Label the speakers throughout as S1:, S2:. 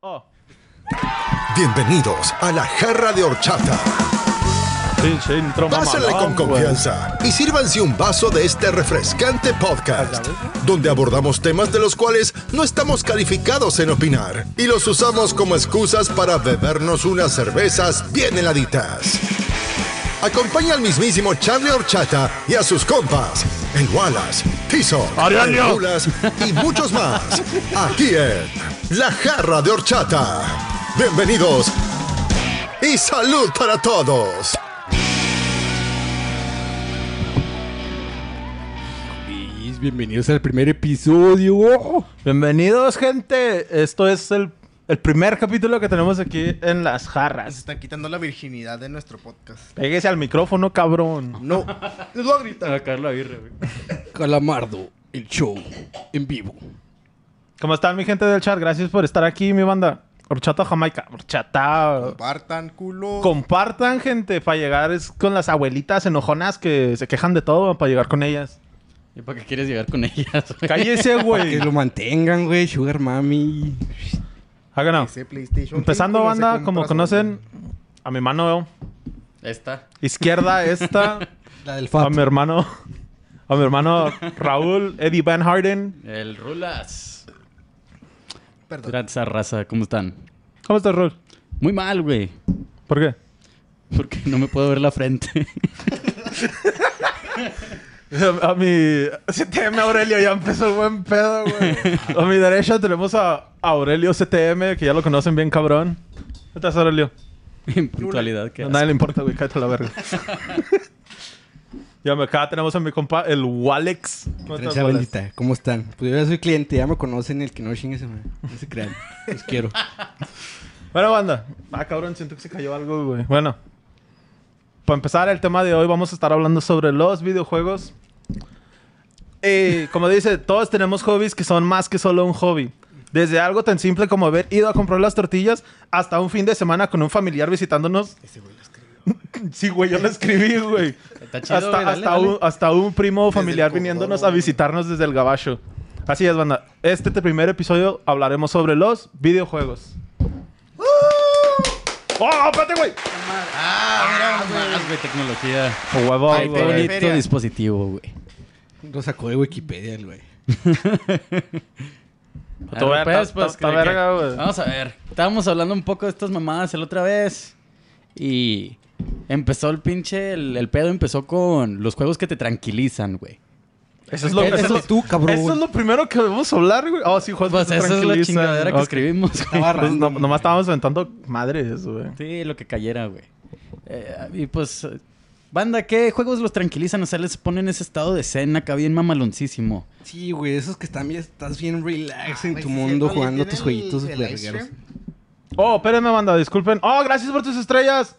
S1: Oh.
S2: Bienvenidos a la jarra de horchata.
S1: Pinche intro
S2: Pásenle
S1: mamalón,
S2: con
S1: güey.
S2: confianza y sírvanse un vaso de este refrescante podcast, donde abordamos temas de los cuales no estamos calificados en opinar y los usamos como excusas para bebernos unas cervezas bien heladitas. Acompaña al mismísimo Charlie Horchata y a sus compas, el Wallace, Tizo, el
S1: Ariaño.
S2: Rulas y muchos más, aquí en La Jarra de Horchata. Bienvenidos y salud para todos.
S3: Bienvenidos, Bienvenidos al primer episodio. ¡Oh!
S1: Bienvenidos, gente. Esto es el, el primer capítulo que tenemos aquí en Las
S4: Se
S1: Jarras.
S4: están quitando la virginidad de nuestro podcast.
S1: Péguese al micrófono, cabrón.
S4: No, les voy a gritar.
S3: Calamardo, el show en vivo.
S1: ¿Cómo están, mi gente del chat? Gracias por estar aquí, mi banda. Horchata Jamaica. Horchata.
S4: Compartan, culo.
S1: Compartan, gente, para llegar es con las abuelitas enojonas que se quejan de todo, para llegar con ellas.
S5: ¿Y para qué quieres llegar con ellas? güey?
S1: Cállese, güey.
S3: Que lo mantengan, güey. Sugar Mami.
S1: Háganlo.
S4: Ese PlayStation
S1: Ah, Empezando,
S4: 5 no se
S1: banda,
S4: compra
S1: como
S4: solo.
S1: conocen, a mi mano
S5: Esta.
S1: izquierda, esta.
S3: La del
S1: a mi hermano, a mi hermano Raúl Eddie Van Harden.
S5: El Rulas.
S4: Perdón.
S5: Gran esa raza, ¿cómo están?
S1: ¿Cómo estás, Raúl?
S5: Muy mal, güey.
S1: ¿Por qué?
S5: Porque no me puedo ver la frente.
S1: A a mi... CTM Aurelio ya empezó el buen pedo, güey. A mi derecha tenemos a Aurelio CTM, que ya lo conocen bien, cabrón. ¿Qué estás, Aurelio?
S5: en puntualidad, ¿qué
S1: A
S5: haces?
S1: nadie le importa, güey. Cállate a la verga. ya me acá tenemos a mi compa, el Walex. ¿Cómo estás, Walex?
S3: bandita. ¿Cómo están? Pues yo ya soy cliente, ya me conocen el que no chingue se me. No se crean. Los quiero.
S1: Bueno, banda. Ah, cabrón, siento que se cayó algo, güey. Bueno. Para empezar el tema de hoy, vamos a estar hablando sobre los videojuegos. Eh, como dice, todos tenemos hobbies que son más que solo un hobby. Desde algo tan simple como haber ido a comprar las tortillas hasta un fin de semana con un familiar visitándonos. Sí, güey, yo lo escribí, güey.
S5: Está chido,
S1: hasta,
S5: güey, dale,
S1: hasta
S5: dale.
S1: Un, hasta un primo familiar
S4: Comodoro,
S1: viniéndonos a
S4: güey.
S1: visitarnos desde el gabacho. Así es, banda. Este te- primer episodio hablaremos sobre los videojuegos. ¡Oh, espérate, güey!
S5: Ah, más, güey, tecnología.
S1: Huevo,
S5: Ay, qué
S1: güey.
S5: bonito
S4: Feria.
S5: dispositivo, güey.
S3: Lo sacó de Wikipedia, el güey.
S1: Tú
S5: Arre,
S1: ver-
S5: pues,
S1: ta-
S5: pues,
S1: ta- ta
S5: creo que-
S1: verga, güey.
S5: Vamos a ver. Estábamos hablando un poco de estas mamadas la otra vez. Y empezó el pinche. El, el pedo empezó con los juegos que te tranquilizan, güey.
S1: Eso es
S5: Eh,
S1: lo, eso
S3: Eso
S1: es lo-
S3: tú, cabrón.
S1: eso es lo primero que debemos hablar, güey. Oh, sí, Juan,
S5: Pues
S1: te
S5: esa es la
S1: tranquiliza.
S5: chingadera que
S1: Ok.
S5: escribimos, güey.
S3: Estaba
S1: Pues, no-
S3: random,
S1: nomás estábamos aventando madres, güey.
S5: Sí, lo que cayera, güey. Eh, y pues, eh, banda, ¿qué juegos los tranquilizan? O sea, les ponen ese estado de escena acá bien mamaloncísimo.
S3: Sí, güey. Esos que están bien, estás bien relax en
S4: Ay,
S3: tu
S4: sí,
S3: mundo
S4: ¿no?
S3: jugando
S4: ¿Tiene
S3: tus
S4: el-
S3: jueguitos
S4: el ice
S3: vergueros.
S4: cream?
S1: Oh, espérenme, banda, disculpen. Oh, gracias por tus estrellas.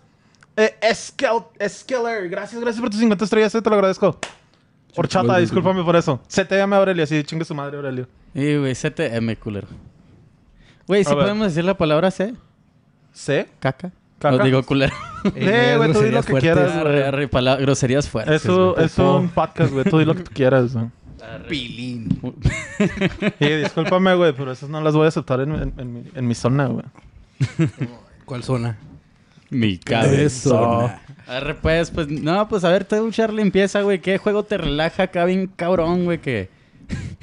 S1: Eh, Eskel- Eskeller, gracias, gracias por tus 50 estrellas, eh, te lo agradezco. Horchata, discúlpame por eso. CTM Aurelio, sí, chingue su madre, Aurelio.
S5: Y, güey, CTM, culero. Güey, ¿sí
S1: A ver.
S5: podemos decir la palabra C?
S1: ¿C?
S5: Caca.
S1: Caca.
S5: No digo culero.
S1: Eh, güey, tú di lo
S3: groserías
S1: que
S3: fuertes.
S1: quieras, güey.
S5: Arre, arre, pala- groserías fuertes.
S1: Es un, es un podcast, güey. Tú di lo que tú quieras, güey.
S4: Pilín.
S5: güey.
S1: Sí, discúlpame, güey, pero esas no las voy a aceptar en, en- en mi, en mi zona, güey.
S3: ¿Cuál zona?
S5: Mi cabeza. Arre, pues, pues, no, pues a ver, tú, Charlie, empieza, güey. ¿Qué juego te relaja acá bien cabrón, güey? Que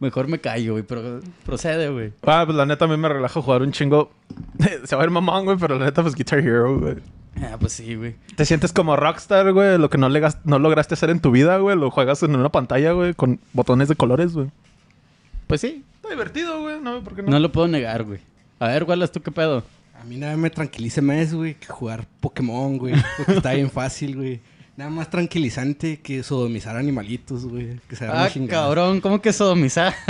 S5: mejor me callo, güey, pero procede, güey.
S1: Ah, pues la neta a mí me relaja jugar un chingo. Se va a ver mamón, güey, pero la neta, pues Guitar Hero, güey.
S5: Ah, pues sí, güey.
S1: Te sientes como rockstar, güey. Lo que no, le gas- no lograste hacer en tu vida, güey. Lo juegas en una pantalla, güey, con botones de colores, güey.
S5: Pues sí,
S1: Está divertido, güey. No, ¿por qué
S5: No lo puedo negar, güey. A ver, Wallace, ¿tú qué pedo?
S3: A mí nada me tranquiliza más, güey, que jugar Pokémon, güey. Porque está bien fácil, güey. Nada más tranquilizante que sodomizar animalitos, güey. Que se hagan
S5: Ah,
S3: chingadas.
S5: cabrón, ¿cómo que sodomizar?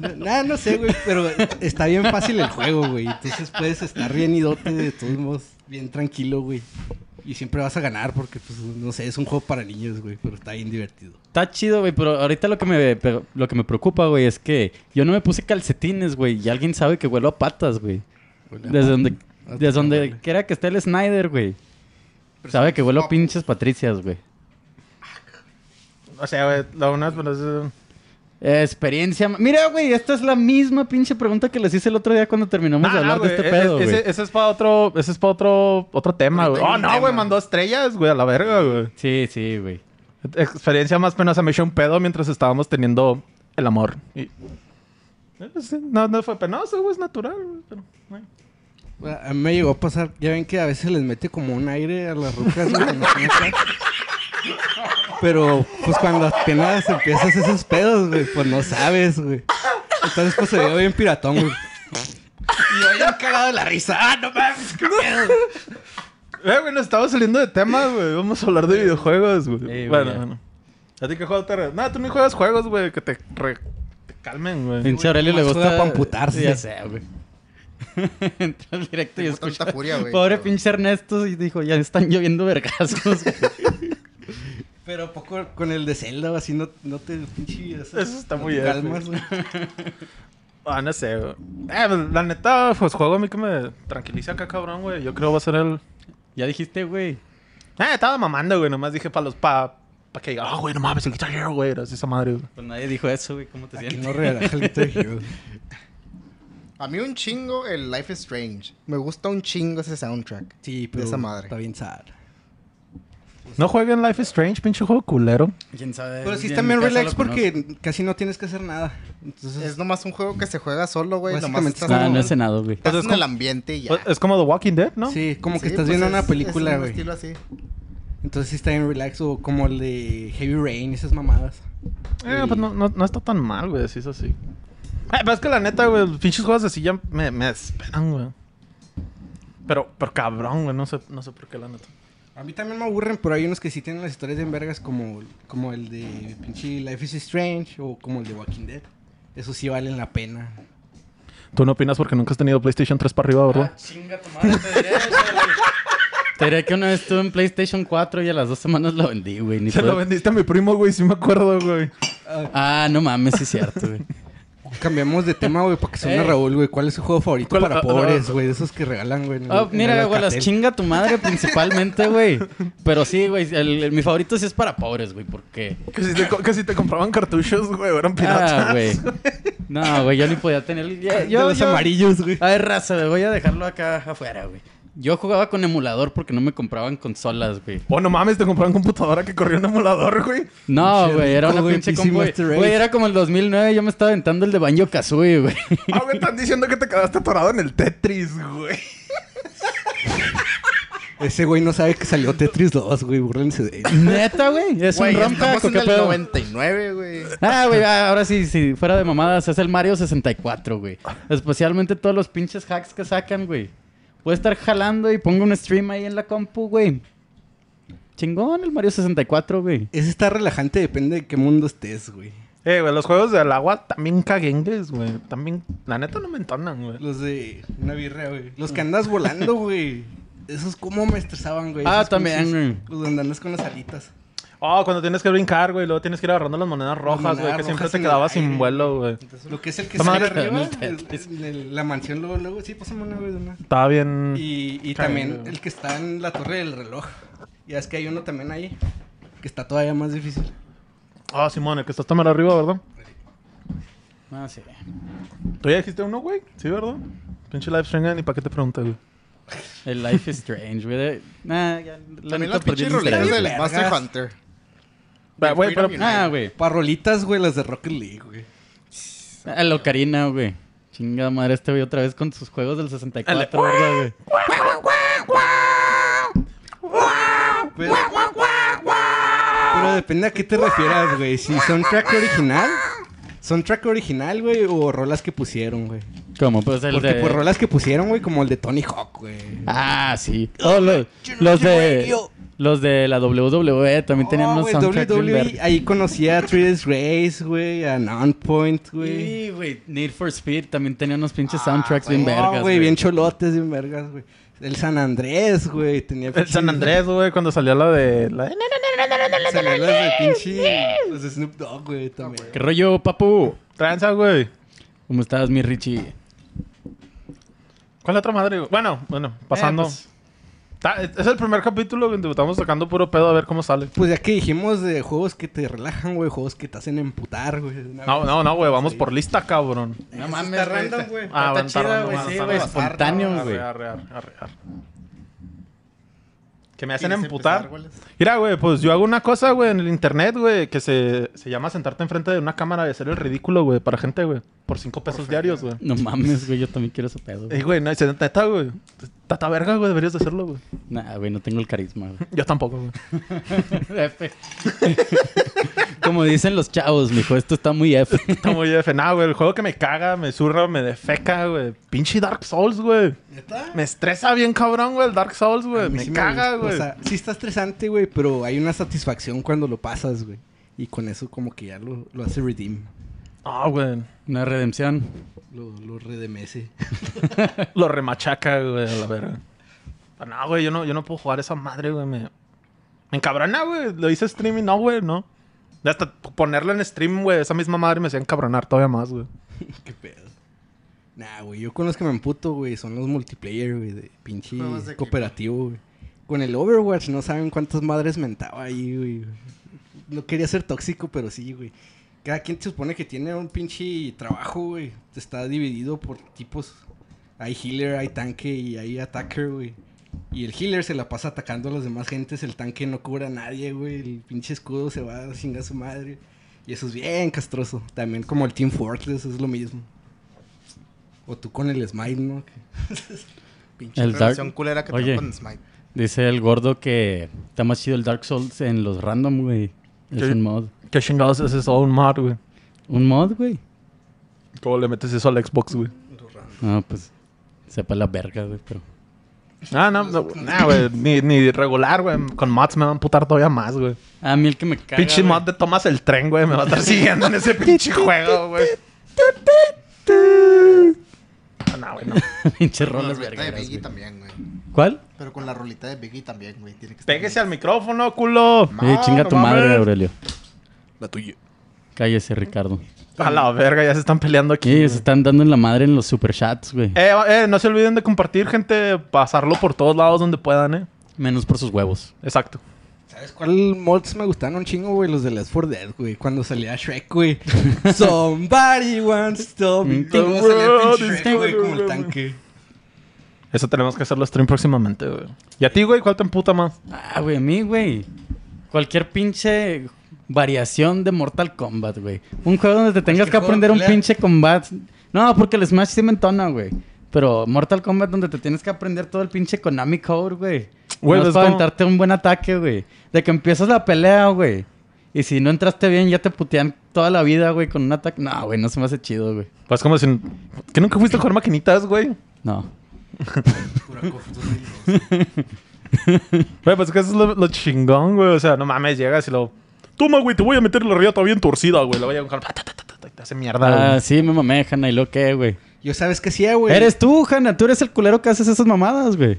S3: No, Nada, no sé, güey, pero está bien fácil el juego, güey. Entonces puedes estar bien idote de todos modos, bien tranquilo, güey. Y siempre vas a ganar porque, pues, no sé, es un juego para niños, güey, pero está bien divertido.
S5: Está chido, güey, pero ahorita lo que me pero lo que me preocupa, güey, es que yo no me puse calcetines, güey, y alguien sabe que huelo a patas, güey. Desde donde
S3: Ah,
S5: desde donde
S3: huele.
S5: quiera que esté el Snyder, güey. Sabe que huelo a pinches patricias, güey.
S1: O sea, güey, la una, pero es, pues, eh,
S5: Experiencia. ma- Mira, güey, esta es la misma pinche pregunta que les hice el otro día cuando terminamos de
S1: Ah,
S5: hablar
S1: güey,
S5: de este
S1: e-
S5: pedo,
S1: e-
S5: güey.
S1: ese, ese es para otro, ese es para otro, otro tema, güey. Oh, no, güey, mandó estrellas, güey, a la verga, güey.
S5: Sí, sí, güey.
S1: Experiencia más penosa, me echó un pedo mientras estábamos teniendo el amor. Y- eh, pues, Sí, No, no fue penoso, güey, es natural, güey. pero, güey.
S3: A mí me llegó a pasar, ya ven que a veces les mete como un aire a las rucas, güey, en las fiestas. Pero, pues cuando apenas empiezas esos pedos, güey, pues no sabes, güey. Entonces, pues se vio bien piratón, güey. Y yo ya cagado de la risa. ¡Ah, no mames! qué pedo!
S1: Eh, güey, nos estamos saliendo de tema, güey. Vamos a hablar de videojuegos, güey.
S5: güey,
S1: bueno,
S5: ya.
S1: bueno. ¿A ti qué juego te... re- No, tú no juegas juegos, güey, que te, re- te calmen, Pues, güey.
S5: Pinche Aurelio le
S3: nomás
S5: gusta
S3: juega pa' amputarse.
S5: Ya sé, güey. Entra al directo y
S4: Tengo
S5: escucha.
S4: tanta furia, güey.
S5: Pobre
S4: pero-
S5: pinche Ernesto y dijo, ya están lloviendo vergazos. güey.
S3: Pero ¿a poco con el de Zelda o así no, no te pinche. o sea,
S1: Eso está
S3: no
S1: muy
S3: te
S1: F.
S3: calmas, güey.
S1: Ah, no sé, güey. Eh, pues, la neta, pues juego a mí que me tranquiliza acá, cabrón, güey. Yo creo va a ser el...
S5: ya dijiste, güey.
S1: Eh, estaba mamando, güey. Nomás dije para los... Pa... Para que diga, ah, güey, no mames, el Guitar Hero, güey. Era así esa madre, güey.
S5: Pues nadie dijo eso, güey. ¿Cómo te
S3: Aquí
S5: sientes?
S3: no relaja el Guitar Hero.
S4: A mí un chingo el Life is Strange. Me gusta un chingo ese soundtrack.
S3: Sí, pero.
S4: esa madre.
S3: Está bien sad.
S1: No jueguen Life is Strange, pinche juego culero.
S5: ¿Quién sabe?
S3: Pero sí
S5: En
S3: está
S5: mi
S3: bien
S5: casa
S3: relax
S5: lo conozco.
S3: porque casi no tienes que hacer nada. Entonces.
S4: Es nomás un juego que se juega solo, güey. Nomás
S3: Básicamente
S4: estás,
S3: es
S5: No,
S3: como-
S5: no he nada, güey.
S4: estás
S1: Pues es
S4: en el
S1: como-
S4: ambiente y ya.
S1: Pues, Es como The Walking Dead, ¿no?
S3: Sí, como que
S4: Sí,
S3: estás
S4: pues
S3: viendo
S4: es-
S3: una
S4: es
S3: película,
S4: un
S3: güey.
S4: estilo así.
S3: Entonces sí está bien relax o como el de Heavy Rain, esas mamadas.
S1: Eh, pues no, no, no está tan mal, güey, si es así. Eh, pero es que la neta, güey, los pinches juegos así ya me, me esperan, güey. Pero, pero cabrón, güey, no sé, no sé por qué, la neta.
S3: A mí también me aburren, pero hay unos que sí tienen las historias de envergas como, como el de pinche Life is Strange o como el de Walking Dead. Eso sí valen la pena.
S1: Tú no opinas porque nunca has tenido PlayStation 3 para arriba, ¿verdad?
S5: Ah, chinga tu madre, te diré, Te diré que una vez estuve en PlayStation 4 y a las dos semanas lo vendí, güey. Ni
S1: Ah, Se
S5: puedo-
S1: lo vendiste a mi primo, güey, sí me acuerdo, güey.
S5: Ah, no mames, sí es cierto, güey.
S3: Cambiamos de tema, güey, para que suene
S5: Ey.
S3: Raúl, güey. ¿Cuál es su juego favorito
S1: ¿Cuál-
S3: para
S1: ah,
S3: pobres,
S1: ah,
S3: güey? De esos que regalan, güey. en el-
S5: Ah,
S3: en el
S5: mira, güey, las
S3: Alcatel.
S5: chinga tu madre principalmente, güey. Pero sí, güey, el- el- mi favorito sí es para pobres, güey, porque...
S1: Que si te, co- que si te compraban cartuchos, güey, eran piratas.
S5: Ah, güey. No, güey, yo ni podía tener... ya-
S3: De
S5: Yo,
S3: los
S5: yo-
S3: amarillos, güey.
S5: A ver, raza, güey, voy a dejarlo acá afuera, güey. Yo jugaba con emulador porque no me compraban consolas, güey.
S1: Oh, no mames, te compraban computadora que corría un emulador, güey.
S5: No,
S3: Pinche
S5: güey, este era
S3: rico,
S5: una
S3: güey,
S5: pinche
S3: PC
S5: combo. güey.
S3: Master Race.
S5: Güey, era como el 2009, yo me estaba aventando el de Banjo Kazooie, güey.
S1: Ah, güey, están diciendo que te quedaste atorado en el Tetris, güey.
S3: Ese güey no sabe que salió Tetris 2, güey. Búrrense de él.
S5: Neta, güey, es
S4: Güey,
S5: un rompa
S4: estamos en
S5: ¿qué
S4: el
S5: pedo?
S4: 99, güey.
S5: Ah, güey, ah, ahora sí, si fuera de mamadas, es el Mario 64, güey. Especialmente todos los pinches hacks que sacan, güey. Puedo estar jalando y pongo un stream ahí en la compu, güey. Chingón el Mario 64, güey.
S3: Ese está relajante, depende de qué mundo estés, güey.
S1: Eh, güey, los juegos del agua también caguengues, güey. También, la neta no me entonan, güey.
S3: Los de una birra, güey. Los que andas volando, güey. Esos cómo me estresaban, güey.
S5: Ah,
S3: Esos
S5: también,
S3: pinches-
S5: güey.
S3: Los donde andas con las alitas.
S1: Oh, cuando tienes que brincar, güey, luego tienes que ir agarrando las monedas rojas, güey,
S3: monedas
S1: que siempre
S3: rojas
S1: te
S3: en el
S1: quedabas
S3: aire.
S1: sin vuelo, güey.
S3: Lo que es el que
S1: Toma
S3: sale
S1: otra.
S3: arriba,
S5: En el
S3: el- el- el- la mansión luego, luego. Sí, pásame una, güey, de una.
S1: Estaba bien.
S3: Y, y
S1: Claro.
S3: también el que está en la torre del reloj. Ya es que hay uno también ahí. Que está todavía más difícil.
S1: Ah, Simón, el que estás tomando arriba, ¿verdad?
S5: Ah, sí.
S1: Tú ya dijiste uno, güey. Sí, ¿verdad? Pinche live stream, ni para qué te preguntas, güey.
S5: El Life is Strange, güey. de- Nah, ya, la
S4: También
S5: neta
S4: las
S5: perdí
S4: pinches
S5: mi
S4: roletas
S5: interés,
S4: del
S5: güey.
S4: Master Hunter.
S1: Pero, güey, pero.
S4: Freedom Unite.
S5: Ah, güey.
S3: Parrolitas, güey, las de Rocket League, güey.
S5: A la Ocarina, güey. Chingada madre, este güey otra vez con sus juegos del 64, ¿verdad, güey?
S3: Pero, pero depende a qué te refieras, güey. Si son track original, son track original, güey, o rolas que pusieron, güey.
S5: ¿Cómo? Pues el
S3: Porque
S5: de...
S3: pues rolas que pusieron, güey, como el de Tony Hawk, güey.
S5: Ah, sí. Oh, lo- los de los de la WWE también tenían
S3: Oh,
S5: unos
S3: güey,
S5: soundtracks bien
S3: WWE,
S5: verga.
S3: ahí conocí a 3 Race, güey, a Nonpoint, güey.
S5: Sí, güey, Need for Speed también tenía unos pinches
S4: Ah,
S5: soundtracks bien
S3: No,
S5: vergas,
S3: güey, bien cholotes, bien vergas, güey. El San Andrés, güey, tenía
S1: El San Andrés, güey, cuando salió la de. La de...
S3: Salían las de pinche, los de Snoop Dogg, güey, también.
S5: ¿Qué rollo, papu?
S1: Tranza, güey.
S5: ¿Cómo estás, mi Richie?
S1: ¿Cuál otra madre, güey? Bueno, bueno, pasando.
S5: Eh, pues,
S1: Ta- Es el primer capítulo que estamos sacando puro pedo a ver cómo sale.
S3: Pues ya que dijimos de juegos que te relajan, güey, juegos que te hacen emputar, güey. de una
S1: No,
S3: vez.
S1: no, no, güey, vamos por lista, cabrón.
S5: No
S4: está random, güey.
S5: Está,
S1: Ah,
S5: está
S1: van
S5: chida,
S1: tardando,
S5: güey.
S1: van
S5: Sí,
S1: tardando.
S5: güey.
S4: Bazar,
S5: Espontáneo, güey.
S1: Arre, arre, arre, arre. Que me hacen
S4: ¿Quieres
S1: emputar.
S4: empezar, Wallace?
S1: Mira, güey, pues yo hago una cosa, güey, en el internet, güey, que se, se llama sentarte enfrente de una cámara y hacer el ridículo, güey, para gente, güey. Por cinco pesos diarios, güey.
S5: No mames, güey. Yo también quiero ese pedo. güey.
S1: Ey, güey, no, y se neta, güey. Tata verga, güey, deberías de hacerlo, güey.
S5: Nah, güey. No tengo el carisma, güey.
S1: Yo tampoco, güey.
S5: F. Como dicen los chavos, mijo. Esto está muy F.
S1: Está muy F. Nah, güey, el juego que me caga, me zurra, me defeca, güey. Pinche Dark Souls, güey.
S3: ¿Neta?
S1: Me estresa bien, cabrón, güey, el Dark Souls,
S3: A
S1: güey.
S3: mí
S1: Me
S3: sí
S1: caga,
S3: gusta.
S1: güey.
S3: O sea, sí está estresante, güey, pero hay una satisfacción cuando lo pasas, güey. Y con eso como que ya lo, lo hace redeem.
S1: Ah, güey.
S5: Una redención.
S3: Lo, lo redemece.
S1: Lo remachaca, güey, a la verga. Pero no, güey, yo no, yo no puedo jugar esa madre, güey. Me, me encabrona, güey. Lo hice streaming, no, güey, no. Y Hasta ponerlo en stream, güey, esa misma madre me hacía encabronar todavía más, güey.
S3: Qué pedo. Nah, güey, yo con los que me emputo, güey, son los multiplayer, güey, de pinche
S4: Juegos de
S3: cooperativo, güey. Con el Overwatch no saben cuántas madres mentaba ahí, güey. No quería ser tóxico, pero sí, güey. Cada quien se supone que tiene un pinche trabajo, güey. Está dividido por tipos. Hay healer, hay tanque y hay attacker, güey. Y el healer se la pasa atacando a las demás gentes, el tanque no cubra a nadie, güey. El pinche escudo se va a chingar a su madre. Y eso es bien castroso. También como el Team Fortress es lo mismo. O tú con el Smite, ¿no? Que-
S4: Pinche
S5: El
S4: relación
S5: Dark-
S4: culera que
S5: Oye.
S4: tengo con Smite.
S5: Dice el gordo que está más chido el Dark Souls en los random, güey. Es
S1: ¿Qué?
S5: un mod.
S1: ¿Qué chingados es eso? Un mod, güey.
S5: ¿Un mod, güey?
S1: ¿Cómo le metes eso al Xbox, güey?
S5: No, pues. Sepa la verga, güey, pero.
S1: Ah, no, no, nah, güey. Ni, ni regular, güey. Con mods me van a putar todavía más, güey.
S5: A mí el que me caga.
S1: Pinche
S5: güey.
S1: mod de tomas el tren, güey. Me va a estar siguiendo en ese pinche juego, güey. Ah, no, güey, no.
S5: Pinche
S4: Con la
S5: rolas
S4: rolita de
S5: vergueras,
S4: Biggie
S5: güey.
S4: también, güey.
S5: ¿Cuál?
S4: Pero con la rolita de Biggie también, güey. Tiene que estar
S1: Péguese
S4: bien.
S1: al micrófono, culo.
S5: Eh, chinga
S1: No
S5: tu madre,
S1: mames.
S5: Aurelio.
S2: La tuya.
S5: Cállese, Ricardo.
S1: A la verga, ya se están peleando aquí.
S5: Sí, se están dando en la madre en los superchats, güey.
S1: Eh, eh, no se olviden de compartir, gente. Pasarlo por todos lados donde puedan, eh.
S5: Menos por sus huevos.
S1: Exacto.
S3: ¿Sabes cuál mods me gustaron un chingo, güey? Los de las 4 Dead, güey. Cuando salía Shrek, güey. Somebody wants to be.
S5: Mm,
S3: Cuando salía el pinche Shrek, güey, como el tanque.
S1: Eso tenemos que hacerlo stream próximamente, güey. ¿Y a ti, güey? ¿Cuál te emputa más?
S5: Ah, güey, a mí, güey. Cualquier pinche variación de Mortal Kombat, güey. Un juego donde te tengas que
S3: Pues juego de
S5: aprender un
S3: pelea.
S5: pinche combat. No, porque el Smash sí me entona, güey. Pero Mortal Kombat donde te tienes que aprender todo el pinche Konami Code, güey.
S1: Güey,
S5: Güey,
S1: pues,
S5: para
S1: ¿cómo?
S5: aventarte un buen ataque, güey. De que empiezas la pelea, güey. Y si no entraste bien, ya te putean toda la vida, güey, con un ataque. No, güey, no se me hace chido, güey.
S1: Pues como si... ¿Que nunca fuiste a jugar maquinitas, güey?
S5: No.
S1: Güey, pues que eso es lo, lo chingón, güey. O sea, no mames, llegas y lo... Toma, güey, te voy a meter la riata bien torcida, güey. La voy a dejar... ta, ta, ta, ta, ta, y Te hace mierda,
S5: Ah,
S1: güey.
S5: sí, me mamé, Hanna, ¿y lo qué, güey?
S3: Yo sabes que sí, güey.
S5: Eres tú, Hanna. Tú eres el culero que haces esas mamadas, güey.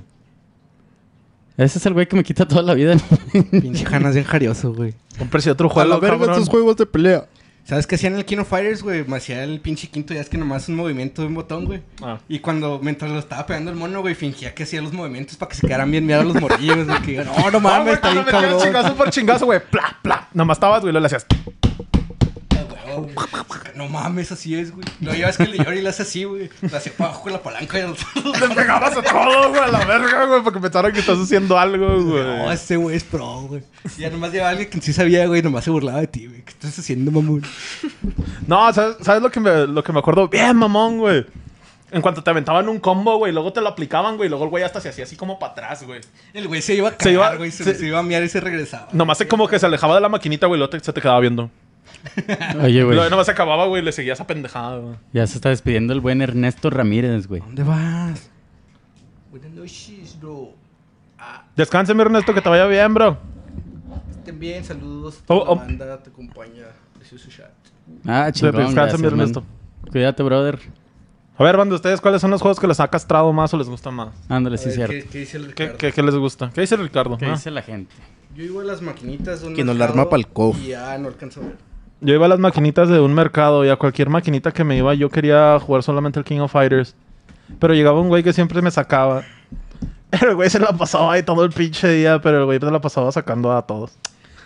S5: Ese es el güey que me quita toda la vida.
S3: Pinche Hanas bien jarioso, güey.
S1: Cómprese otro
S2: A
S1: juego,
S2: la verga
S1: cabrón.
S2: estos juegos de pelea.
S3: ¿Sabes qué hacían en el Kino Fighters, güey? Me hacía el pinche quinto, ya es que nomás un movimiento de un botón, güey.
S1: Ah.
S3: Y cuando, mientras lo estaba pegando el mono, güey, fingía que hacía los movimientos para que se quedaran bien miedos los morrillos, güey. Que digan, no,
S1: No,
S3: no
S1: güey,
S3: mames, está
S1: cuando
S3: bien
S1: me dieron
S3: cabrón.
S1: chingazo por chingazo, güey. Pla, pla. Nomás estabas, güey, lo le hacías...
S3: Ah, No mames, así es, güey. No, ya ves que el de Yori le hace así, güey. Le hacía para abajo con la palanca y el
S1: Le pegabas a todo, güey, a la verga, güey, porque pensaron que estás haciendo algo, güey.
S3: No, ese güey es pro, güey. Y Ya nomás llevaba alguien que sí sabía, güey, nomás se burlaba de ti, güey. ¿Qué estás haciendo, mamón?
S1: No, ¿sabes, sabes lo, que me, lo que me acuerdo? Bien, mamón, güey. En cuanto te aventaban un combo, güey, luego te lo aplicaban, güey, luego el güey hasta se hacía así como para atrás, güey.
S3: El güey se iba a
S1: Se iba-
S3: cagar, güey. Se,
S1: se- Mm.
S3: se iba a miar y se regresaba.
S1: Nomás se como que se alejaba de la maquinita, güey, luego te- se te quedaba viendo.
S5: Oye, güey.
S1: Luego nomás se acababa, güey, le seguía esa pendejada, güey.
S5: Ya se está despidiendo el buen Ernesto Ramírez, güey.
S3: ¿Dónde vas? Buenas noches, bro.
S1: Descanse, mi Ernesto, que te vaya bien, bro.
S3: Estén bien, saludos.
S1: Oh,
S3: Toda
S1: oh.
S3: la banda te acompaña. Precioso chat.
S5: Ah, chingón.
S1: Descansa,
S5: gracias,
S1: mi
S5: man.
S1: Ernesto.
S5: Cuídate, brother.
S1: A ver, banda, ¿ustedes cuáles son los juegos que les ha castrado más o les gustan más?
S5: Ándale,
S3: A
S5: sí,
S3: ver,
S5: cierto.
S3: ¿qué, qué dice el
S1: ¿Qué,
S3: Ricardo?
S1: qué, qué les gusta? ¿Qué dice Ricardo?
S5: ¿Qué
S1: Ah.
S5: dice la gente?
S3: Yo iba a las maquinitas. de un
S4: Que nos la
S3: mercado
S4: arma pa'l cof.
S3: Y ya no alcanzo a ver.
S1: Yo iba a las maquinitas de un mercado y a cualquier maquinita que me iba yo quería jugar solamente el King of Fighters. Pero llegaba un güey que siempre me sacaba. El güey se la pasaba ahí todo el pinche día, pero el güey se la pasaba sacando a todos.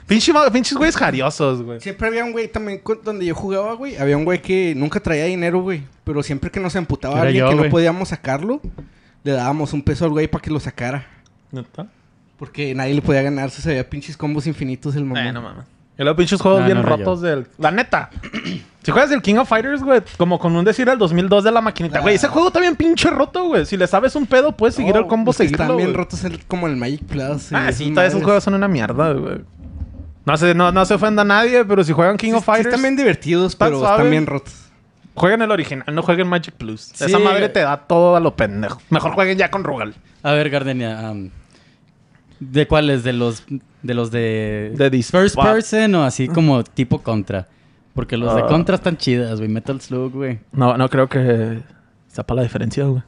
S1: Pinche ma- pinches güeyes jariosos, güey.
S3: Siempre había un güey también cu- donde yo jugaba, güey. Había un güey que nunca traía dinero, güey. Pero siempre que nos amputaba a
S5: Era
S3: alguien
S5: yo,
S3: que
S5: güey.
S3: no podíamos sacarlo, le dábamos un peso al güey para que lo sacara. Eh,
S1: ¿Neta?
S3: Porque nadie le podía ganar, se había pinches combos infinitos el mamón.
S1: Eh, no mames. Y luego pinches juegos
S5: No,
S1: bien
S5: no era
S1: rotos del... La neta. si juegas el King of Fighters, güey, como con un decir al 2002 de la maquinita,
S3: Ah.
S1: güey. Ese juego está bien pinche roto, güey. Si le sabes un pedo, puedes seguir el combo,
S3: Los que
S1: seguirlo,
S3: Están bien
S1: güey.
S3: rotos el- como el Magic Plus. y
S1: Ah,
S3: esas
S1: sí, todos esos
S3: madres.
S1: juegos son una mierda, güey. No se, no, no se ofenda a nadie, pero si juegan King
S3: Sí,
S1: of
S3: sí
S1: Fighters,
S3: están bien divertidos,
S1: Están
S3: pero
S1: suaves.
S3: están bien rotos.
S1: jueguen el original, no jueguen Magic Plus.
S5: Sí.
S1: Esa madre te da todo a lo pendejo. Mejor jueguen ya con Rugal.
S5: A ver, Gardenia. am, ¿De cuáles? ¿De los de los de,
S1: De dis-
S5: First
S1: Wow. Mm.
S5: Person o así como tipo Contra? Porque los de
S1: Ah.
S5: Contra están chidas, güey. Metal Slug, güey.
S1: No, no creo que sepa la diferencia, güey.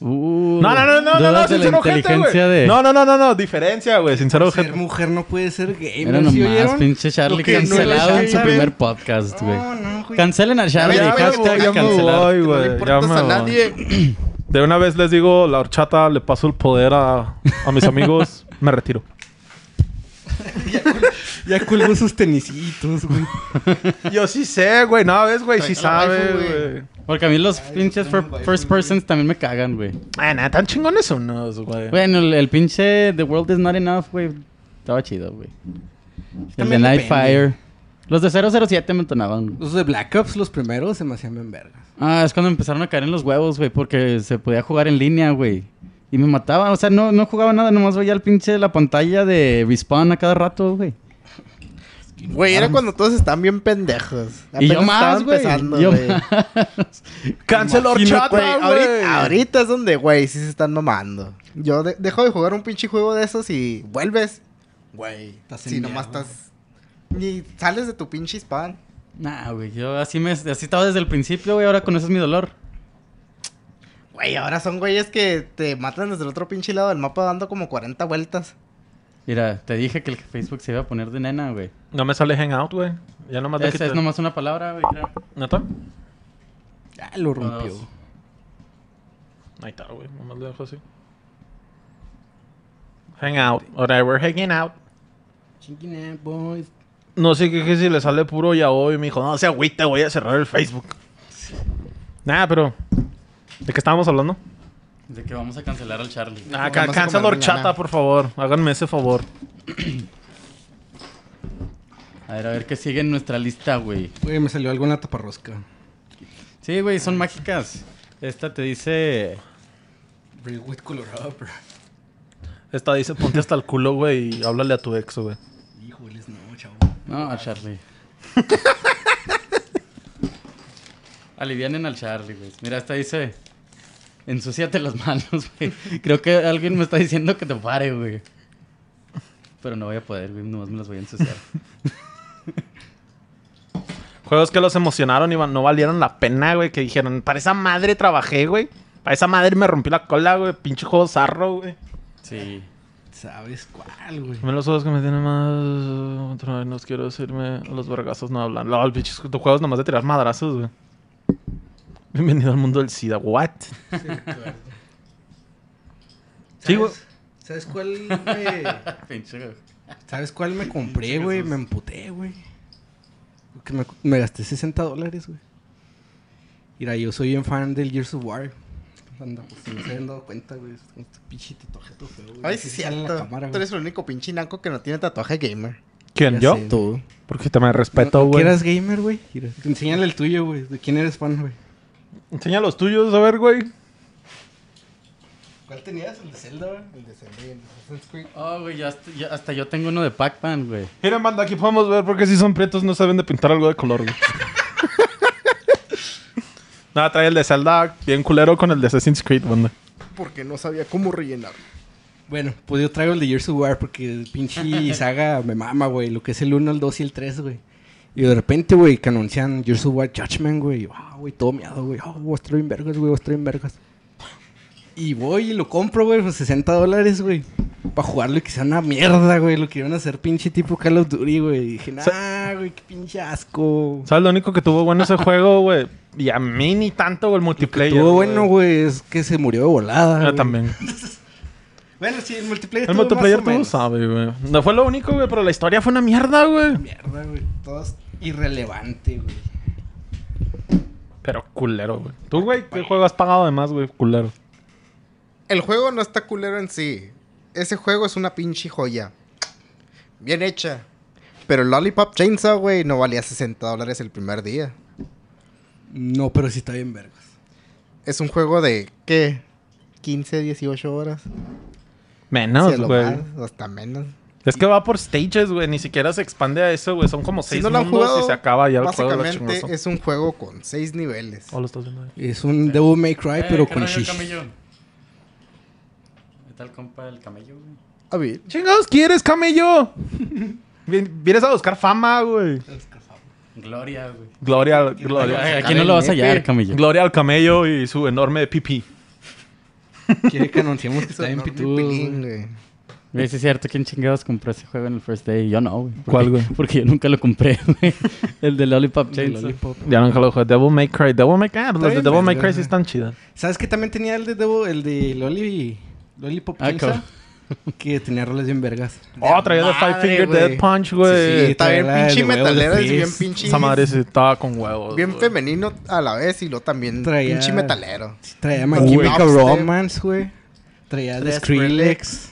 S5: Uh,
S1: No, no, no, no, no,
S5: dudas
S1: no,
S5: de la
S1: sincero gente, güey.
S5: inteligencia de...
S1: No, no, no, no, no, diferencia, güey, sincero
S3: Ser
S1: gente.
S3: mujer no puede ser gamer.
S5: Era
S3: ¿sí
S5: nomás,
S3: oyeron?
S5: pinche Charlie
S3: Lo que no es
S5: cancelado en su
S3: gamer.
S5: primer podcast, güey.
S3: No, no, güey.
S5: Cancelen a Charlie.
S4: Ya me
S5: hashtag
S4: voy, ya
S1: me
S5: cancelar.
S1: voy. Ay,
S4: no
S1: güey,
S4: le
S1: ya
S4: importas
S1: me
S4: a
S1: voy.
S4: nadie.
S1: De una vez les digo, la horchata le paso el poder a, a mis amigos, me retiro.
S3: Ya colgó sus tenisitos, güey.
S1: Yo sí sé, güey, no, ves, güey, sí
S4: Tráete la
S1: sabe,
S4: waifu, güey.
S1: güey.
S5: Porque a mí los pinches fir- first persons también me cagan, güey.
S1: Ah, nada, tan chingones unos, güey.
S5: Bueno, el, el pinche The World Is Not Enough, güey. Estaba chido, güey. El de
S3: También
S5: Night
S3: depende.
S5: Fire. Los de 007 me entonaban. güey.
S3: Los de Black Ops, los primeros, se me hacían bien vergas.
S5: Ah, es cuando empezaron a caer en los huevos, güey, porque se podía jugar en línea, güey. Y me mataba, o sea, no, no jugaba nada, nomás veía el pinche la pantalla de Respawn a cada rato, güey.
S4: Güey, era cuando todos estaban bien pendejos.
S5: Ah. Y yo
S4: Apenas
S5: más,
S4: estaban
S5: güey.
S4: empezando,
S5: Yo
S4: güey.
S5: más.
S1: Cancel
S4: Güey,
S1: horchata, güey.
S4: ahorita, ahorita es donde, güey, sí se están mamando. Yo de- dejo de jugar un pinche juego de esos y vuelves. Güey,
S3: Estás
S4: si
S3: en
S4: nomás
S3: llamas.
S4: estás... Ni sales de tu pinche spam.
S5: Nah, güey, yo así, me, así estaba desde el principio, güey, ahora conoces mi dolor.
S4: Güey, ahora son güeyes que te matan desde el otro pinche lado del mapa dando como 40 vueltas.
S5: Mira, te dije que el Facebook se iba a poner de nena, güey.
S1: No me sale hangout, güey. Ya nomás le
S5: Esa
S1: quité.
S5: es nomás una palabra, güey. creo.
S1: ¿Neta?
S3: Ah, lo
S5: Uno,
S3: rompió.
S5: dos.
S1: Ahí está, güey. Nomás le dejo así. Hangout. Alright, we're hanging out.
S3: Chinguina, boys.
S1: No sé qué, qué si le sale puro ya hoy. Me dijo, no se agüita, voy a cerrar el Facebook. Nah, pero. ¿De qué estábamos hablando?
S5: De que vamos a cancelar al Charlie.
S1: Ah,
S4: Vamos
S1: ca-
S4: a
S1: cancel
S4: comer
S1: horchata,
S4: mañana.
S1: por favor. Háganme ese favor.
S5: A ver, a ver qué sigue en nuestra lista, güey.
S3: Güey, me salió algo en la taparrosca.
S5: Sí, güey, son mágicas. Esta te dice.
S3: Redwood Colorado, pero...
S1: Esta dice, ponte hasta el culo, güey, y háblale a tu ex, güey.
S3: Híjoles, no, chavo.
S5: No, al Charlie. Alivianen al Charlie, güey. Mira, esta dice. Ensuciate las manos, güey. Creo que alguien me está diciendo que te pare, güey. Pero no voy a poder, güey. Nomás me las voy a ensuciar.
S1: Juegos que los emocionaron y va- no valieron la pena, güey. Que dijeron, para esa madre trabajé, güey. Para esa madre me rompí la cola, güey. Pinche juego zarro, güey.
S5: Sí.
S3: ¿Sabes cuál, güey?
S1: A mí los juegos que me tienen más... Otra vez no quiero decirme... a Los vergazos no hablan. No, el pinche ju- juegos nomás de tirar madrazos, güey. Bienvenido al mundo del SIDA. What? Sí, güey.
S3: ¿Sabes- ¿Sabes cuál me...
S5: Pinche, güey.
S3: ¿Sabes cuál me compré, güey? Me emputé, güey. Porque me, me gasté 60 dólares, güey. Mira, yo soy bien fan del Gears of War. Anda, pues si no se han dado cuenta, güey. es Con este pinche tatuaje todo feo, güey.
S4: Ay, sí,
S3: Sale en
S4: cierto.
S3: la cámara,
S4: Tú
S3: güey.
S4: eres el único pinche naco que no tiene tatuaje gamer.
S1: ¿Quién?
S3: Ya
S1: ¿Yo?
S3: sé.
S5: Tú.
S1: Porque te me
S3: No-
S1: respeto,
S3: no
S1: güey.
S3: que eras gamer, güey? Mira, enséñale el tuyo, güey. ¿De quién eres fan, güey?
S1: Enseña los tuyos, a ver, güey.
S3: ¿Cuál tenías? ¿El de Zelda, güey?
S4: El de el
S5: Oh, güey, ya hasta, ya hasta yo tengo uno de Pac-Man, güey.
S1: Miren, banda, aquí podemos ver porque si son prietos no saben de pintar algo de color, güey. Nada, trae el de Zelda bien culero con el de Assassin's Creed, banda.
S4: Porque no sabía cómo rellenar.
S3: Bueno, pues yo traigo el de Gears of War porque el pinche saga me mama, güey. Lo que es el 1, el 2 y el 3, güey. Y de repente, güey, que anuncian Gears of War Judgment, güey. Ah, güey, todo miado, güey. Ah, voy a estar bien vergas, güey, voy a estar bien vergas. Y voy y lo compro, güey, por 60 dólares, güey. Para jugarlo y que sea una mierda, güey. Lo que iban a hacer pinche tipo Call of Duty, güey. Y dije, nah, güey, qué pinche asco.
S1: ¿Sabes lo único que tuvo bueno ese juego, güey? Y a mí ni tanto, güey, el multiplayer.
S3: Estuvo bueno, güey, es que se murió de volada.
S1: eh. Yo
S3: güey.
S1: también.
S3: Bueno, sí, el multiplayer.
S1: El
S3: estuvo
S1: multiplayer
S3: más
S1: tú
S3: o
S1: lo
S3: menos.
S1: sabes, güey. No fue lo único, güey, pero la historia fue una mierda, güey.
S3: Mierda, güey. Todo es irrelevante, güey.
S1: Pero culero, güey. Tú, güey, ¿qué juego has pagado de más, güey? Culero.
S4: El juego no está culero en sí. Ese juego es una pinche joya. Bien hecha. Pero el Lollipop Chainsaw, güey, no valía 60 dólares el primer día.
S3: No, pero sí está bien, vergas.
S4: Es un juego de, ¿qué? 15, 18 horas.
S1: Menos,
S4: si a lo
S1: güey.
S4: más, o hasta menos.
S1: Es que va por stages, güey. Ni siquiera se expande a eso, güey. Son como
S4: Si
S1: seis
S4: no lo han
S1: mundos
S4: jugado,
S1: y se acaba ya el juego. de la
S4: básicamente
S1: chingosa.
S4: es un juego con 6 niveles.
S1: Oh, lo estás viendo ahí.
S3: Es un Devil May
S1: Eh,
S3: Cry,
S5: Eh,
S3: pero con shish.
S5: ¿Qué tal compa el camello, güey?
S4: A ver,
S1: Chingados, ¿quieres, camello? Vien- Vienes a buscar fama, güey.
S5: Gloria, güey.
S1: Gloria al, gloria,
S5: Aquí no lo vas a hallar, camello.
S1: gloria al camello y su enorme pipí.
S3: Quiere que anunciemos que
S4: es
S3: está bien
S4: enorme
S3: pitudo.
S4: pilín,
S3: güey.
S4: güey.
S5: Güey, sí es cierto, ¿quién chingados compró ese juego en el first day? Yo no, güey. Porque-
S1: ¿Cuál, güey?
S5: Porque yo nunca lo compré, güey. El de Lollipop Chainsaw.
S3: Lollipop.
S1: Ya nunca lo jugué. Devil May Cry. Devil May Cry. Ah, Los de
S3: bien,
S1: Devil May
S3: verga.
S1: Cry sí están chidas.
S3: ¿Sabes que también tenía el de Devil, el de Loli, Lollipop
S5: Ah,
S3: Chainsaw? Que tenía roles bien vergas.
S1: Oh, traía de Five
S4: madre,
S1: Finger
S4: güey.
S1: Dead Punch,
S3: Sí, sí,
S1: güey.
S4: Está
S3: trae
S4: bien
S3: la
S4: pinche
S3: del huevo de
S4: metalera, es
S3: Fizz.
S4: bien pinche...
S1: Esa madre sí estaba con huevos.
S4: Bien
S1: güey.
S4: femenino a la vez y lo también
S3: Traía-
S4: pinche metalero.
S3: Sí, traía My
S1: Uy.
S3: Chemical
S4: Dubstep.
S3: Romance, güey. Traía de
S4: Traía
S3: Skrillex.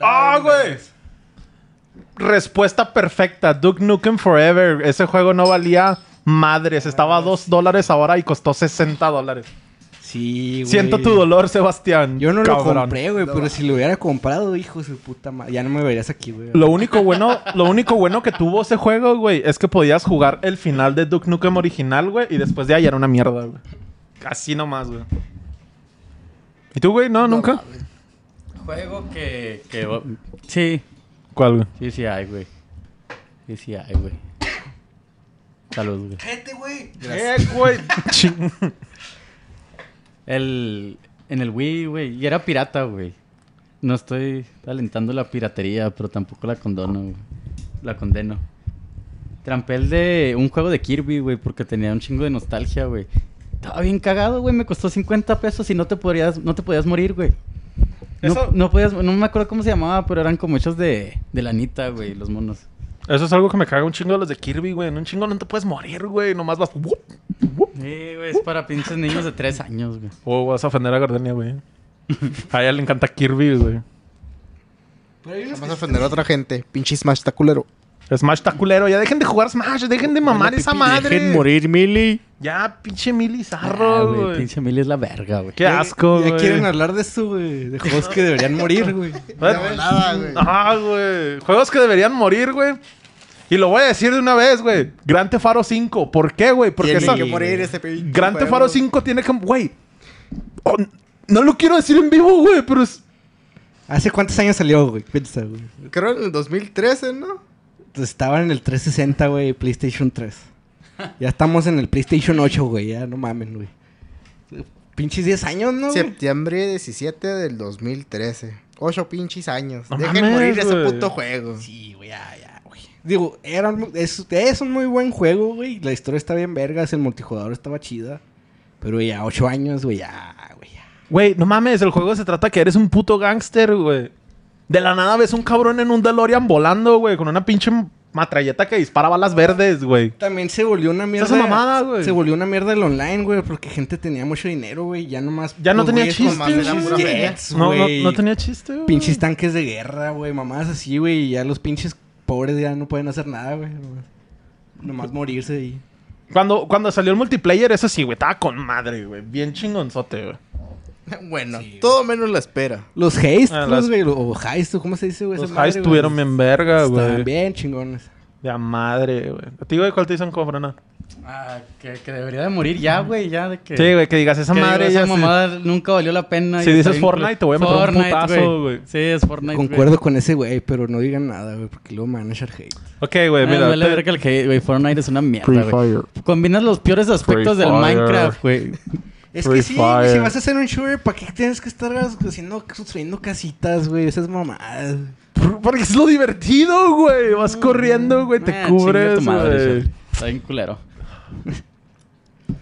S1: ¡Ah, güey! Respuesta perfecta. Duke Nukem Forever. Ese juego no valía madres. Estaba a 2 dólares ahora y costó 60 dólares.
S3: Sí, güey.
S1: Siento tu dolor, Sebastián.
S3: Yo no
S1: cabrón.
S3: lo compré, güey, pero si lo hubiera comprado, hijo de su puta madre. Ya no me verías aquí, güey.
S1: Lo único bueno, lo único bueno que tuvo ese juego, güey, es que podías jugar el final de Duke Nukem original, güey, y después de ahí era una mierda, güey. Así nomás, güey. ¿Y tú, güey? No, nunca.
S5: Juego que... que... Sí,
S1: ¿Cuál, güey?
S5: sí, sí hay, güey. Sí, sí hay, güey. Salud, güey.
S3: Cállate, güey.
S1: Eh, güey. Ching.
S5: El, en el Wii, güey. Y era pirata, güey. No estoy alentando la piratería, pero tampoco la condono, güey. La condeno. Trampé el de un juego de Kirby, güey, porque tenía un chingo de nostalgia, güey. Estaba bien cagado, güey. Me costó 50 pesos y no te podías, no te podías morir, güey. No,
S1: Eso-
S5: no podías, no me acuerdo cómo se llamaba, pero eran como hechos de, de lanita, güey, los monos.
S1: Eso es algo que me caga un chingo de los de Kirby, güey. En un chingo no te puedes morir, güey. Nomás vas. ¡wup!
S5: Sí, güey, es para pinches niños de 3 años, güey.
S1: Oh, vas a ofender a Gardenia, güey. A ella le encanta Kirby, güey.
S3: Pero hay unos
S4: Vamos a ofender a otra gente. Pinche Smash está culero.
S1: Smash está culero. Ya dejen de jugar Smash. Dejen de mamar esa madre.
S6: Dejen morir, Mili.
S1: Ya, pinche
S5: Ah,
S1: milizarro,
S5: güey,
S1: güey.
S5: pinche Mili es la verga, güey.
S1: Qué asco,
S3: Ya,
S1: güey.
S3: quieren hablar de eso, güey. De juegos que deberían morir, güey.
S1: ¿Eh?
S4: De volada, güey.
S1: Ah, güey. Juegos que deberían morir, güey. Y lo voy a decir de una vez, güey. Gran Tefaro 5. ¿Por qué, güey? Porque
S4: Tiene
S1: esa...
S4: que morir ese pinche
S1: Gran
S4: juego.
S1: Tefaro 5 tiene que... Güey. Oh, no lo quiero decir en vivo, güey, pero es...
S3: ¿Hace cuántos años salió, güey? Piensa, güey.
S4: Creo en el 2013, ¿no?
S3: Entonces, Estaban en el 360, güey, PlayStation 3. Ya estamos en el PlayStation 8, güey. Ya no mamen, güey. Pinches 10 años, ¿no, güey?
S4: Septiembre 17 del 2013. Ocho pinches años.
S1: No
S4: Dejen
S1: mames,
S4: morir ese
S1: güey.
S4: puto juego.
S3: Sí, güey, ya, ya, güey. Digo, era un- es, es un muy buen juego, güey. La historia está bien vergas, el multijugador estaba chida. Pero ya, 8 años, güey, ya, güey, ya.
S1: Güey, no mames. El juego se trata que eres un puto gángster, güey. De la nada ves un cabrón en un DeLorean volando, güey. Con una pinche matralleta que dispara balas verdes, güey.
S3: También se volvió una mierda.
S1: Esa mamada, güey.
S3: Se volvió una mierda el online, güey, porque gente tenía mucho dinero, güey. Ya nomás.
S1: Ya no
S3: los
S1: tenía
S3: güeyes con
S1: chiste,
S3: pinches
S4: güey. Era pura
S3: jets,
S1: No, no,
S3: güey.
S1: no tenía chiste, güey.
S3: Pinches tanques de guerra, güey. Mamás así, güey. Y ya los pinches pobres ya no pueden hacer nada, güey. Nomás, nomás morirse y.
S1: Cuando, cuando salió el multiplayer, eso sí, güey. Estaba con madre, güey. Bien chingonzote, güey.
S4: Bueno, todo menos la espera.
S3: Los heists, pues,
S1: Ah, las-
S3: güey. O heists, ¿cómo se dice, güey?
S1: Los
S3: Esa madre,
S1: highs
S3: güey.
S1: estuvieron bien verga,
S3: Estaban
S1: güey.
S3: bien chingones.
S1: De a madre, güey. ¿A ti, güey, cuál te dicen cobrona?
S5: Ah, que, que debería de morir ya, güey, ya de que...
S1: Sí, güey, que digas esa
S5: Que
S1: madre.
S5: digo,
S1: ya
S5: esa
S1: se-
S5: mamada nunca valió la pena.
S1: Si
S5: y está
S1: dices
S5: bien
S1: Fortnite,
S5: cool.
S1: te voy a meter un
S5: Fortnite,
S1: putazo, güey.
S5: Sí, es Fortnite. güey.
S3: Concuerdo con ese güey, pero no digan nada, güey, porque luego me van a echar hate.
S1: Ok, güey,
S5: Ah,
S1: mira.
S5: vale
S1: te-
S5: verga el hate, güey. Fortnite es una mierda, güey. Combinas los peores aspectos del Minecraft, güey.
S3: Es
S1: Free
S3: que sí, güey, si
S1: Fire.
S3: vas a hacer un shooter, ¿para qué tienes que estar haciendo, construyendo casitas, güey? Esas mamadas. güey.
S1: Porque es lo divertido, güey. Vas corriendo, güey, te
S5: Mm. Ah, chinga
S1: cubres,
S5: tu madre,
S1: güey.
S5: Charlie. Está bien culero.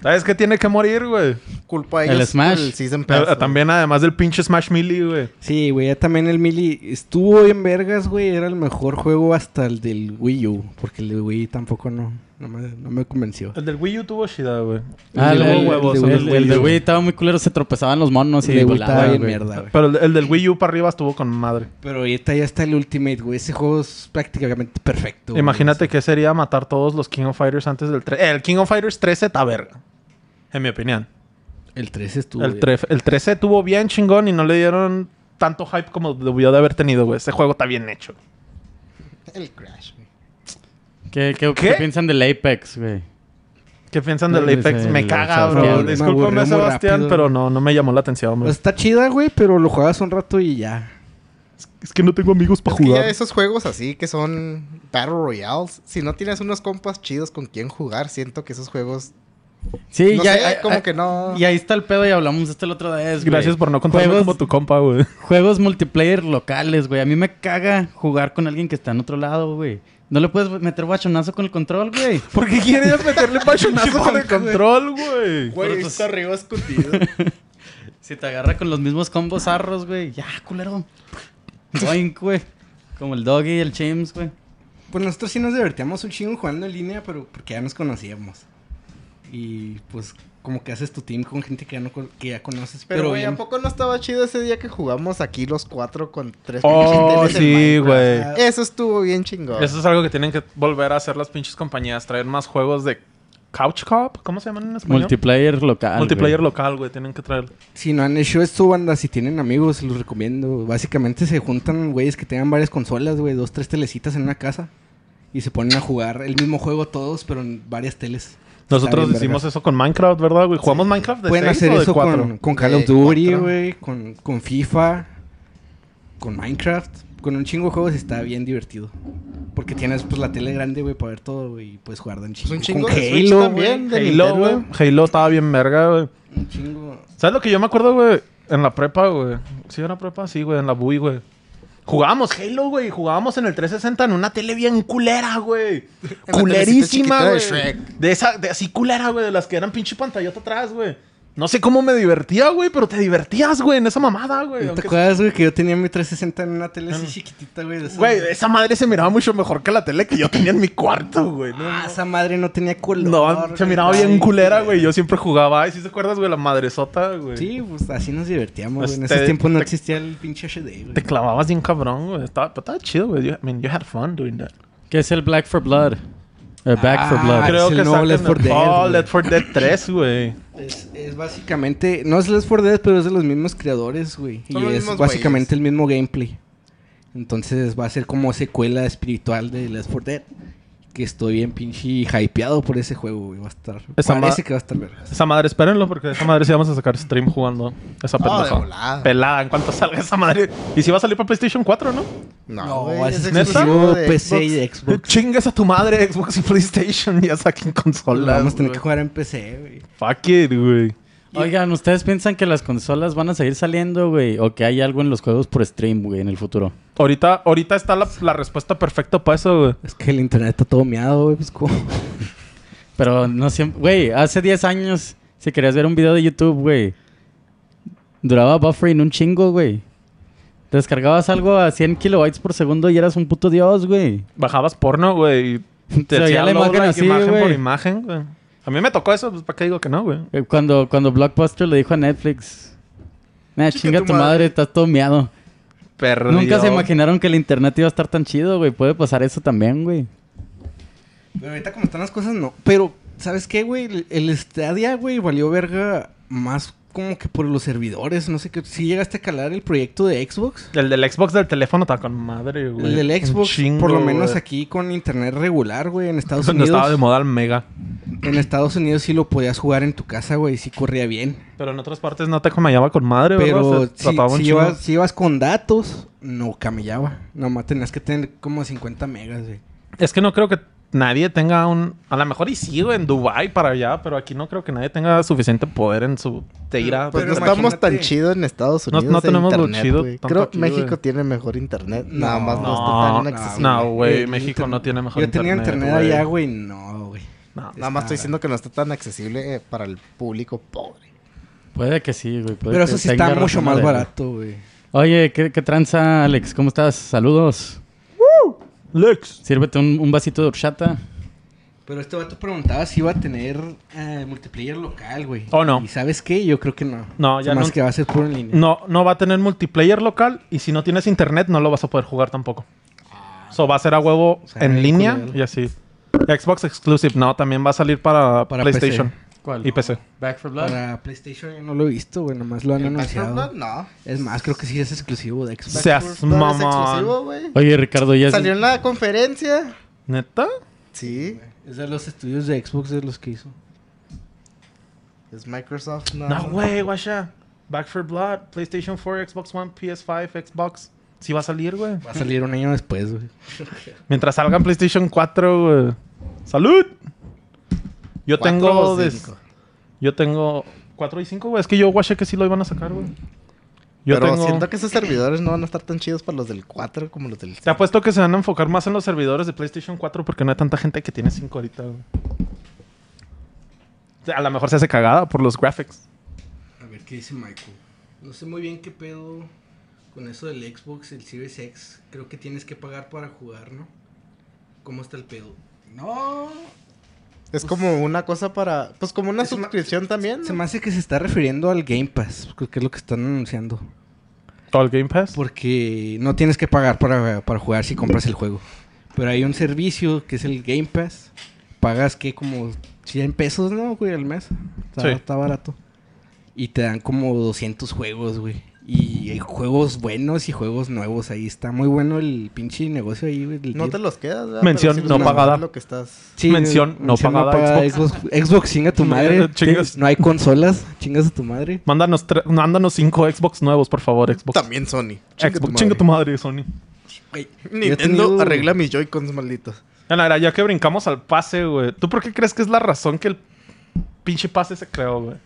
S1: ¿Sabes qué tiene que morir, güey?
S4: culpa de
S5: El
S4: ellos.
S5: Smash.
S4: El Season Pass.
S1: Pero,
S4: güey.
S1: Ah, También, además del pinche Smash Melee, güey.
S3: Sí, güey, ya también el Mili estuvo en vergas, güey. Era el mejor juego hasta el del Wii U. Porque el de Wii tampoco no, no, me, no me convenció.
S1: El del Wii U tuvo chida, güey.
S5: Ah, el,
S1: El
S5: el-
S1: huevos,
S5: el-
S1: son
S5: el-
S1: los
S5: el de
S1: huevos.
S5: Wii estaba muy culero, se tropezaban los monos y
S3: El de Wii
S5: volaban,
S3: estaba bien
S5: güey.
S3: mierda, güey.
S1: Pero el, el del Wii U para arriba estuvo con madre.
S3: Pero ahorita ya está el Ultimate, güey. Ese juego es prácticamente perfecto. güey.
S1: Imagínate qué sería matar todos los King of Fighters antes del 3. El King of Fighters 13 está verga. En mi opinión.
S3: El 3 estuvo.
S1: El,
S3: bien.
S1: tref- el 13 estuvo bien chingón y no le dieron tanto hype como debió de haber tenido, güey. Ese juego está bien hecho.
S4: El Crash, güey.
S5: ¿Qué, qué,
S1: ¿Qué?
S5: qué piensan del Apex, güey?
S1: ¿Qué piensan del
S5: Pues,
S1: Apex?
S5: el-
S1: me caga,
S5: el-
S1: bro.
S5: me
S3: aburrió
S1: Discúlpame,
S3: muy
S1: Sebastián,
S3: rápido.
S1: pero no, no me llamó la atención,
S3: O sea,
S5: Pues,
S1: güey.
S3: Pues Está chida, güey, pero lo jugabas un rato y ya.
S1: Es que no tengo amigos para
S4: Es que
S1: Pues jugar.
S4: ya esos juegos así que son Battle Royales, si no tienes unos compas chidos con quien jugar, siento que esos juegos.
S5: Sí,
S4: no
S5: ya.
S4: sé,
S5: ah,
S4: como
S5: ah,
S4: que no.
S5: Y ahí está el pedo y hablamos de este el otro vez, güey.
S1: Gracias por no contarme
S5: Juegos-
S1: como tu compa, güey.
S5: Juegos multiplayer locales, güey. A mí me caga jugar con alguien que está en otro lado, güey. No le puedes meter guachonazo con el control, güey.
S1: ¿Por qué quieres meterle pachonazo con el control, güey?
S4: Güey, está arriba escondido.
S5: Si te agarra con los mismos combos arros, güey. Ya, culero. Boink, güey. Como el Doggy y el James, güey.
S3: Pues nosotros sí nos divertíamos un chingo jugando en línea, pero porque ya nos conocíamos. Y pues como que haces tu team con gente que ya, no, con- que ya conoces. Pero,
S4: Pero, güey,
S3: bien-
S4: ¿a poco no estaba chido ese día que jugamos aquí los cuatro con tres
S1: Oh,
S4: pinches teles en
S1: sí,
S4: Minecraft?
S1: güey.
S4: Eso estuvo bien chingón.
S1: Eso es algo que tienen que volver a hacer las pinches compañías. Traer más juegos de Couch Cop. ¿Cómo se llaman en español?
S5: Multiplayer local.
S1: Multiplayer
S5: local.
S1: local, ah, güey. Tienen que traer.
S3: Si no han hecho esto, banda, si tienen amigos, se los recomiendo. Básicamente se juntan güeyes que tengan varias consolas, güey, dos, tres telecitas en una casa. Y se ponen a jugar el mismo juego todos, pero en varias teles.
S1: Nosotros
S3: Está bien,
S1: hicimos eso con Minecraft, ¿verdad, güey? Jugamos Minecraft de
S3: Pueden
S1: seis
S3: hacer
S1: o de
S3: eso
S1: cuatro?
S3: con, con Call of
S4: De
S3: Duty,
S4: cuatro.
S3: güey, con, con FIFA, con Minecraft, con un chingo de juegos está bien divertido. Porque tienes pues la tele grande, güey, para ver todo, güey, y puedes jugar de un chingo.
S4: Pues un chingo
S3: con
S4: de Switch
S3: Halo, güey,
S4: también, de
S1: Halo,
S4: Nintendo.
S1: güey. Halo estaba bien verga, güey.
S3: Un chingo.
S1: ¿Sabes lo que yo me acuerdo, güey? En la prepa, güey. Sí, en la prepa, sí, güey. En la BUI, güey. Jugábamos Halo, güey. Jugábamos en el 360 en una tele bien culera, güey.
S4: la
S1: Culerísima, güey.
S4: telecita chiquita de
S1: De esa, de así culera, güey. De las que eran pinche pantallota atrás, güey. No sé cómo me divertía, güey, pero te divertías, güey, en esa mamada, güey.
S3: ¿No te
S1: Aunque-
S3: acuerdas, güey, que yo tenía mi 360 en una tele
S1: Ah.
S3: así chiquitita, güey? de esas-
S1: Güey, esa madre se miraba mucho mejor que la tele que yo tenía en mi cuarto, güey. No,
S3: Ah, esa madre no tenía color.
S1: No, se
S3: güey,
S1: miraba
S3: estaba
S1: bien culera, güey. Yo siempre jugaba. Ay, ¿sí te acuerdas, güey? La madresota, güey.
S3: Sí, pues así nos divertíamos, güey. En
S1: Este,
S3: esos tiempos no
S1: te-
S3: existía el pinche HD,
S1: Te
S3: güey.
S1: clavabas bien cabrón, güey. Estaba, pero estaba chido, güey. Yo- I mean, you had fun doing that.
S5: ¿Qué es el Black for Blood? El Eh, Back for
S3: Ah,
S5: Blood.
S3: creo- es el nuevo
S1: sacan
S3: Left 4
S1: el- Oh,
S3: Dead,
S1: Left 4 Dead 3, güey.
S3: Es, es básicamente, no es Left 4 Dead, pero es de los mismos creadores, güey. Y
S4: Son los
S3: es
S4: mismos
S3: básicamente el mismo gameplay. Entonces va a ser como secuela espiritual de Left 4 Dead. Que estoy bien pinche hypeado por ese juego, güey. Va a estar.
S1: Esa
S3: parece
S1: ma-
S3: que va a estar vergas.
S1: Esa madre, espérenlo, porque esa madre sí vamos a sacar stream jugando. Esa
S4: No, de
S1: pendeja.
S4: volada.
S1: Pelada, en cuanto salga esa madre. Y si va a salir para PlayStation 4, ¿no?
S4: No,
S3: No,
S4: güey,
S3: ese es
S1: ¿Neta?
S3: exclusivo
S4: de
S1: pues,
S4: pues,
S3: PC y
S4: Xbox.
S3: de Xbox.
S1: Chingas a tu madre, Xbox y PlayStation. Ya saquen
S3: Lo
S1: consolas.
S3: vamos a tener que
S1: güey.
S3: jugar en PC, güey.
S1: Fuck it, güey.
S5: Oigan, ¿ustedes piensan que las consolas van a seguir saliendo, güey? ¿O que hay algo en los juegos por stream, güey, en el futuro?
S1: Ahorita, ahorita está la, la respuesta perfecta para eso, güey.
S3: Es que el internet está todo miado, güey. Pues como.
S5: Pero no siempre... Güey, hace 10 años, si querías ver un video de YouTube, güey, duraba buffering un chingo, güey. Descargabas algo a 100 kilobytes por segundo y eras un puto dios, güey.
S1: Bajabas porno, güey. Y
S5: Se
S1: te hacía
S5: veía la
S1: load,
S5: imagen
S1: like,
S5: así,
S1: imagen por
S5: güey.
S1: imagen, güey. A mí me tocó eso, pues ¿para qué digo que no, güey?
S5: Eh, Cuando, cuando Blockbuster le dijo a Netflix... Nah,
S4: Chica
S5: chinga
S4: tu
S5: tu madre,
S4: madre".
S5: estás todo miado.
S1: Perdido.
S5: Nunca se imaginaron que el internet iba a estar tan chido, güey. Puede pasar eso también, güey.
S3: Pero ahorita como están las cosas, no. Pero, ¿sabes qué, güey? El- El Stadia, güey, valió verga más como que por los servidores. No sé qué. Si llegaste a calar el proyecto de Xbox.
S1: El del Xbox del teléfono está con madre, güey.
S3: El del
S1: Un
S3: Xbox,
S1: chingo,
S3: por lo menos
S1: güey.
S3: aquí con internet regular, güey, en Estados
S1: Cuando estaba de
S3: Unidos.
S1: moda el Mega.
S3: En Estados Unidos sí lo podías jugar en tu casa, güey, sí corría bien.
S1: Pero en otras partes no te camellaba con madre,
S3: Pero
S1: ¿verdad? Se
S3: si,
S1: trataba un
S3: si
S1: chingo.
S3: ibas, si ibas con datos, no camellaba. Nomás tenías que tener como 50 megas, güey.
S1: Es que no creo que nadie tenga un... A lo mejor y sí, güey, en Dubai para allá, pero aquí no creo que nadie tenga suficiente poder en su teira.
S4: Pues
S3: Pero
S4: no estamos tan
S3: imagínate.
S4: chido en Estados
S1: No-
S4: Unidos.
S1: no
S4: de
S1: tenemos lo
S4: internet,
S1: chido
S4: güey.
S1: tanto
S4: Creo
S1: aquí,
S4: que México
S1: güey.
S4: tiene mejor internet. Nada
S3: No,
S4: más no,
S1: no,
S4: está tan accesible.
S1: no, güey,
S3: El
S1: México
S3: inter-
S1: no tiene mejor
S3: Eh, Yo tenía
S1: internet,
S3: internet
S1: güey.
S3: allá, güey, no, güey.
S1: No.
S4: Nada más estoy
S3: Está-
S4: diciendo que no está tan accesible eh, para el público pobre.
S5: Puede que sí, güey. puede
S3: Pero
S5: que
S3: eso sí
S5: tenga
S3: está mucho
S5: razón
S3: más
S5: Adela.
S3: barato, güey.
S5: Oye, ¿qué, qué tranza, Alex? ¿Cómo estás? Saludos.
S1: Lex.
S5: Sírvete un, un vasito de horchata.
S3: Pero este vato preguntaba si iba a tener eh, multiplayer local, güey.
S1: Oh, no.
S3: ¿Y sabes qué? Yo creo que no.
S1: No, ya
S3: Más
S1: no-
S3: que va a ser puro en línea.
S1: No, no va a tener multiplayer local y si no tienes internet no lo vas a poder jugar tampoco.
S4: Ah.
S1: So va a ser a huevo
S3: sea,
S1: en
S3: el
S1: línea
S3: culero.
S1: y así. Xbox Exclusive, no, también va a salir para,
S3: Para
S1: PlayStation
S5: ¿Cuál?
S1: y PC.
S5: Back for Blood.
S3: Para PlayStation yo no lo he visto, güey. Nomás lo han
S4: ¿El Back 4 Blood?
S3: anunciado.
S4: Pues, No.
S3: Es más, creo que sí es exclusivo de Xbox.
S1: Sí. Seas
S4: Back 4 Blood es
S1: mamón. Pues,
S4: exclusivo, güey.
S5: Oye, Ricardo, ya...
S4: Salió en la conferencia.
S1: ¿Neta?
S4: Sí.
S3: Es de los estudios de Xbox de los que hizo.
S4: Es Microsoft. No,
S1: No, güey, guacha. Back for Blood, PlayStation 4, Xbox One, PS5, Xbox. Sí va a salir, güey.
S3: Va a salir un año después, güey.
S1: Mientras salgan PlayStation 4, güey. ¡Salud! Yo
S4: ¿Cuatro
S1: tengo...
S4: o
S1: des-
S4: cinco?
S1: Yo tengo... 4 y 5, güey. Es que yo guaché que sí lo iban a sacar, güey. Yo
S4: Pero
S1: tengo...
S4: siento que esos servidores no van a estar tan chidos para los del 4 como los del
S1: Te apuesto que se van a enfocar más en los servidores de PlayStation 4 porque no hay tanta gente que tiene 5 ahorita, güey. O sea, A lo mejor se hace cagada por los graphics.
S3: A ver qué dice Michael. No sé muy bien qué pedo con eso del Xbox, el Series X. Creo que tienes que pagar para jugar, ¿no? ¿Cómo está el pedo? No.
S4: Es como una cosa para. Pues como una
S3: Es una-
S4: suscripción también.
S3: Se me hace que se está refiriendo al Game Pass, que es lo que están anunciando.
S1: Todo el Game Pass.
S3: Porque no tienes que pagar para, para jugar si compras el juego. Pero hay un servicio que es el Game Pass. Pagas que como 100 pesos, ¿no, güey? Al mes. Está,
S1: Sí.
S3: está barato. Y te dan como 200 juegos, güey. Y hay juegos buenos y juegos nuevos ahí. Está muy bueno el pinche negocio ahí, güey. del
S4: No
S3: deal.
S4: te los quedas. ¿verdad?
S1: Mención
S4: Pero
S1: no
S4: los
S1: pagada.
S4: es Lo que estás.
S3: Sí, güey,
S1: Mención no pagada a
S3: Xbox. Xbox, chinga tu madre.
S1: Chingas.
S3: No hay consolas. Chingas a tu madre.
S1: Mándanos, tre- mándanos 5 Xbox nuevos, por favor, Xbox.
S4: También Sony. Chinga tu
S1: Xbox, chinga tu
S4: madre.
S1: madre, Sony.
S3: Yo he
S4: Nintendo
S3: tenido-
S4: arregla mis Joy-Cons malditos.
S1: Ya, la verdad, ya que brincamos al pase, güey. ¿Tú por qué crees que es la razón que el pinche pase se creó, güey?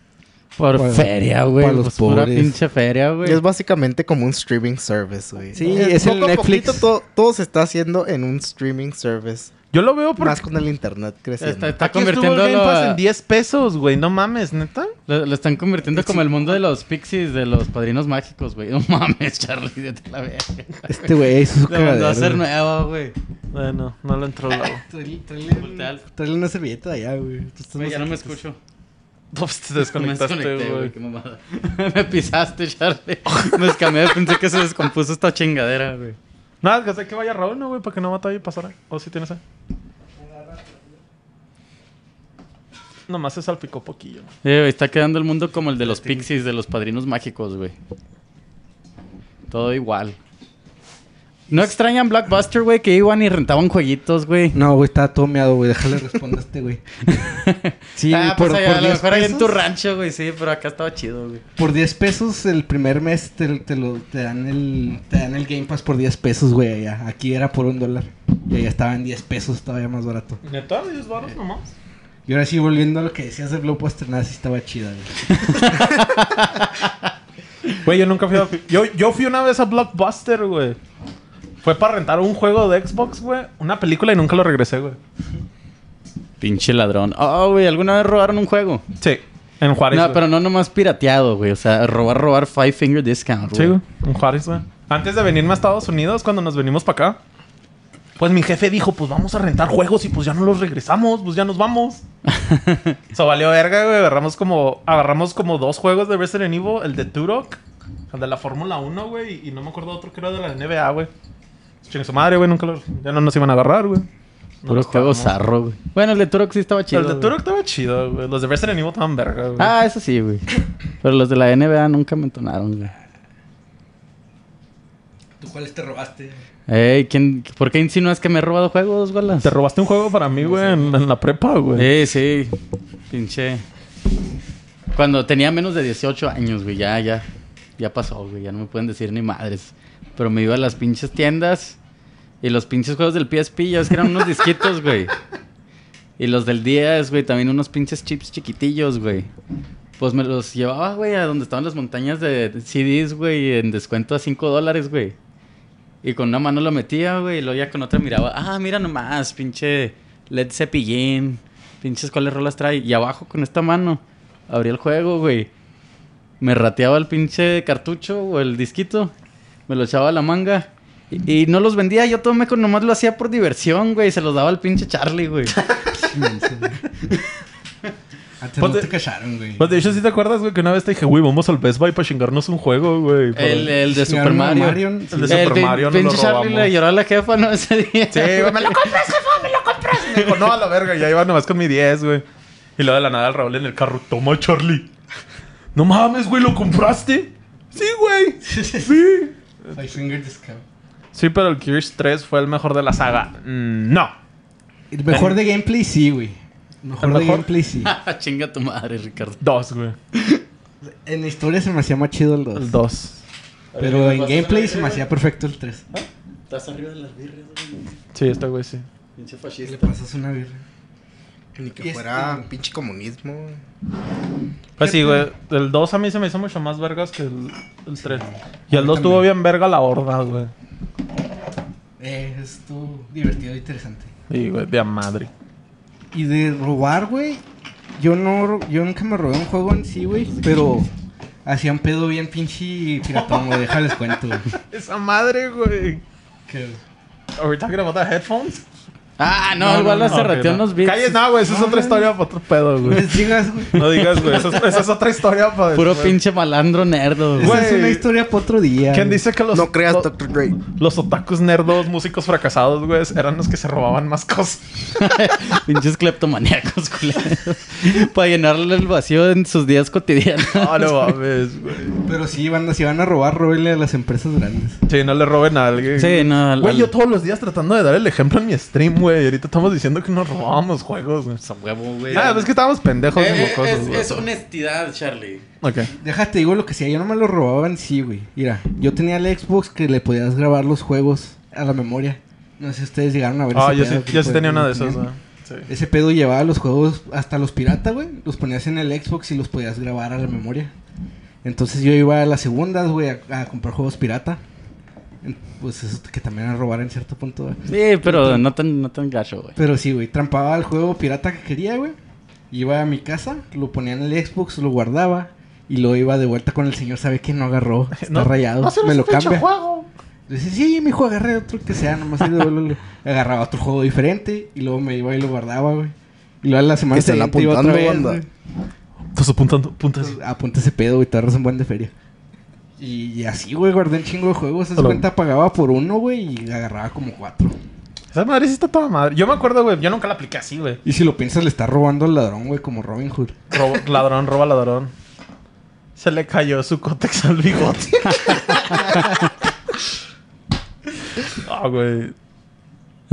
S5: Por
S3: Para-
S5: feria, güey.
S3: para los
S5: Pues pura
S3: pobres.
S5: pinche feria, güey.
S4: Es básicamente como un streaming service, güey. Eh,
S3: Sí, es el
S4: poco a
S3: Netflix.
S4: poquito todo, todo se está haciendo en un streaming service.
S1: Yo lo veo porque
S4: Más con el internet creciendo.
S5: Está, está
S1: aquí estuvo el Game
S5: convirtiéndolo
S1: Pass
S5: a-
S1: en 10 pesos, güey. No mames, ¿neta?
S5: lo, lo están convirtiendo como el mundo de los pixies, de los padrinos mágicos, güey. No mames, Charlie, vete a la verga.
S3: Este güey es su
S5: Lo mandó a
S3: cagadero,
S5: hacer
S3: güey.
S5: nuevo, güey.
S1: Bueno, no lo entró luego.
S3: Tráele- Tráele
S5: Voltea.
S3: tráele una servilleta allá, güey. Tú estás
S5: Güey,
S3: más
S5: ya no me
S3: cerquita.
S5: escucho.
S1: Ups, pues te
S5: me
S1: desconectaste,
S5: desconecté,
S1: güey.
S5: Qué mamada. me pisaste, Charlie. Me escamé. Pensé que se descompuso esta chingadera, güey.
S1: Nada, que sé que vaya Raúl, ¿no, güey? Para que no mata y pasara. O si tienes ahí. Nomás se salpicó poquillo.
S5: Eh, güey, está quedando el mundo como el de los pixies, de los padrinos mágicos, güey. Todo igual. ¿No extrañan Blockbuster, güey? Que iban y rentaban jueguitos, güey.
S3: No, güey, estaba todo meado, güey. Déjale responder a este, güey. Sí,
S5: ah,
S3: por,
S5: pues allá,
S3: por
S5: a lo
S3: 10
S5: mejor ahí en tu
S3: pesos-
S5: rancho, güey, sí, pero acá estaba chido, güey.
S3: por 10 pesos el primer mes te, te lo, te, dan el, te dan el Game Pass por 10 pesos, güey. Allá. Aquí era por un dólar. Y allá estaba en 10 pesos, todavía más barato.
S1: ¿Neta? ¿10 baros nomás?
S3: Y ahora sí, volviendo a lo que decías de Blockbuster, nada, sí estaba chida, güey.
S1: Güey, yo nunca fui a... Yo, yo fui una vez a Blockbuster, güey. Fue para rentar un juego de Xbox, güey. Una película y nunca lo regresé, güey.
S5: Pinche ladrón. Oh, güey, ¿alguna vez robaron un juego?
S1: Sí. En Juárez,
S5: no,
S1: güey.
S5: pero no nomás pirateado, güey. O sea, robar, robar Five Finger Discount,
S1: Sí,
S5: güey.
S1: güey. En Juárez, güey. Antes de venirme a Estados Unidos, cuando nos venimos para acá... Pues mi jefe dijo, pues vamos a rentar juegos y pues ya no los regresamos, pues ya nos vamos. Eso valió verga, güey. Agarramos como, agarramos como dos juegos de Resident Evil, el de Turok, el de la Fórmula 1, güey, y no me acuerdo otro que era de la NBA, güey. Chingue su madre, güey, nunca los, ya no nos iban a agarrar, güey. No
S5: Puro
S1: nos
S5: juego
S1: quedamos.
S5: zarro, güey. Bueno, el de Turok sí estaba chido.
S1: El de
S5: güey.
S1: Turok estaba chido, güey. Los de Resident Evil estaban verga, güey.
S5: Ah, eso sí, güey. Pero los de la NBA nunca me entonaron, güey.
S3: ¿Tú cuáles te robaste?
S5: Ey, ¿quién, ¿por qué insinúas que me he robado juegos, Wallace?
S1: Te robaste un juego para mí, güey, en, en la prepa, güey.
S5: Sí, sí. Pinche. Cuando tenía menos de 18 años, güey, ya, ya. Ya pasó, güey, ya no me pueden decir ni madres. Pero me iba a las pinches tiendas y los pinches juegos del PSP, ya ves que eran unos disquitos, güey. Y los del 10, güey, también unos pinches chips chiquitillos, güey. Pues me los llevaba, güey, a donde estaban las montañas de CDs, güey, en descuento a 5 dólares, güey. Y con una mano lo metía, güey, y luego ya con otra miraba, ah, mira nomás, pinche Led Zeppelin, pinches cuáles rolas trae. Y abajo con esta mano abría el juego, güey. me rateaba el pinche cartucho o el disquito, me lo echaba a la manga. Y, y no los vendía, yo todo meco nomás lo hacía por diversión, güey. Se los daba al pinche Charlie, güey.
S3: Antes
S1: Pues
S3: no
S1: de-
S3: te cacharon, güey.
S1: Pues de hecho, ¿sí te acuerdas, güey? Que una vez te dije, güey, vamos al Best Buy para chingarnos un juego, güey. para-
S5: El, el de
S3: Sí,
S5: Super
S3: Arma
S5: Mario.
S3: Mario, sí.
S1: El de Super
S5: pin-
S1: Mario, no
S5: pinche
S1: lo
S5: Charlie
S1: robamos.
S5: le lloró a la jefa, ¿no? Ese día.
S1: Sí, güey, me lo compras, jefa, me lo compras. Y me dijo, no, a la verga, ya iba nomás con mi 10, güey. Y luego de la nada el Raúl en el carro, toma, Charlie. No mames, güey, ¿lo compraste? Sí, güey. Sí.
S3: My finger discount.
S1: Sí, pero el Gears 3 fue el mejor de la saga. Mm, No.
S3: El mejor de gameplay sí, güey. Mejor,
S1: ¿El
S3: de
S1: mejor?
S3: gameplay sí.
S5: Chinga tu madre, Ricardo.
S1: Dos, güey.
S3: En la historia se me hacía más chido el 2.
S1: El 2.
S3: Pero en gameplay se me hacía perfecto el 3.
S5: Estás arriba de las birrias, güey.
S1: Sí, este güey, sí.
S5: Pinche
S3: Le
S5: fascista.
S3: pasas una birra.
S4: Ni que
S3: Este-
S4: fuera pinche comunismo.
S1: Pues sí, güey. El 2 a mí se me hizo mucho más vergas que el, 3. Y el 2 tuvo bien verga la horda, güey.
S3: Eh, estuvo divertido e interesante.
S1: Sí, güey, de a madre.
S3: Y de robar, güey. Yo no ro- yo nunca me robé un juego en sí, güey. Pero hacía un pedo bien pinche piratón, güey. Déjales cuento. güey.
S1: Esa madre, güey.
S3: Que-
S1: Are we talking about the headphones?
S5: Ah, no,
S1: No, no,
S5: igual
S1: no,
S5: la se
S1: ok,
S5: rateó
S1: no.
S5: unos beats.
S1: Calles, no, güey. Esa es otra historia para otro pedo,
S3: No
S1: güey.
S3: les digas, güey.
S1: No digas, güey. Esa es, esa es otra historia pues, para
S5: Puro
S1: después.
S5: pinche malandro nerdo, güey.
S1: Güey.
S3: Esa es una historia para otro día.
S1: ¿Quién
S3: güey.
S1: dice que los,
S4: No creas,
S1: lo-
S4: Dr. Dre.
S1: los otakus nerdos, músicos fracasados, güey, eran los que se robaban más cosas?
S5: Pinches cleptomaníacos, culeros. Para llenarle el vacío en sus días cotidianos.
S1: No, no mames, güey.
S3: Pero sí, banda, si van a robar, róbenle a las empresas grandes.
S1: Sí, no le roben a alguien.
S5: Sí, no. al-
S1: Güey,
S5: al-
S1: yo todos los días tratando de dar el ejemplo en mi stream, güey. y Ahorita estamos diciendo que nos robábamos juegos, güey.
S5: Esa huevo, güey.
S1: Nada, es que estábamos pendejos y
S5: Eh, eh,
S1: mocosos, güey.
S5: honestidad, Charlie.
S1: Ok.
S3: Déjate, digo lo que sea. Yo no me lo robaba en sí, güey. Mira, yo tenía el Xbox que le podías grabar los juegos a la memoria. No sé si ustedes llegaron a ver
S1: Ah,
S3: ese
S1: yo
S3: pedo
S1: sí,
S3: que
S1: yo sí
S3: fue-
S1: tenía una de esas,
S3: tenían.
S1: güey. Sí.
S3: Ese pedo llevaba los juegos hasta los pirata, güey. Los ponías en el Xbox y los podías grabar a la memoria. Entonces yo iba a las segundas, güey, a, a comprar juegos pirata. En- Pues eso que también era robar en cierto punto, güey.
S5: Sí, pero no tan, no tan gacho, güey.
S3: Pero sí, güey, trampaba el juego pirata que quería, güey. Iba a mi casa, lo ponía en el Xbox, lo guardaba y lo iba de vuelta con el señor. Sabe que no agarró, está
S1: No-
S3: rayado,
S1: no se
S3: me lo
S1: pinche
S3: cambia.
S1: juego.
S3: Le dice, sí, mi hijo, agarré otro que sea, nomás ahí devuélvelo". Agarraba otro juego diferente y luego me iba y lo guardaba, güey. Y luego a la semana
S4: Que se la
S3: siguiente iba otra
S4: apuntando,
S3: vez,
S4: banda.
S3: güey.
S1: Estás apuntando, apuntas.
S3: Apunta ese pedo, güey, te agarras un buen de feria. Y, y así, güey, guardé un chingo de juegos. Esa
S1: Hola.
S3: cuenta pagaba por uno, güey, y agarraba como cuatro.
S1: Esa madre sí está toda madre. Yo me acuerdo, güey. Yo nunca la apliqué así, güey.
S3: Y si lo piensas, le está robando al ladrón, güey, como Robin Hood.
S1: Robo- ladrón, roba ladrón. Se le cayó su cótex al bigote. Ah, güey.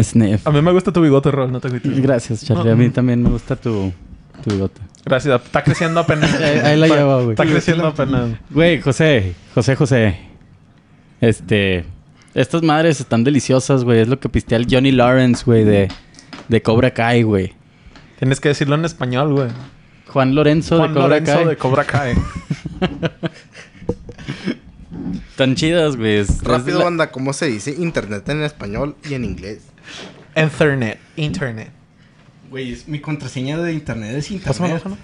S5: Sniff.
S1: A mí me gusta tu bigote, Rol, no te agüites.
S5: Gracias, Charlie. A mí también me gusta tu, tu bigote.
S1: Gracias. Está creciendo apenas.
S5: Ahí- ahí la
S1: Está-
S5: lleva, güey.
S1: Está creciendo apenas.
S5: Güey, José, José, José. Este. Estas madres están deliciosas, güey. Es lo que pistea el Johnny Lawrence, güey, de, de Cobra Kai, güey.
S1: Tienes que decirlo en español, güey.
S5: Juan Lorenzo
S1: Juan
S5: de Cobra
S1: Lorenzo
S5: Kai.
S1: de Cobra Kai.
S5: Tan chidas, güey. Es- es
S4: Rápido,
S5: la-
S4: banda, ¿cómo se dice internet en español y en inglés?
S1: Internet. Internet.
S3: Güey, es- mi contraseña de internet es
S1: Pásame la
S3: internet.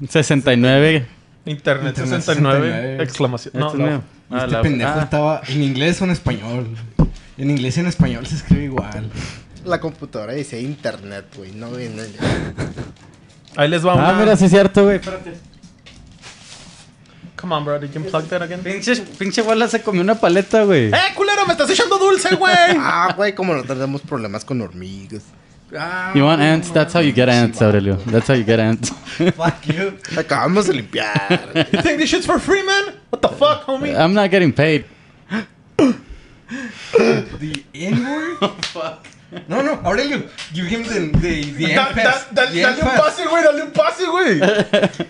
S1: hoja,
S5: 69.
S1: Internet
S3: Internet
S1: 69.
S3: 69.
S1: Exclamación. No,
S5: Este
S1: la
S5: mío.
S1: hoja.
S3: Y
S1: Ah,
S3: este
S1: la hoja.
S3: pendejo
S1: Ah.
S3: estaba en inglés o en español. En inglés y en español se escribe igual.
S4: La computadora dice internet, güey. No, en el-
S1: Ahí les va
S5: Ah,
S1: una.
S5: mira, sí es cierto, güey. Espérate.
S1: Come on, bro. Did you plug that again?
S5: Pinche, pinche Wala se comió una paleta, güey.
S1: ¡Eh, culero! ¡Me estás echando dulce, güey!
S4: Ah, güey, como no tenemos problemas con hormigas.
S5: You want
S3: Ah,
S5: ants? That's how you get ants, Aurelio. That's how you get ants.
S3: Fuck you.
S4: Acabamos de limpiar.
S1: You think this shit's for free, man? What the fuck, homie?
S5: I'm not getting paid.
S3: The N-word? No, no, Aurelio. Give him the, the, the
S1: Da- da-
S3: M-pass.
S1: da-
S3: The
S1: Dale un
S3: M-pass.
S1: pase, güey. Dale un pase, güey.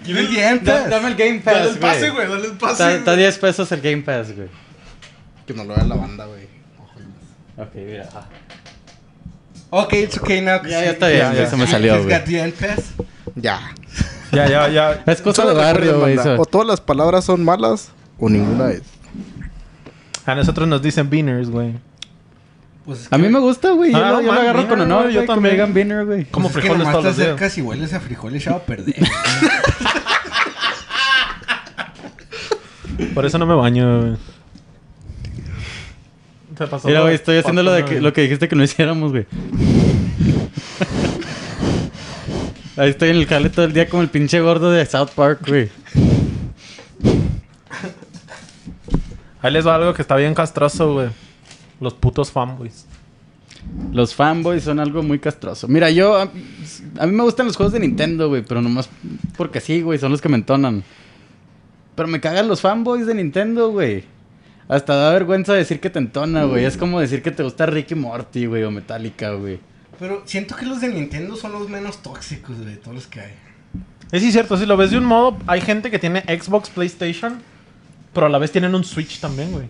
S3: Give him the M-pass.
S5: el Game
S1: Dale un pase, güey. Dale un
S5: Está,
S1: pase.
S5: está
S1: güey.
S5: 10 pesos el Game Pass, güey.
S4: que no lo vea la banda, güey.
S5: Ok, mira. Ah.
S3: Ok, it's okay now.
S5: Ya, ya está bien,
S1: ya se
S5: me salió,
S3: He's
S5: güey.
S3: got the M-pass.
S4: Ya.
S1: Ya, ya, ya.
S5: Es cosa de
S4: Solo
S5: Pues barrio,
S4: recuerden,
S5: güey.
S4: banda,
S5: eso.
S4: O todas las palabras son malas o ninguna es.
S1: A nosotros nos dicen beaners, güey.
S3: Pues es
S5: A
S3: que-
S5: mí me gusta, güey. Yo,
S1: Ah,
S5: lo- yo lo
S1: man,
S5: agarro
S1: beaner,
S5: con honor,
S1: güey, yo
S5: güey. Yo
S1: también.
S5: también. Vegan Beaner, güey.
S1: Como
S3: pues es que
S1: frijoles
S3: nomás
S1: todos
S3: te
S1: los días.
S3: acercas y hueles a frijoles ya va a perder.
S1: Por eso no me baño, güey. Se pasó
S5: Mira,
S1: lo
S5: güey,
S1: de
S5: estoy haciendo lo, de
S1: Paco,
S5: que,
S1: ¿no?
S5: lo que dijiste que no hiciéramos, güey. Ahí estoy en el jale todo el día como el pinche gordo de South Park, güey.
S1: Ahí les va algo que está bien castroso, güey. Los putos fanboys.
S5: Los fanboys son algo muy castroso. Mira, yo... A, a mí me gustan los juegos de Nintendo, güey. Pero nomás porque sí, güey. Son los que me entonan. Pero me cagan los fanboys de Nintendo, güey. Hasta da vergüenza decir que te entona, güey. Es como decir que te gusta Ricky Morty, güey. O Metallica, güey.
S3: Pero siento que los de Nintendo son los menos tóxicos, güey, de todos los que hay.
S1: Es sí, cierto, si lo ves de un modo, hay gente que tiene Xbox, PlayStation, pero a la vez tienen un Switch también, güey.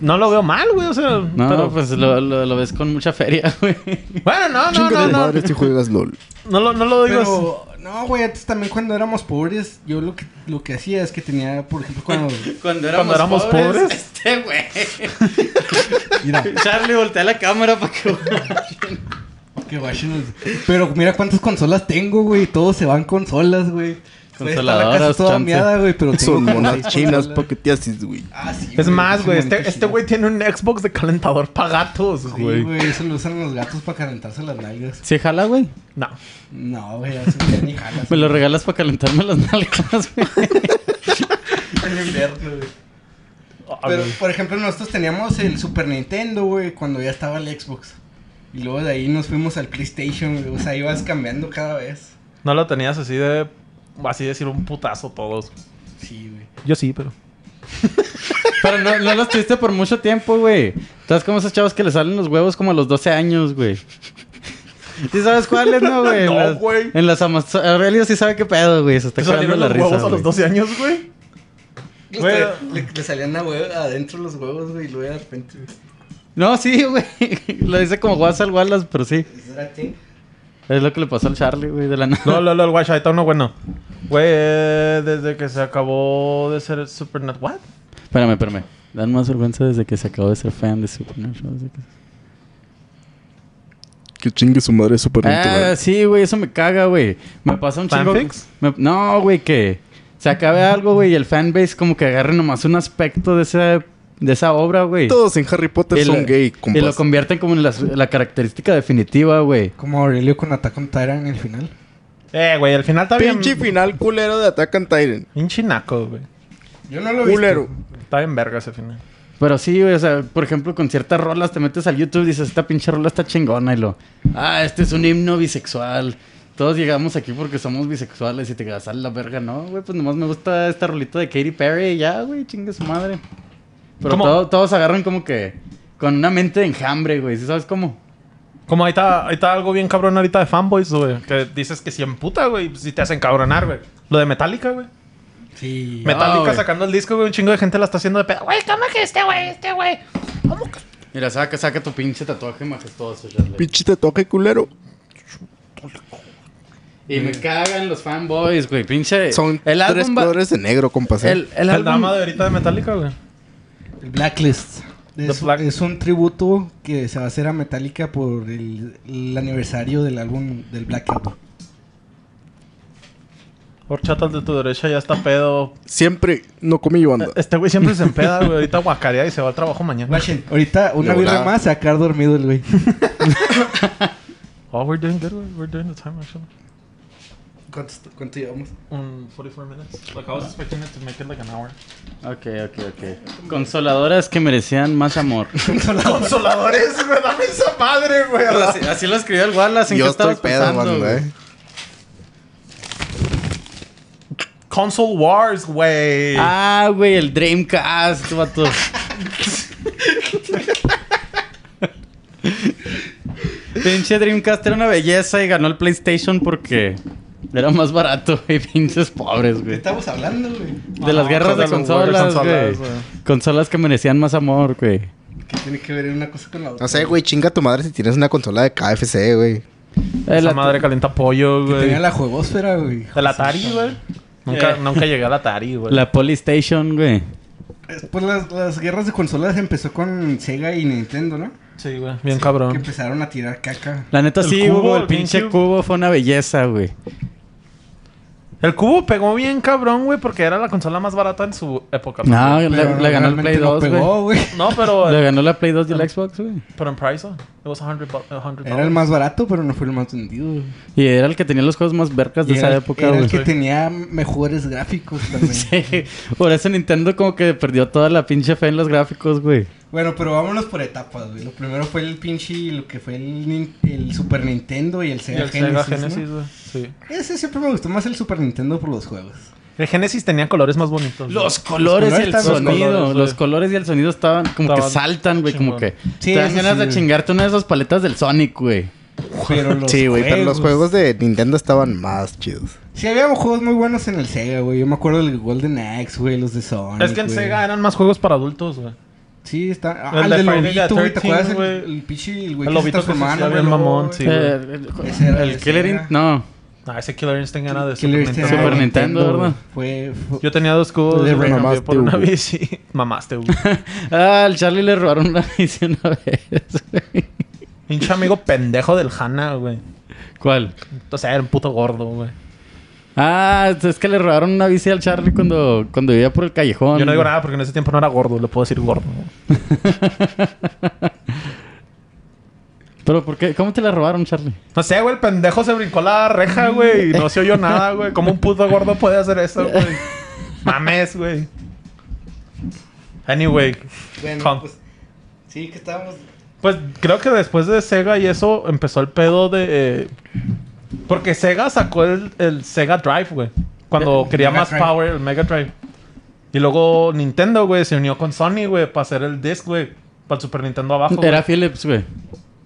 S1: No lo veo mal, güey, o sea,
S5: No,
S1: pero-
S5: pues lo, lo- lo ves con mucha feria, güey.
S1: Bueno, no, no,
S4: Chinga
S1: no,
S4: tu
S1: no.
S4: madre si juegas LOL.
S1: No lo, no lo digo así.
S3: Pero, no, güey, antes también cuando éramos pobres, yo lo que, lo que hacía es que tenía, por ejemplo, cuando...
S5: Cuando éramos,
S1: éramos
S5: pobres,
S1: pobres.
S5: Este, güey.
S3: Mira,
S5: Charlie, voltea la cámara para que...
S3: que guachen los- Pero mira cuántas consolas tengo, güey, todos se van consolas, güey. Puede estar la casa
S5: Consoladoras,
S3: toda
S5: chance.
S3: miada, güey, pero tengo
S4: Son
S3: como
S4: monas
S3: seis
S4: chinas,
S3: consolas.
S4: ¿pa' qué te haces, güey?
S3: Ah, sí,
S1: Es más,
S3: ese
S1: güey,
S3: monito
S1: este este
S3: chino.
S1: güey tiene un Xbox de calentador para gatos,
S3: Sí,
S1: güey.
S3: güey, eso lo usan los gatos para calentarse las nalgas.
S5: ¿Se jala, güey?
S1: no.
S3: No, güey, eso ya ni jalas.
S5: Me lo regalas para calentarme las nalgas, güey.
S1: Ah,
S3: Pero,
S1: güey.
S3: por ejemplo, nosotros teníamos el Super Nintendo, güey, cuando ya estaba el Xbox. Y luego de ahí nos fuimos al PlayStation, güey. O sea, ibas cambiando cada vez.
S1: No lo tenías así de. Así decir un putazo todos.
S3: Sí, güey.
S1: Yo sí, pero.
S5: Pero no, no las tuviste por mucho tiempo, güey. Estás como esos chavos que le salen los huevos como a los 12 años, güey. ¿Sí sabes cuáles, no, güey?
S1: No,
S5: En las-
S1: güey.
S5: En las Amazon... Aurelio sí sabe qué pedo, güey. Se está
S1: ¿Te
S5: cagando
S1: salieron
S5: la
S1: los
S5: risa,
S1: huevos a los
S5: güey.
S1: 12 años, güey?
S3: Este
S1: Güey.
S3: Le, le salían a hue- adentro los huevos, güey. Y luego de repente.
S5: No, sí, güey. Lo dice como Guas al Wallace, pero sí.
S3: ¿eso era ti?
S5: Es lo que le pasó al Charlie, güey, de la nada.
S1: No, no, no, el guacha, ahí está uno bueno. Güey, eh, desde que se acabó de ser Supernat. ¿What?
S5: Espérame, espérame. Dan más vergüenza desde que se acabó de ser fan de Supernatural. desde que-
S4: Que chingue su madre
S5: Ah,
S4: supernatural.
S5: sí, güey, eso me caga, güey. Me pasa un chingo.
S1: ¿Fanfics?
S5: me- No, güey, que se acabe algo, güey, y el fanbase como que agarre nomás un aspecto de esa, de esa obra, güey.
S4: Todos en Harry Potter
S5: Y lo-
S4: son gay,
S5: Y lo
S4: compas.
S5: convierten como en la, la característica definitiva, güey.
S3: Como Aurelio con Attack on Titan en el final.
S1: Eh, güey, al final está bien.
S4: Pinche final culero de Attack on Titan.
S1: Pinche naco, güey.
S3: Yo no lo vi.
S4: Culero.
S1: Está bien verga ese final.
S5: Pero sí, güey, o sea, por ejemplo, con ciertas rolas te metes al YouTube y dices, esta pinche rola está chingona y lo... Ah, este es un himno bisexual. Todos llegamos aquí porque somos bisexuales y te quedas a la verga, ¿no? Güey, pues nomás me gusta esta rolita de Katy Perry y ya, güey, chingue su madre. Pero
S1: ¿Cómo?
S5: todo- todos agarran como que con una mente de enjambre, güey, ¿sí sabes cómo?
S1: Como ahí está, ahí está algo bien cabrón ahorita de fanboys, güey. Que dices que si emputa, güey. Si te hacen cabronar, güey. Lo de Metallica, güey.
S3: Sí.
S1: Metallica
S5: güey.
S1: sacando el disco, güey. Un chingo de gente la está haciendo de pedo. Güey, ¿cómo que este, güey? Este, güey.
S5: Mira, saca, saca tu pinche tatuaje majestuoso, Charlie.
S4: Pinche te toque culero.
S5: Y me cagan los fanboys, güey, pinche...
S4: Son
S5: Eh, el
S4: tres
S5: álbum va-
S4: colores de negro, compas. ¿eh?
S5: El, el
S1: El,
S5: álbum-
S1: drama de ahorita de Metallica, güey.
S3: El Blacklist. Es,
S1: Black-
S3: es un tributo que se va a hacer a Metallica por el, el aniversario del álbum del Black Album.
S1: Horchatas de tu derecha ya está pedo.
S4: Siempre no comí yo anda.
S1: Este güey siempre se empeda, güey. Ahorita guacarea y se va al trabajo mañana.
S3: Guachen, ahorita una
S4: De
S3: birra
S4: volada.
S3: más se va a quedar dormido el güey.
S1: Oh, we're doing good, güey. We're doing the time, actually.
S3: ¿Cuánto, cuánto llevamos?
S1: Un 44 minutes. Like, I was expecting it to make it like an hour.
S5: Ok, ok, ok. Consoladoras que merecían más amor.
S1: Consoladores, güey. Dame esa madre, güey.
S5: así, así lo escribió el Wallace. ¿en
S4: Yo
S5: qué
S4: estoy
S5: estabas
S4: pedo,
S5: pensando,
S4: banda,
S5: güey?
S4: eh.
S1: Console Wars, güey.
S5: Ah, güey, el Dreamcast, este vato. Pinche Dreamcast era una belleza y ganó el PlayStation porque era más barato, güey. Pinches pobres,
S3: ¿Qué
S5: güey.
S3: estamos hablando, güey?
S5: De las
S1: Ah,
S5: guerras de
S1: de los
S5: consolas,
S1: guerras de
S5: güey.
S1: consolas, güey.
S5: Consolas que merecían más amor, güey. Eh,
S3: ¿Qué tiene que ver una cosa con la otra?
S4: No sé, güey, chinga tu madre si tienes una consola de KFC, güey.
S1: Esa
S5: El-
S1: madre calienta pollo,
S3: Que
S1: güey.
S3: tenía la juegosfera, güey.
S1: El Atari, güey. Nunca,
S5: Eh.
S1: nunca llegué al Atari, güey.
S5: La Polystation, güey.
S3: Pues las, las guerras de consolas empezó con Sega y Nintendo, ¿no?
S1: Sí, güey. Bien cabrón.
S3: Que empezaron a tirar caca.
S5: La neta
S1: El
S5: sí,
S1: cubo,
S5: Hugo, el
S1: el
S5: pinche
S1: GameCube.
S5: cubo fue una belleza, güey.
S1: El cubo pegó bien cabrón, güey, porque era la consola más barata en su época.
S5: No, le,
S3: Pero
S5: le ganó el
S3: realmente
S5: Play
S3: no
S5: 2,
S3: pegó,
S5: güey.
S3: güey.
S1: No, pero, eh,
S5: Le ganó la Play 2 y el Xbox, güey.
S1: pero en price, oh, it was 100 bu- 100
S3: Era el más barato, pero no fue el más vendido. güey.
S5: Y era el que tenía los juegos más vercas de
S3: Y
S5: esa
S3: era-
S5: época,
S3: Era
S5: güey.
S3: el que tenía mejores gráficos también.
S5: Sí. Por eso Nintendo como que perdió toda la pinche fe en los gráficos, güey.
S3: Bueno, pero vámonos por etapas, güey. Lo primero fue el pinche, lo que fue el, nin- el Super Nintendo y el
S1: Y
S3: Sega
S1: el Sega
S3: Genesis,
S1: Genesis,
S3: ¿no?
S1: güey. Sí.
S3: Ese siempre me gustó más el Super Nintendo por los juegos.
S1: El Genesis tenía colores más bonitos.
S5: Los colores y el
S3: estaban- los
S5: sonido.
S1: colores, güey.
S5: los colores y el sonido estaban como que
S1: Estaban
S5: saltan, güey. Como
S1: chingón.
S5: que
S3: Sí,
S5: te dan
S3: eso
S5: ganas
S3: sí,
S5: de
S3: güey.
S5: chingarte una de esas paletas del Sonic, güey.
S3: Pero los
S5: Sí, güey,
S3: juegos...
S4: Pero los juegos de Nintendo estaban más chidos.
S3: Sí, había juegos muy buenos en el Sega, güey. Yo me acuerdo del Golden Axe, güey, los de Sonic,
S1: Es que en
S3: güey.
S1: Sega eran más juegos para adultos, güey.
S3: Sí, está...
S1: El
S3: Ah, el,
S1: de
S3: del
S1: Friday the
S3: lobito, güey. ¿Te
S1: 13,
S3: acuerdas? El,
S1: güey.
S3: el pinche, el güey
S1: El
S3: que
S1: lobito que
S3: se
S1: se
S3: transformaba en
S1: hacía
S3: hombre
S1: bien
S3: lobo,
S1: mamón,
S3: güey.
S1: sí, güey.
S5: Eh, el
S3: Ese era
S5: el
S3: de
S5: Killer
S3: Sega.
S5: Instinct. No.
S1: Ah, ese Killer Instinct era de Super
S3: Killer Instinct
S1: Nintendo,
S5: Super
S3: era de
S1: güey.
S5: Nintendo, ¿verdad?
S3: Fue... fue-
S1: Yo tenía dos cubos
S4: Le
S1: y me cambié
S4: mamaste,
S1: por una
S4: güey.
S1: bici. Mamaste, güey.
S5: Ah, al Charlie le robaron una bici una vez, güey.
S1: Pinche amigo pendejo del Hanna, güey.
S5: ¿Cuál?
S1: O sea, era un puto gordo, güey.
S5: Ah, es que le robaron una bici al Charlie cuando, cuando vivía por el callejón.
S1: Yo no digo
S5: güey.
S1: nada porque en ese tiempo no era gordo. Le puedo decir gordo. güey.
S5: Pero ¿por qué? ¿Cómo te la robaron, Charlie?
S1: No sé, güey. El pendejo se brincó la reja, güey. Y no se oyó nada, güey. ¿Cómo un puto gordo puede hacer eso, güey? Mames, güey. Anyway.
S3: Bueno,
S1: Tom.
S3: pues... Sí, que estábamos...
S1: Pues creo que después de Sega y eso empezó el pedo de. eh, porque Sega sacó el, el Sega Drive, güey. Cuando
S3: El
S1: quería
S3: Mega
S1: más
S3: Drive.
S1: power, el Mega Drive. Y luego Nintendo, güey, se unió con Sony, güey, para hacer el disc, güey. Para el Super Nintendo abajo.
S5: Era
S1: güey.
S5: Philips, güey.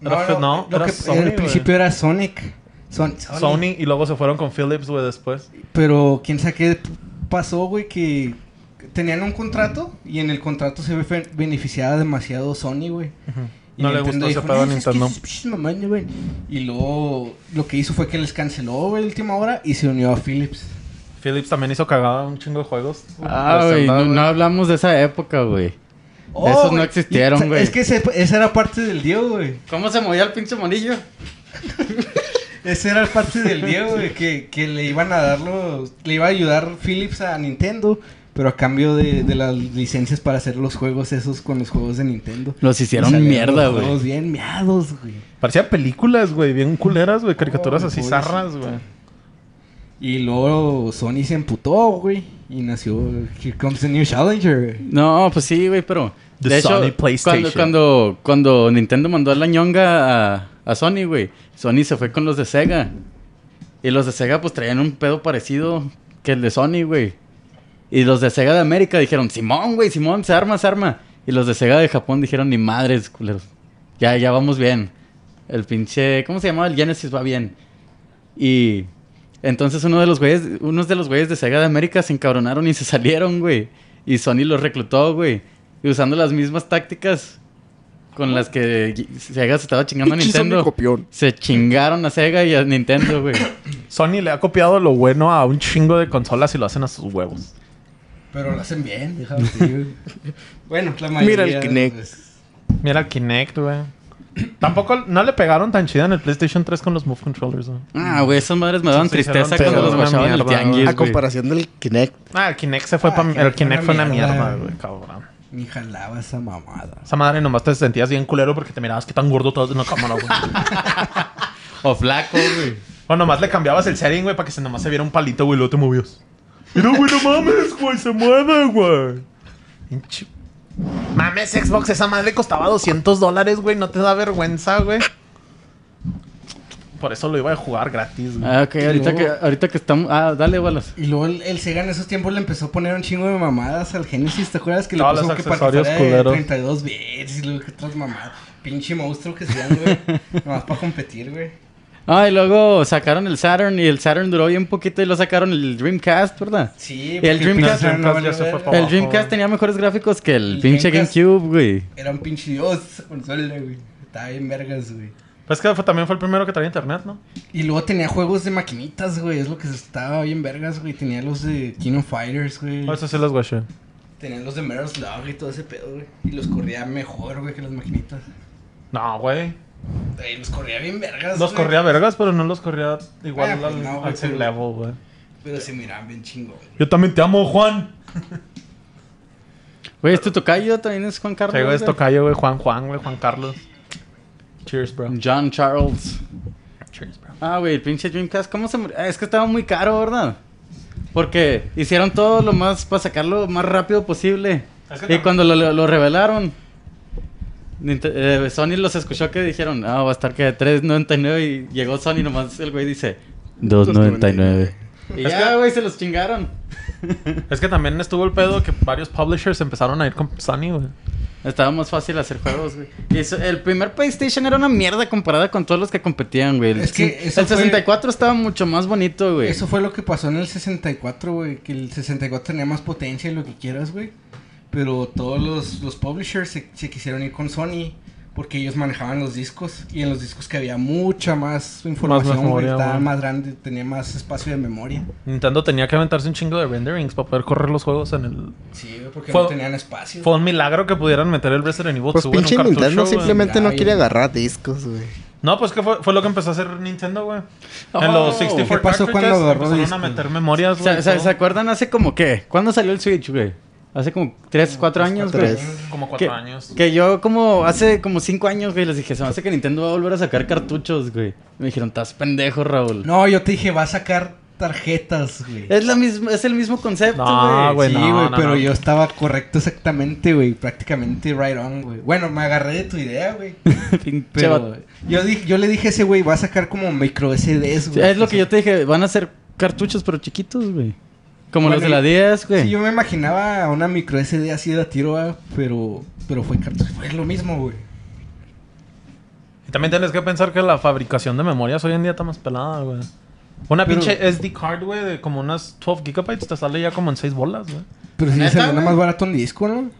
S1: Era fe- no,
S3: lo
S1: era
S3: que-
S1: Sony,
S3: en el
S1: güey.
S3: principio era Sonic. Son- Sonic.
S1: Sony y luego se fueron con Philips, güey, después.
S3: Pero quién sabe qué p- pasó, güey, que tenían un contrato y en el contrato se befe- beneficiaba demasiado Sony, güey. Y
S1: No le gustó ese pedo a
S3: "No, es que
S1: Nintendo".
S3: esas pinches mamañas, güey". Y luego lo que hizo fue que les canceló, güey, la última hora y se unió a Philips.
S1: Philips también hizo cagada un chingo de juegos.
S5: Ah, güey. No, no hablamos de esa época, güey. Esos no
S3: güey.
S5: existieron,
S3: Y- o sea,
S5: güey.
S3: Es que ese- esa era parte del Diego, güey.
S5: ¿Cómo se movía el pinche monillo?
S3: Ese era parte del Diego, güey, que, que le iban a dar los... Le iba a ayudar Philips a Nintendo, pero a cambio de, de las licencias para hacer los juegos esos con los juegos de Nintendo.
S5: Los hicieron
S3: Y salieron
S5: mierda,
S3: los
S5: güey.
S3: juegos bien miados, güey.
S1: Parecían películas, güey, bien culeras, güey. Caricaturas
S3: Oh,
S1: así
S3: pobrecito.
S1: zarras, güey.
S3: Y luego Sony se emputó, güey. Y nació Here Comes the New Challenger, güey.
S5: No, pues sí, güey, pero.
S1: The
S5: de hecho,
S1: Sony PlayStation.
S5: Cuando, cuando, cuando Nintendo mandó a la ñonga a, a Sony, güey, Sony se fue con los de Sega. Y los de Sega, pues traían un pedo parecido que el de Sony, güey. Y los de Sega de América dijeron: Simón, güey, Simón, se arma, se arma. Y los de Sega de Japón dijeron: Ni madres, culeros. Ya, ya vamos bien. El pinche. ¿Cómo se llamaba? El Genesis va bien. Y. Entonces uno de los güeyes, unos de los güeyes de Sega de América se encabronaron y se salieron, güey. Y Sony los reclutó, güey. Y usando las mismas tácticas con las que Sega se estaba chingando a
S4: Pinche Sony
S5: Nintendo.
S4: copión.
S5: Se chingaron a Sega y a Nintendo, güey.
S1: Sony le ha copiado lo bueno a un chingo de consolas y lo hacen a sus huevos.
S3: Pero lo hacen bien, déjame decir, güey. Bueno, la mayoría...
S4: Mira el Kinect.
S3: pues,
S1: Mira el Kinect, güey. Tampoco no le pegaron tan chida en el PlayStation 3 con los Move Controllers, güey.
S5: Ah, güey, esas madres me daban
S1: Sí, se
S5: tristeza
S1: hicieron
S5: cuando los
S1: una
S5: bajaban en el
S1: mierda,
S5: tianguis,
S1: güey.
S5: güey. Pues
S4: A comparación del Kinect.
S1: Ah, el Kinect se fue
S3: Ah,
S1: pa-
S3: Kinect
S1: El Kinect fue una mierda,
S3: güey.
S1: güey, cabrón.
S3: Ni jalaba esa mamada.
S1: Esa madre nomás te sentías bien culero porque te mirabas que tan gordo todos en la cámara, güey.
S5: O flaco, güey.
S1: o nomás le cambiabas el setting, güey, para que se nomás se viera un palito, güey, y luego te movías. Mira, güey, no mames, güey, se mueve, güey. Pinche- Mames, Xbox, esa madre costaba 200 dólares, güey, no te da vergüenza, güey. Por eso lo iba a jugar gratis, güey.
S5: Ah, ok, ahorita que, ahorita que estamos. Ah, dale, balas.
S3: Y luego el, el Sega en esos tiempos le empezó a poner un chingo de mamadas al Genesis. ¿Te acuerdas que le
S1: Todos
S3: puso
S1: los
S3: que
S1: accesorios
S3: para que fuera de
S1: culeros.
S3: 32 bits y luego que otras mamadas? Pinche monstruo que sean, güey. Nomás para competir, güey.
S5: Ah, y luego sacaron el Saturn y el Saturn duró bien poquito y lo sacaron el Dreamcast, ¿verdad?
S3: Sí,
S5: Y el
S3: porque
S5: Dreamcast-
S3: pinche
S1: Dreamcast ya
S3: Saturn
S1: se fue
S3: valió
S1: pa'
S3: verga.
S5: El Dreamcast
S1: güey.
S5: tenía mejores gráficos que el,
S3: El
S5: pinche
S3: Dreamcast-
S5: GameCube, güey.
S3: Era un pinche dios esa consola, güey. Estaba bien vergas, güey.
S1: Pues que fue- también fue el primero que traía internet, ¿no?
S3: Y luego tenía juegos de maquinitas, güey. Es lo que estaba bien vergas, güey. Tenía los de King of Fighters, güey.
S1: Por eso Ah, sí los guaché.
S3: Tenía los de Metal Slug y todo ese pedo, güey. Y los corría mejor, güey, que las maquinitas.
S1: No, güey.
S3: Güey, los corría bien vergas,
S1: Los
S3: güey.
S1: corría vergas, pero no los corría igual
S3: Ah,
S1: al,
S3: pues no,
S1: al
S3: güey,
S1: same
S3: pero-
S1: level, güey.
S3: Pero se miran bien chingón.
S1: Yo también te amo, Juan.
S5: Güey, este tocayo también es Juan Carlos.
S1: Te digo, es
S5: güey.
S1: tocayo, güey. Juan, Juan, güey. Juan Carlos. Mm. Cheers, bro.
S5: John Charles.
S1: Cheers, bro.
S5: Ah, güey, el pinche Dreamcast, ¿cómo se murió? Ah, Es que estaba muy caro, ¿verdad? Porque hicieron todo lo más para sacarlo lo más rápido posible.
S1: Es que
S5: y
S1: tam-
S5: cuando lo, lo- lo revelaron, Ninte- eh, Sony los escuchó que dijeron, ah, va a estar que 3.99 y llegó Sony nomás el güey dice 2.99. Y
S1: Es
S5: ya,
S1: que-
S5: güey, se los chingaron.
S1: Es que también estuvo el pedo que varios publishers empezaron a ir con Sony, güey.
S5: Estaba más fácil hacer juegos, güey. Y eso- el primer PlayStation era una mierda comparada con todos los que competían, güey. El,
S3: Es que
S5: el
S3: eso fue-
S5: 64 estaba mucho más bonito, güey.
S3: Eso fue lo que pasó en el 64, güey. Que el 64 tenía más potencia y lo que quieras, güey. Pero todos los, los publishers se, se quisieron ir con Sony. Porque ellos manejaban los discos. Y en los discos que había mucha más información, güey,
S1: memoria,
S3: Estaba
S1: güey.
S3: más grande, tenía más espacio de memoria.
S1: Nintendo tenía que aventarse un chingo de renderings para poder correr los juegos en el.
S3: Sí, güey, porque
S1: Fue-
S3: no tenían espacio.
S1: Fue un milagro que pudieran meter el Resident Evil
S4: Pues
S1: 2 en un
S4: pinche
S1: cartucho,
S4: Nintendo
S1: güey.
S4: simplemente no
S3: Ay,
S4: quiere
S3: güey.
S4: agarrar discos, güey.
S1: No, pues que fue, fue lo que empezó a hacer Nintendo, güey. en
S5: Oh.
S1: los 64
S3: ¿Qué pasó
S1: cartridges
S3: cuando agarró
S1: empezaron
S3: disco?
S1: a meter memorias,
S5: ¿Se,
S1: güey. y
S5: se-
S1: todo.
S5: se acuerdan hace como qué? ¿Cuándo salió el Switch, güey? Hace como 3, 4 años,
S4: cuatro
S5: güey.
S4: años.
S1: Como cuatro
S5: Que,
S1: años.
S5: que yo como hace como 5 años, güey, les dije, se me hace que Nintendo va a volver a sacar cartuchos, güey. Me dijeron, estás pendejo, Raúl.
S3: No, yo te dije, va a sacar tarjetas, güey.
S5: Es, la misma, es el mismo concepto,
S1: No,
S5: güey.
S1: güey,
S3: sí,
S1: no,
S3: güey,
S1: no,
S3: pero
S1: no.
S3: yo estaba correcto exactamente, güey. Prácticamente right on, güey. Bueno, me agarré de tu idea, güey.
S5: Pinche
S3: Pero
S5: vato.
S3: yo, dije, yo le dije a ese güey, va a sacar como micro SDs,
S5: Sí,
S3: güey.
S5: es lo que yo te dije, van a ser cartuchos pero chiquitos, güey. Como
S3: Bueno,
S5: los de la 10, güey.
S3: Sí, yo me imaginaba una micro SD así de a tiro, ah, pero, pero fue cartucho. Fue lo mismo, güey.
S1: Y también tienes que pensar que la fabricación de memorias hoy en día está más pelada, güey. Una
S3: Pero-
S1: pinche SD card, güey, de como unas 12 gigabytes te sale ya como en 6 bolas, güey.
S3: Pero sí
S5: ¿Neta,
S3: salió nada
S5: güey?
S3: más barato en disco, ¿no?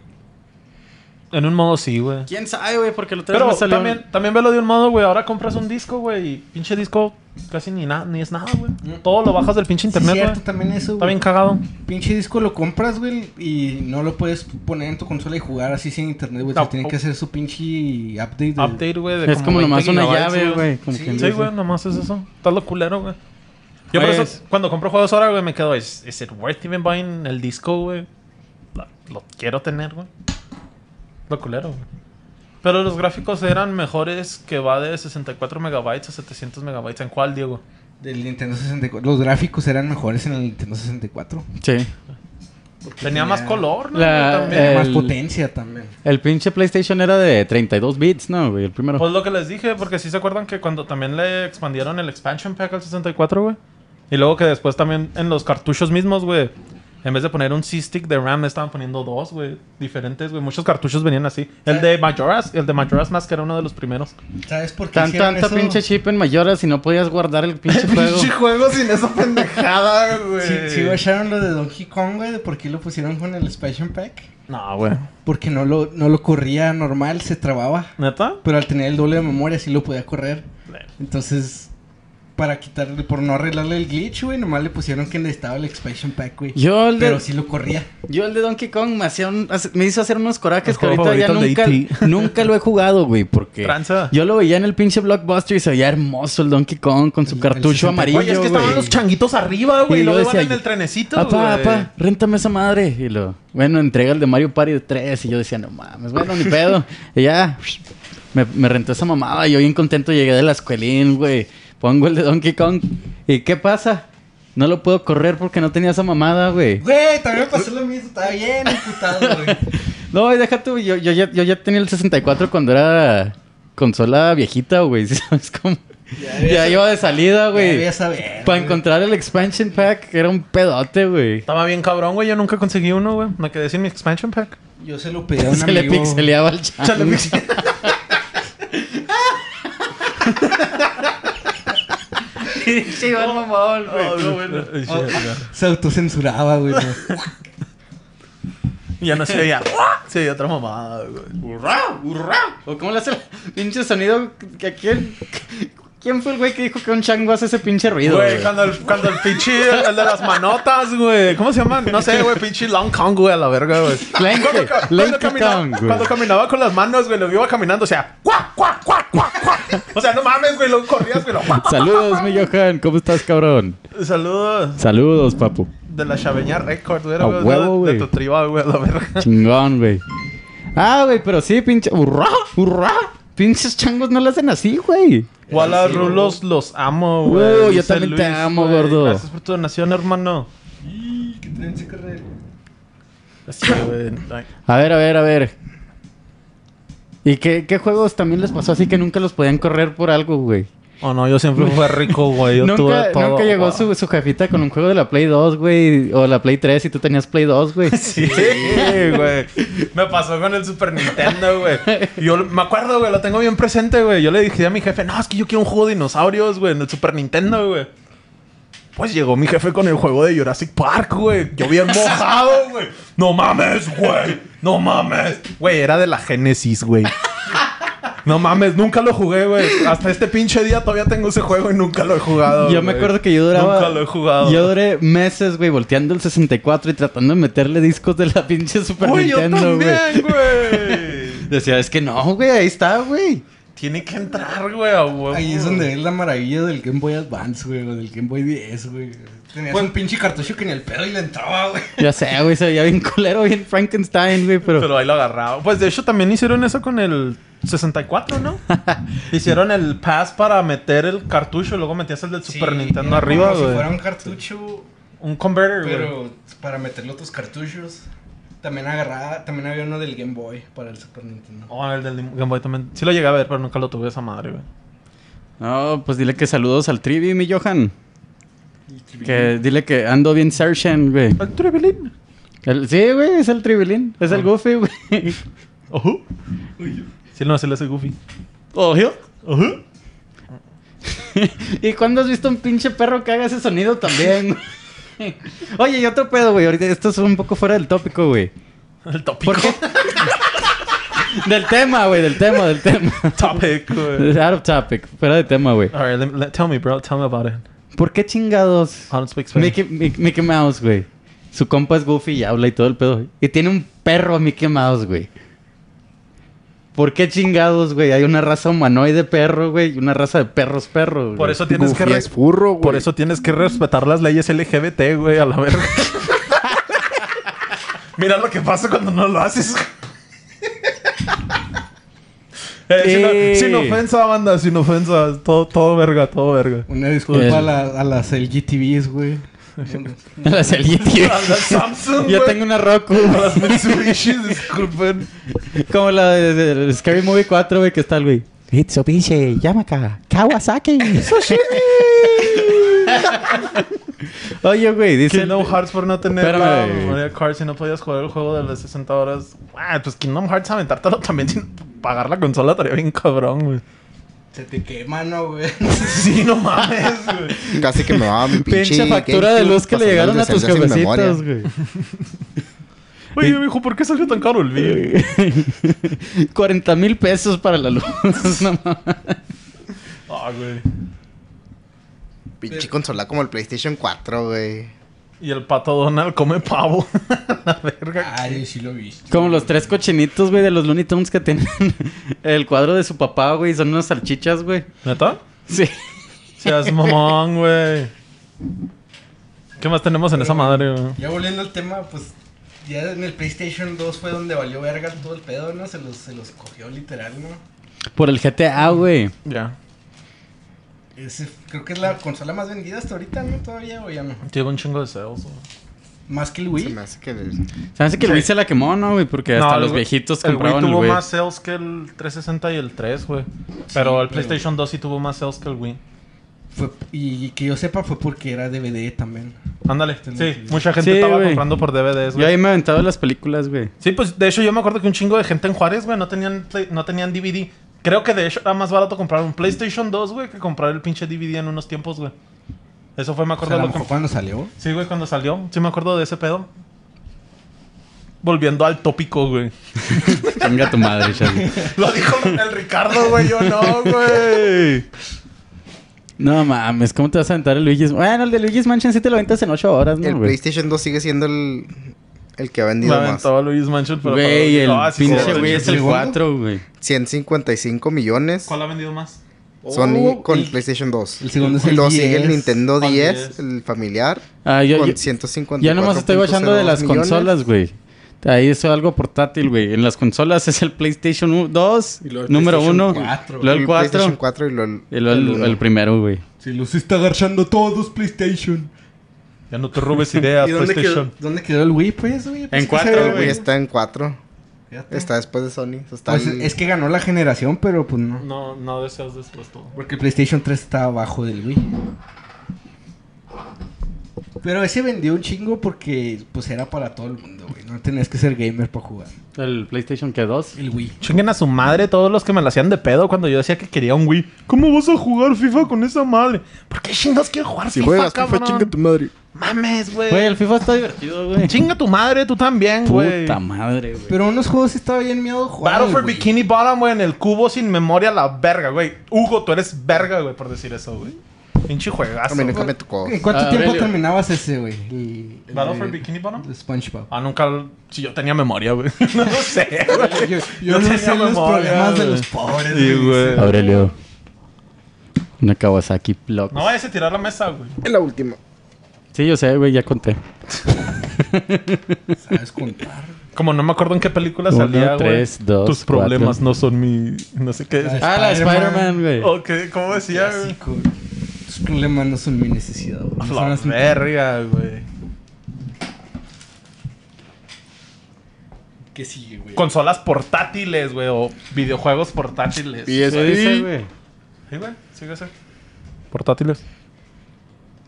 S1: En un modo sí, güey.
S5: ¿Quién sabe, güey? Porque lo
S1: Pero también, también velo de un modo, güey. Ahora compras un disco, güey, y pinche disco casi ni, nada ni es nada, güey. Todo lo bajas del pinche
S3: Mm. Sí,
S1: internet,
S3: cierto,
S1: güey.
S3: también eso,
S1: Está
S3: güey.
S1: bien cagado.
S3: Pinche disco lo compras, güey, y no lo puedes poner en tu consola y jugar así sin internet, güey.
S1: No,
S3: Se tienen
S1: o-
S3: que hacer su pinche update. de-
S1: Update, güey, de
S5: Es como
S1: 20
S5: nomás una
S1: gigabytes,
S5: llave, güey. como
S3: Sí,
S5: quien
S1: Sí,
S5: dice.
S1: güey, nomás es eso. Está lo culero, güey. Yo por
S5: Pues-
S1: eso, cuando compro juegos ahora, güey, me quedo, ¿es is it worth even buying el disco, güey? Lo, lo quiero tener, güey. Lo culero, güey. Pero los gráficos eran mejores que va de 64 megabytes a 700 megabytes. ¿En cuál, Diego?
S3: Del Nintendo 64. Los gráficos eran mejores en el Nintendo 64.
S5: Sí.
S1: Tenía más color, ¿no?
S5: La-
S1: güey? También.
S5: eh,
S3: Tenía más
S5: El-
S3: potencia también.
S5: El pinche PlayStation era de 32 bits, ¿no, güey? El primero.
S1: Pues lo que les dije, porque si se acuerdan que cuando también le expandieron el expansion pack al 64, güey. Y luego que después también en los cartuchos mismos, güey. En vez de poner un C-Stick de RAM, estaban poniendo dos, güey. Diferentes, güey. Muchos cartuchos venían así. El de Majora's, el de Majora's Mask era uno de los primeros.
S3: ¿Sabes por qué
S5: Tan,
S3: hicieron
S5: tanta
S3: eso?
S5: pinche chip en mayoras y no podías guardar el pinche juego.
S4: juego sin esa pendejada, güey.
S3: Sí, sí bajaron lo de Donkey Kong, güey, de por qué lo pusieron con el Expansion Pack.
S1: No, güey.
S3: Porque no lo, no lo corría normal, se trababa.
S1: ¿Neta?
S3: Pero al tener el doble de memoria sí lo podía correr. Entonces, para quitarle, por no arreglarle el glitch, güey, nomás le pusieron que necesitaba el Expansion Pack, güey.
S5: Yo el,
S3: Pero
S5: de,
S3: sí lo corría.
S5: yo el de Donkey Kong me, hacía un- hace- me hizo hacer unos corajes
S1: El
S5: que
S1: juego
S5: ahorita ya
S1: favorito
S5: nunca,
S1: de E E.T..
S5: nunca lo he jugado, güey, porque
S1: Tranza.
S5: yo lo veía en el pinche Blockbuster y se veía hermoso el Donkey Kong con su
S3: El- el 64.
S5: cartucho amarillo,
S1: Oye, es que estaban
S5: güey.
S1: los changuitos arriba, güey.
S5: Sí,
S1: Y luego
S5: yo
S1: iban
S5: decía,
S1: en el trenecito,
S5: Papá,
S1: güey.
S5: papá, réntame esa madre. Y lo, bueno, entrega el de Mario Party 3. Y yo decía, no mames, bueno, ni pedo. y ya, me, me rentó esa mamada. Yo bien contento llegué de la escuelín, güey. Pongo el de Donkey Kong. ¿Y qué pasa? No lo puedo correr porque no tenía esa mamada, güey.
S3: Güey, también me pasó lo mismo, estaba bien imputado, güey.
S5: No, y deja tú, yo, yo, ya, yo ya tenía el 64 cuando era consola viejita, güey. ¿sí ¿Sabes cómo? Ya, iba de salida,
S3: Ya
S5: güey.
S3: debía saber.
S5: Para
S3: güey.
S5: encontrar el expansion pack, que era un pedote, güey.
S1: Estaba bien cabrón, güey. Yo nunca conseguí uno, güey. Me quedé sin mi expansion pack.
S3: Yo se lo pedí a un
S5: Se le
S3: amigo.
S5: pixeleaba el chat.
S1: Chale, mi-
S5: Sí, Iván mamón, güey. estuvo bueno.
S1: Oh,
S3: Se autocensuraba, güey. pues. ¿no?
S1: ya no se veía. Se veía otra mamada, güey.
S5: ¿O cómo le hace el pinche sonido? que a quién? ¿Quién fue el güey que dijo que un chango hace ese pinche ruido?
S1: Güey,
S5: Güey,
S1: cuando el, cuando el pinche, el de las manotas, güey. ¿Cómo se llama? No sé, güey, pinche Long Kong, güey, a la verga, güey.
S5: Lanky-
S1: Cuando, ca- cuando
S5: Lanky
S1: caminaba,
S5: Kong, güey.
S1: cuando caminaba con las manos, güey, lo iba caminando, o sea, cuac, cuac, cuac, cuac, cuac. O sea, no mames, güey, lo corrías, güey. lo-
S5: Saludos, mi Johan. ¿Cómo estás, cabrón?
S1: Saludos
S5: Saludos, papu.
S1: de la Chaveña Record, güey.
S5: A
S1: güey,
S5: huevo,
S1: de,
S5: güey.
S1: de tu tribal, güey, a la verga.
S5: Chingón, güey. Ah, güey, pero sí, pinche. ¡Hurra! ¡Hurra! Pinches changos no le hacen así, güey.
S1: Wala Rulos, los amo, güey.
S5: Wow, yo
S1: Dice
S5: también te amo,
S1: güey.
S5: gordo.
S1: Gracias por tu donación, hermano. Así, güey. Ay.
S5: A ver, a ver, a ver. ¿Y qué, qué juegos también les pasó así que nunca los podían correr por algo, güey?
S1: Oh, no, yo siempre fui rico, güey. Yo tuve
S5: Nunca,
S1: todo.
S5: nunca llegó
S1: wow.
S5: su, su jefita con un juego de la Play 2, güey. O la Play 3 y tú tenías Play 2, güey.
S1: Sí, güey. Me pasó con el Super Nintendo, güey. Yo lo- me acuerdo, güey, lo tengo bien presente, güey. Yo le dije a mi jefe, no, es que yo quiero un juego de dinosaurios, güey, en el Super Nintendo, güey. Pues llegó mi jefe con el juego de Jurassic Park, güey. Yo bien mojado, güey. No mames, güey. No mames. Güey, era de la Genesis, güey. No mames, nunca lo jugué, güey. Hasta este pinche día todavía tengo ese juego y nunca lo he jugado.
S5: Yo me
S1: güey.
S5: acuerdo que yo duraba.
S1: Nunca lo he jugado.
S5: Yo duré meses, güey, volteando el 64 y tratando de meterle discos de la pinche Super
S1: Güey, yo
S5: Nintendo, güey.
S1: también, güey.
S5: Decía, es que no, güey, ahí está, güey.
S1: Tiene que entrar, güey, a huevo.
S3: Ahí es donde es la maravilla del Game Boy Advance, güey, o del Game Boy 10, güey. Tenías un pinche cartucho que ni el pedo y le entraba, güey.
S5: Ya sé, güey, se veía bien culero, bien Frankenstein, güey, pero.
S1: Pero ahí lo agarraba. Pues de hecho también hicieron eso con el 64, ¿no? hicieron el pass para meter el cartucho y luego metías el del Super Nintendo arriba,
S3: Como
S1: güey.
S3: si fuera un cartucho,
S1: Un converter, güey.
S3: pero para meterle otros cartuchos. También agarraba, también había uno del Game Boy para el Super Nintendo.
S1: Oh, el del Game Boy también. Sí lo llegué a ver, pero nunca lo tuve esa madre, güey.
S5: No, pues dile que saludos al Trivi, mi Johan. Que dile que ando bien Sershen, güey.
S1: El Tribilín.
S5: El- sí, güey, es el Trivilín. Es
S1: Ah.
S5: el Goofy, güey.
S1: Ojo. Sí, no, se le hace goofy.
S5: ¿Ojo?
S1: Ojo.
S5: ¿Y cuándo has visto un pinche perro que haga ese sonido también, güey? Oye, y otro pedo, güey. Ahorita esto es un poco fuera del tópico, güey.
S1: El tópico.
S5: ¿Por qué? del tema, güey, del tema, del tema.
S1: Topic, güey.
S5: Out of topic, fuera de tema, güey.
S1: All right, let me- let- tell me, bro. Tell me about it.
S5: ¿Por qué chingados
S1: I don't speak Spanish.
S5: Mickey, Mickey, Mickey Mouse, güey. Su compa es Goofy y habla y todo el pedo. Y tiene un perro Mickey Mouse, güey. ¿Por qué chingados, güey? Hay una raza humanoide perro, güey, y una raza de perros perro, güey.
S1: Por eso tienes que...
S4: Goofy
S1: re-
S4: es furro, güey.
S1: Por eso tienes que respetar las leyes LGBT, güey, a la verga. Mira lo que pasa cuando no lo haces. Eh, sin o-
S5: Eh.
S1: sin, ofensa, banda, sin ofensa. Todo, todo verga, todo verga.
S3: Una disculpa
S5: El-
S3: a, la- a las LGTBs, güey.
S5: La salí, tío.
S1: A las Samsung,
S5: Yo
S1: güey.
S5: tengo una Roku.
S1: A las Mitsubishi, disculpen.
S5: Como la de, de- de Scary Movie 4, güey, que está el güey. Mitsubishi, Yamaka, Kawasaki. Oye, güey, dice...
S1: Kingdom Hearts por no tener la
S5: Espérame.
S1: memoria card. Si no podías jugar el juego de las 60 horas. Ah, pues Kingdom Hearts aventártelo también sin pagar la consola estaría bien cabrón, güey.
S3: Se te quema, ¿no, güey?
S1: Sí, no mames, güey.
S4: Casi que me va mi pinche.
S5: Pinche factura de
S4: GameCube
S5: luz que le
S4: para
S5: llegaron a
S4: salvarle
S5: tus
S4: de sentarse en memoria.
S5: jefecitos, güey.
S1: Oye, mijo, ¿por qué salió tan caro el video?
S5: 40 mil pesos para la luz. no mames.
S1: Ah, güey.
S4: Pinche consola como el PlayStation 4, güey.
S1: Y el pato Donald come pavo. la verga.
S3: Ay, Ah, sí lo viste.
S5: Como los tres cochinitos, güey, de los Looney Tunes que tienen el cuadro de su papá, güey. Son unas salchichas, güey.
S1: ¿Neta?
S5: Sí.
S1: Seas mamón, güey. ¿Qué más tenemos en esa madre, güey?
S3: Ya volviendo al tema, pues ya en el PlayStation 2 fue donde valió verga todo el pedo, ¿no? Se los, se los cogió literal, ¿no?
S5: Por el GTA, güey.
S1: Ya.
S3: Ese, creo que es la consola más vendida hasta ahorita, ¿no? Todavía, o ya no.
S1: Llevo un chingo de sales, güey.
S3: Más que el
S4: Se
S3: Wii.
S4: me hace que.
S5: Se me hace que el Luis se la quemó, ¿no, güey? Porque hasta los viejitos
S1: el Wii
S5: compraban el
S1: tuvo
S5: güey.
S1: más sales que el 360 y el 3, güey. Pero el PlayStation 2 sí tuvo más sales que el Wii.
S3: Fue- y, que yo sepa fue porque era DVD también.
S1: Ándale. Sí, mucha gente
S5: Sí,
S1: estaba
S5: güey.
S1: comprando por DVDs,
S5: Yo ahí
S1: güey.
S5: me he aventado las películas, güey.
S1: Sí, pues de hecho yo me acuerdo que un chingo de gente en Juárez, güey, no tenían, play- no tenían DVD. Creo que de hecho era más barato comprar un PlayStation 2, güey, que comprar el pinche DVD en unos tiempos, güey. Eso fue, me
S3: O
S1: acuerdo,
S3: sea, a lo
S1: lo que-
S3: mejor cuando salió.
S1: Sí, güey, cuando salió. Sí me acuerdo de ese pedo. Volviendo al tópico, güey.
S5: Venga tu madre, Charlie.
S1: Lo dijo el Ricardo, güey. Yo no, güey.
S5: No mames, ¿cómo te vas a aventar el Luigi's? Bueno, el de Luigi's Mansion sí te lo aventas en 8 horas,
S4: El
S5: ¿no, güey?
S4: PlayStation 2 sigue siendo el, el que ha
S1: Me
S4: vendido más.
S1: aventaba Luis Mansion. pero-
S5: Güey, el
S1: Ah, sí,
S5: pinche
S1: sí,
S5: güey
S1: sí.
S5: es el 4, güey.
S4: 155 millones.
S1: ¿Cuál ha vendido más?
S4: Sony con PlayStation 2.
S3: Oh, el segundo es el
S4: Luego sigue el
S3: 10.
S4: Nintendo
S1: Con
S4: 10,
S1: 10.
S4: el familiar,
S5: Ah, yo,
S4: con
S5: yo-
S4: 150.
S5: yo nomás estoy guachando de las consolas, güey. Ahí es algo portátil, güey. En las consolas es el PlayStation u- 2,
S1: Y luego el
S5: número
S1: PlayStation
S5: 1,
S3: cuatro.
S5: luego el 4
S4: PlayStation 4 y luego el-
S5: y luego el, el primero, güey.
S6: Se los está agarrando todos PlayStation.
S1: Ya no te robes ideas,
S3: ¿Y dónde quedó,
S1: PlayStation.
S3: dónde quedó el Wii, pues, güey? Pues,
S1: En
S3: ¿qué se
S1: cuatro,
S3: ve,
S4: el Wii
S1: güey.
S4: está en 4.
S3: Fíjate.
S4: Está después de Sony. o sea, está
S3: Pues,
S4: el-
S3: es que ganó la generación, pero pues no.
S1: No, no deseas después todo.
S3: Porque el PlayStation 3 está abajo del Wii. Pero ese vendió un chingo porque pues era para todo el mundo, güey. No tenías que ser gamer para jugar.
S5: El PlayStation que 2.
S3: El Wii.
S1: Chinguen a su madre todos los que me la hacían de pedo cuando yo decía que quería un Wii. ¿Cómo vas a jugar FIFA con esa madre? ¿Por qué chingados quiero jugar
S6: Si
S1: FIFA,
S6: juegas FIFA,
S1: cabrón?
S6: chinga tu madre.
S1: Mames,
S5: Güey,
S1: güey.
S5: el FIFA está divertido, güey.
S1: Chinga tu madre, tú también, güey.
S5: Puta madre, güey.
S3: Pero unos juegos sí estaba bien miedo jugar.
S1: Battle for
S3: güey.
S1: Bikini Bottom, güey, en el cubo sin memoria, la verga, güey. Hugo, tú eres verga, güey, por decir eso, güey. Pinche
S4: A
S1: juegazo.
S4: mí nunca
S1: güey.
S4: me tocó.
S3: ¿En cuánto
S5: Ah,
S3: tiempo
S5: Aurelio.
S3: terminabas ese, güey? El- el
S1: Battle
S3: de-
S1: for Bikini Bottom?
S3: de SpongeBob.
S1: Ah, nunca. Si yo tenía memoria, güey. No lo sé, güey.
S3: Yo, yo no
S1: tenía
S3: sé los
S1: memoria,
S3: problemas de
S1: güey.
S3: los pobres,
S1: Sí, güey.
S5: Aurelio. Una Kawasaki Block.
S1: No vayas a tirar la mesa, güey.
S4: En la última.
S5: Sí, yo sé, güey, ya conté.
S3: ¿Sabes contar?
S1: Como no me acuerdo en qué película
S5: Uno,
S1: salía, güey.
S5: tres, dos,
S1: Tus problemas
S5: cuatro.
S1: no son mi. No sé qué.
S3: Ah,
S5: Ah, la
S3: Spider-Man.
S5: Spider-Man, güey.
S1: Ok, ¿cómo decía, güey?
S3: Clásico. güey. Tus problemas no son mi necesidad, güey. No son
S1: La
S3: las-
S1: verga, güey.
S3: ¿Qué sigue, güey?
S1: Consolas portátiles, güey, o videojuegos portátiles.
S6: Y es
S5: ¿Qué dice, güey?
S1: Sí, güey, sigue ese. Portátiles.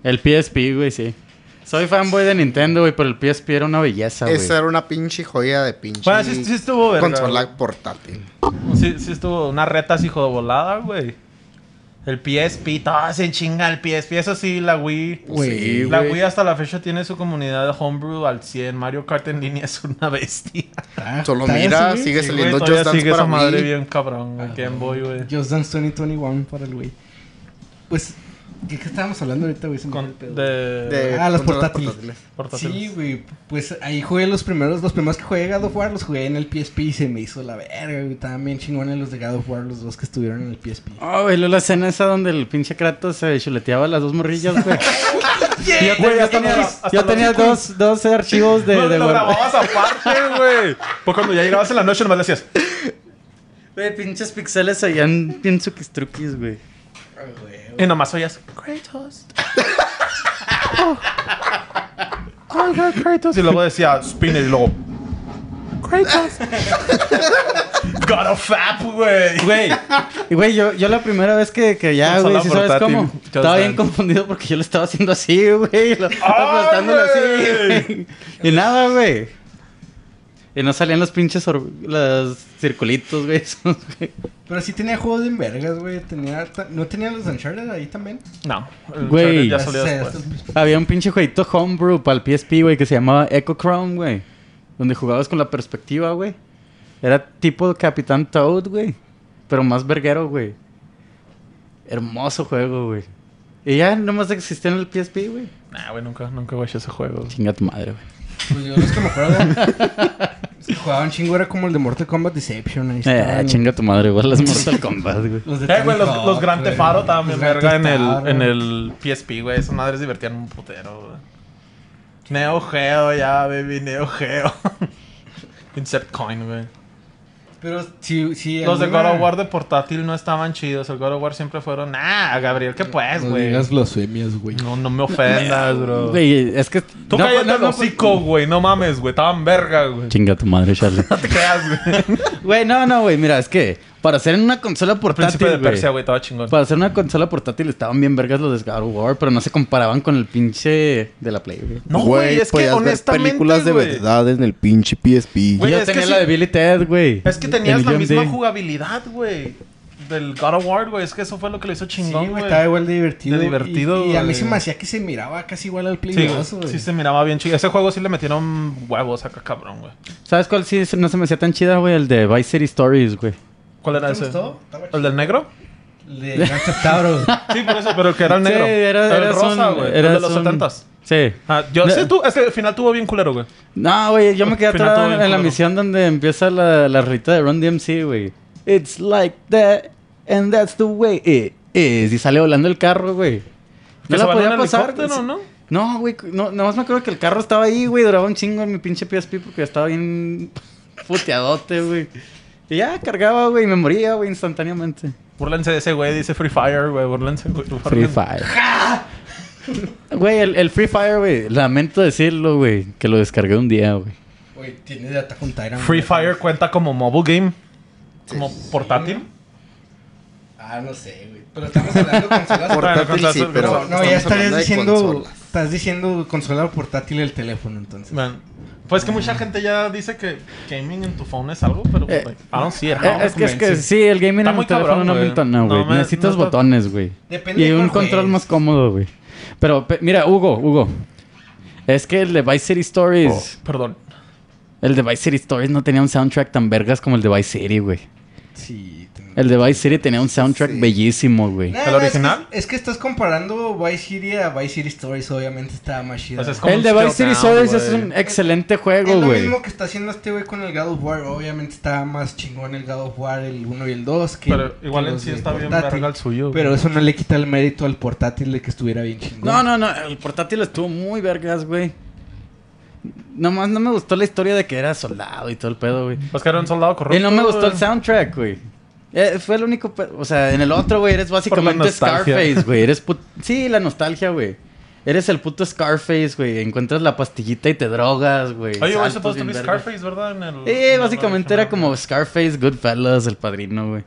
S5: El PSP, güey, sí. Soy fanboy de Nintendo, güey, pero el PSP era una belleza, güey.
S4: Esa era una pinche joya de pinche.
S1: Bueno, sí, sí estuvo verga.
S4: consola portátil.
S1: güey. Sí, sí estuvo una reta así hijo de volada, güey. El PSP, todo ah, se chinga el PSP. Eso sí, la Wii.
S3: Güey,
S4: Sí,
S1: la
S4: güey.
S1: Wii hasta la fecha tiene su comunidad de homebrew al 100. Mario Kart en línea es una bestia.
S3: Ah,
S4: Solo
S3: ¿sabes,
S4: mira,
S3: güey?
S4: sigue
S1: Sí,
S4: saliendo
S1: güey,
S4: Just
S1: todavía
S4: Dance
S1: sigue
S4: para
S1: esa madre
S4: mí.
S1: bien cabrón,
S3: Ah,
S1: güey. Game Boy, güey.
S3: Just Dance 2021 para el güey. Pues, ¿de qué estábamos hablando ahorita, güey? Se me fue el
S1: Con-
S3: pedo.
S1: de...
S4: De
S3: Ah, los
S4: consolas
S3: portátiles.
S1: portátiles.
S3: Sí, güey. Pues ahí jugué los primeros, los primeros que jugué de God of War los jugué en el PSP y se me hizo la verga, güey. Estaban bien chingones los de God of War, los dos que estuvieron en el PSP.
S5: Oh, güey, luego la escena esa donde el pinche Kratos se chuleteaba a las dos morrillas, güey. Yo
S1: Güey,
S5: tenía,
S1: hasta
S5: tenía-
S1: los- hasta
S5: yo
S1: los-
S5: tenía dos, dos archivos
S4: eh,
S5: de...
S1: no,
S5: de
S1: lo
S5: guarda-
S1: grababas aparte, güey. Pues cuando ya llegabas en la noche nomás decías...
S5: Güey, pinches pixeles salían bien truquis, güey.
S1: Y nomás oías... Kratos. Oiga, Oh. Kratos. Y luego decía... Spinner y luego... Kratos. God of Fab, güey.
S5: Güey, y güey, yo, yo la primera vez que, que ya,
S1: Consola
S5: güey, si sabes
S1: portátil,
S5: cómo?
S1: Just
S5: Estaba bien
S1: Dance.
S5: confundido porque yo lo estaba haciendo así, güey. Lo
S1: ¡Ah,
S5: aplastándolo
S1: güey!
S5: así, güey. Y nada, güey. Y no salían los pinches or- los circulitos, güey. esos, güey.
S3: Pero sí tenía juegos de vergas, güey. Tenía harta- ¿No tenían los de Uncharted ahí también?
S1: No. el Uncharted
S5: Güey.
S1: Ya
S3: O
S1: salió
S3: sea,
S1: después.
S3: estos-
S5: Había un pinche jueguito homebrew para el PSP, güey, que se llamaba Echo Crown, güey. Donde jugabas con la perspectiva, güey. Era tipo Capitán Toad, güey. Pero más verguero, güey. Hermoso juego, güey. Y ya nomás existía en el PSP, güey.
S1: Nah, güey, nunca, nunca guaché ese juego. Eh,
S5: Chinga tu madre, güey.
S3: Pues yo los que me acuerdo. los que jugaban chingo era como el de Mortal Kombat Deception. Ahí
S5: Eh,
S3: estaban.
S5: chinga tu madre, güey. Las Mortal Kombat, güey.
S3: Los de
S1: Eh, güey, los, los
S3: Tony Hawk,
S1: Gran
S3: güey.
S1: Tefaro también,
S3: Los Grand
S1: verga, en
S3: Theft
S1: el,
S3: Auto.
S1: en el PSP, güey. Esas madres divertían un putero, güey. Neo Geo, ya, baby, Neo Geo. Insert Coin, güey.
S3: Pero sí, sí.
S1: Los de God
S3: alguna-
S1: of War de portátil no estaban chidos. El God of War siempre fueron, nah, Gabriel, ¿qué pues,
S6: No
S1: güey?
S6: digas blasfemias, güey.
S1: No, no me ofendas, bro.
S5: Güey, es que.
S1: Tú
S5: No,
S1: cállate
S5: no, pues,
S1: el
S5: no,
S1: hocico, güey. No mames, güey. Estaban verga, güey.
S5: Chinga tu madre, Charlie.
S1: No te creas, güey.
S5: Güey, no, no, güey. Mira, es que para hacer una consola portátil.
S1: Príncipe de
S5: güey, Pues,
S1: Persia, güey. Estaba chingón.
S5: Para hacer una consola portátil estaban bien vergas los de God of War, pero no se comparaban con el pinche de la Play, güey.
S1: No, güey, es que
S6: podías ver
S1: honestamente,
S6: películas de
S1: güey.
S6: verdad en el pinche PSP.
S1: Güey,
S5: yo
S1: es que
S5: tenía
S1: sí.
S5: la de Billy Ted, güey.
S1: Es que tenías
S5: El
S1: la
S5: John
S1: misma
S5: Dee.
S1: jugabilidad, güey. Del God of War, güey. Es que eso fue lo que lo hizo
S3: Sí,
S1: chingón,
S3: güey,
S1: güey.
S3: estaba igual de divertido.
S1: De divertido,
S3: Y, y a mí
S1: güey.
S3: se me hacía que se miraba casi igual al Play
S1: Sí,
S3: 2,
S1: güey.
S3: güey.
S1: Sí se miraba bien chido. Ese juego sí le metieron huevos acá, cabrón, güey.
S5: ¿Sabes cuál sí se- no se me hacía tan chida, güey? El de Vice City Stories, güey.
S1: ¿Cuál era
S3: ¿Te
S1: ese?
S3: gustó? Estaba
S1: ¿El del negro?
S3: chido. Le Gran Theft Auto, güey.
S1: Sí, por eso, pero que era el negro.
S5: Sí, era, era,
S1: el rosa,
S5: son-
S1: güey.
S5: era
S1: el de los
S5: son-
S1: 70s.
S5: Sí.
S1: Ah, yo
S5: No.
S1: sí, tú, es que al final tuvo bien culero, güey.
S5: No, güey, yo me quedé
S1: Al final todo
S5: atorado
S1: bien
S5: en, la
S1: culero.
S5: misión donde empieza la, la rolita de Run DMC, güey. It's like that, and that's the way it Y sí sale volando el carro, güey.
S1: Que se
S5: No la
S1: van en
S5: podía
S1: un
S5: pasar.
S1: helicóptero, ¿no?
S5: No, güey. No, nomás me acuerdo que el carro estaba ahí, güey. Duraba un chingo en mi pinche PSP porque estaba bien puteadote, güey. Y ya cargaba, güey. Y me moría, güey, instantáneamente.
S1: Burlense de ese güey, dice Free Fire, güey. Burlense, güey.
S5: Free Fire. Güey, el, el Free Fire, güey. Lamento decirlo, güey. Que lo descargué un día, güey.
S3: Güey, tiene de Attack on Titan.
S1: Free Fire cuenta como mobile game. Como portátil.
S3: Ah, no sé, güey. Pero estamos hablando de consolas.
S1: Por-
S4: Portátil
S1: consolas-
S4: sí, pero...
S1: no,
S3: No,
S4: estamos
S3: ya
S4: hablando
S3: estarías
S4: de
S3: diciendo.
S4: consolas.
S3: Estás diciendo consola o portátil el teléfono, entonces.
S1: Man, Pues que mucha gente ya dice que gaming en tu phone es algo, pero
S5: Eh,
S1: like, I don't see it.
S5: Eh,
S1: How
S5: es que es que
S1: convincing.
S5: sí, el gaming
S1: Está
S5: en
S1: muy
S5: el teléfono
S1: cabrón,
S5: no
S1: güey.
S5: pinta nada, güey.
S1: No, me-
S5: Necesitas
S1: no está-
S5: botones, güey.
S3: Depende
S5: Y
S3: de
S5: un
S3: cuál
S5: control
S3: juegues.
S5: más cómodo, güey. Pero pe- mira, Hugo, Hugo. Es que el de Vice City Stories,
S1: Oh, perdón.
S5: el de Vice City Stories no tenía un soundtrack tan vergas como el de Vice City, güey.
S3: Sí. tengo-
S5: El de Vice City tenía un soundtrack
S4: Sí.
S5: bellísimo, güey.
S3: No,
S1: ¿El
S3: no,
S1: original?
S3: Es que, es que estás comparando Vice City a Vice City Stories. Obviamente estaba más chido.
S1: Pues es como
S5: El
S1: un
S5: de Vice
S1: scale
S5: City
S1: down,
S5: Stories es
S1: güey.
S5: un excelente
S3: es
S5: juego,
S3: lo
S5: güey.
S3: mismo que está haciendo este güey con el God of War. Obviamente está más chingón el God of War, el 1 y el 2. Que
S1: Pero
S3: que
S1: igual en
S3: los
S1: sí
S3: de
S1: está bien
S3: portátil.
S1: verga el suyo. güey.
S3: Pero eso no le quita el mérito al portátil de que estuviera bien chingón.
S5: No, no, no. El portátil estuvo muy vergas, güey. Nomás no me gustó la historia de que era soldado y todo el pedo, güey.
S1: Pues que era un soldado corrupto.
S5: Y no me gustó el
S1: güey.
S5: soundtrack, güey. Eh, fue el único... pe- O sea, en el otro, güey, eres básicamente
S1: nostalgia.
S5: Scarface, güey. Eres put- Sí, la nostalgia, güey. Eres el puto Scarface, güey. Encuentras la pastillita y te drogas, güey.
S1: Oye, güey,
S5: Saltos
S1: supposed to
S5: bien
S1: be
S5: vergas.
S1: Scarface, ¿verdad? En el, en
S5: Eh,
S1: el
S5: básicamente era
S1: original.
S5: como Scarface, Goodfellas, El Padrino, güey.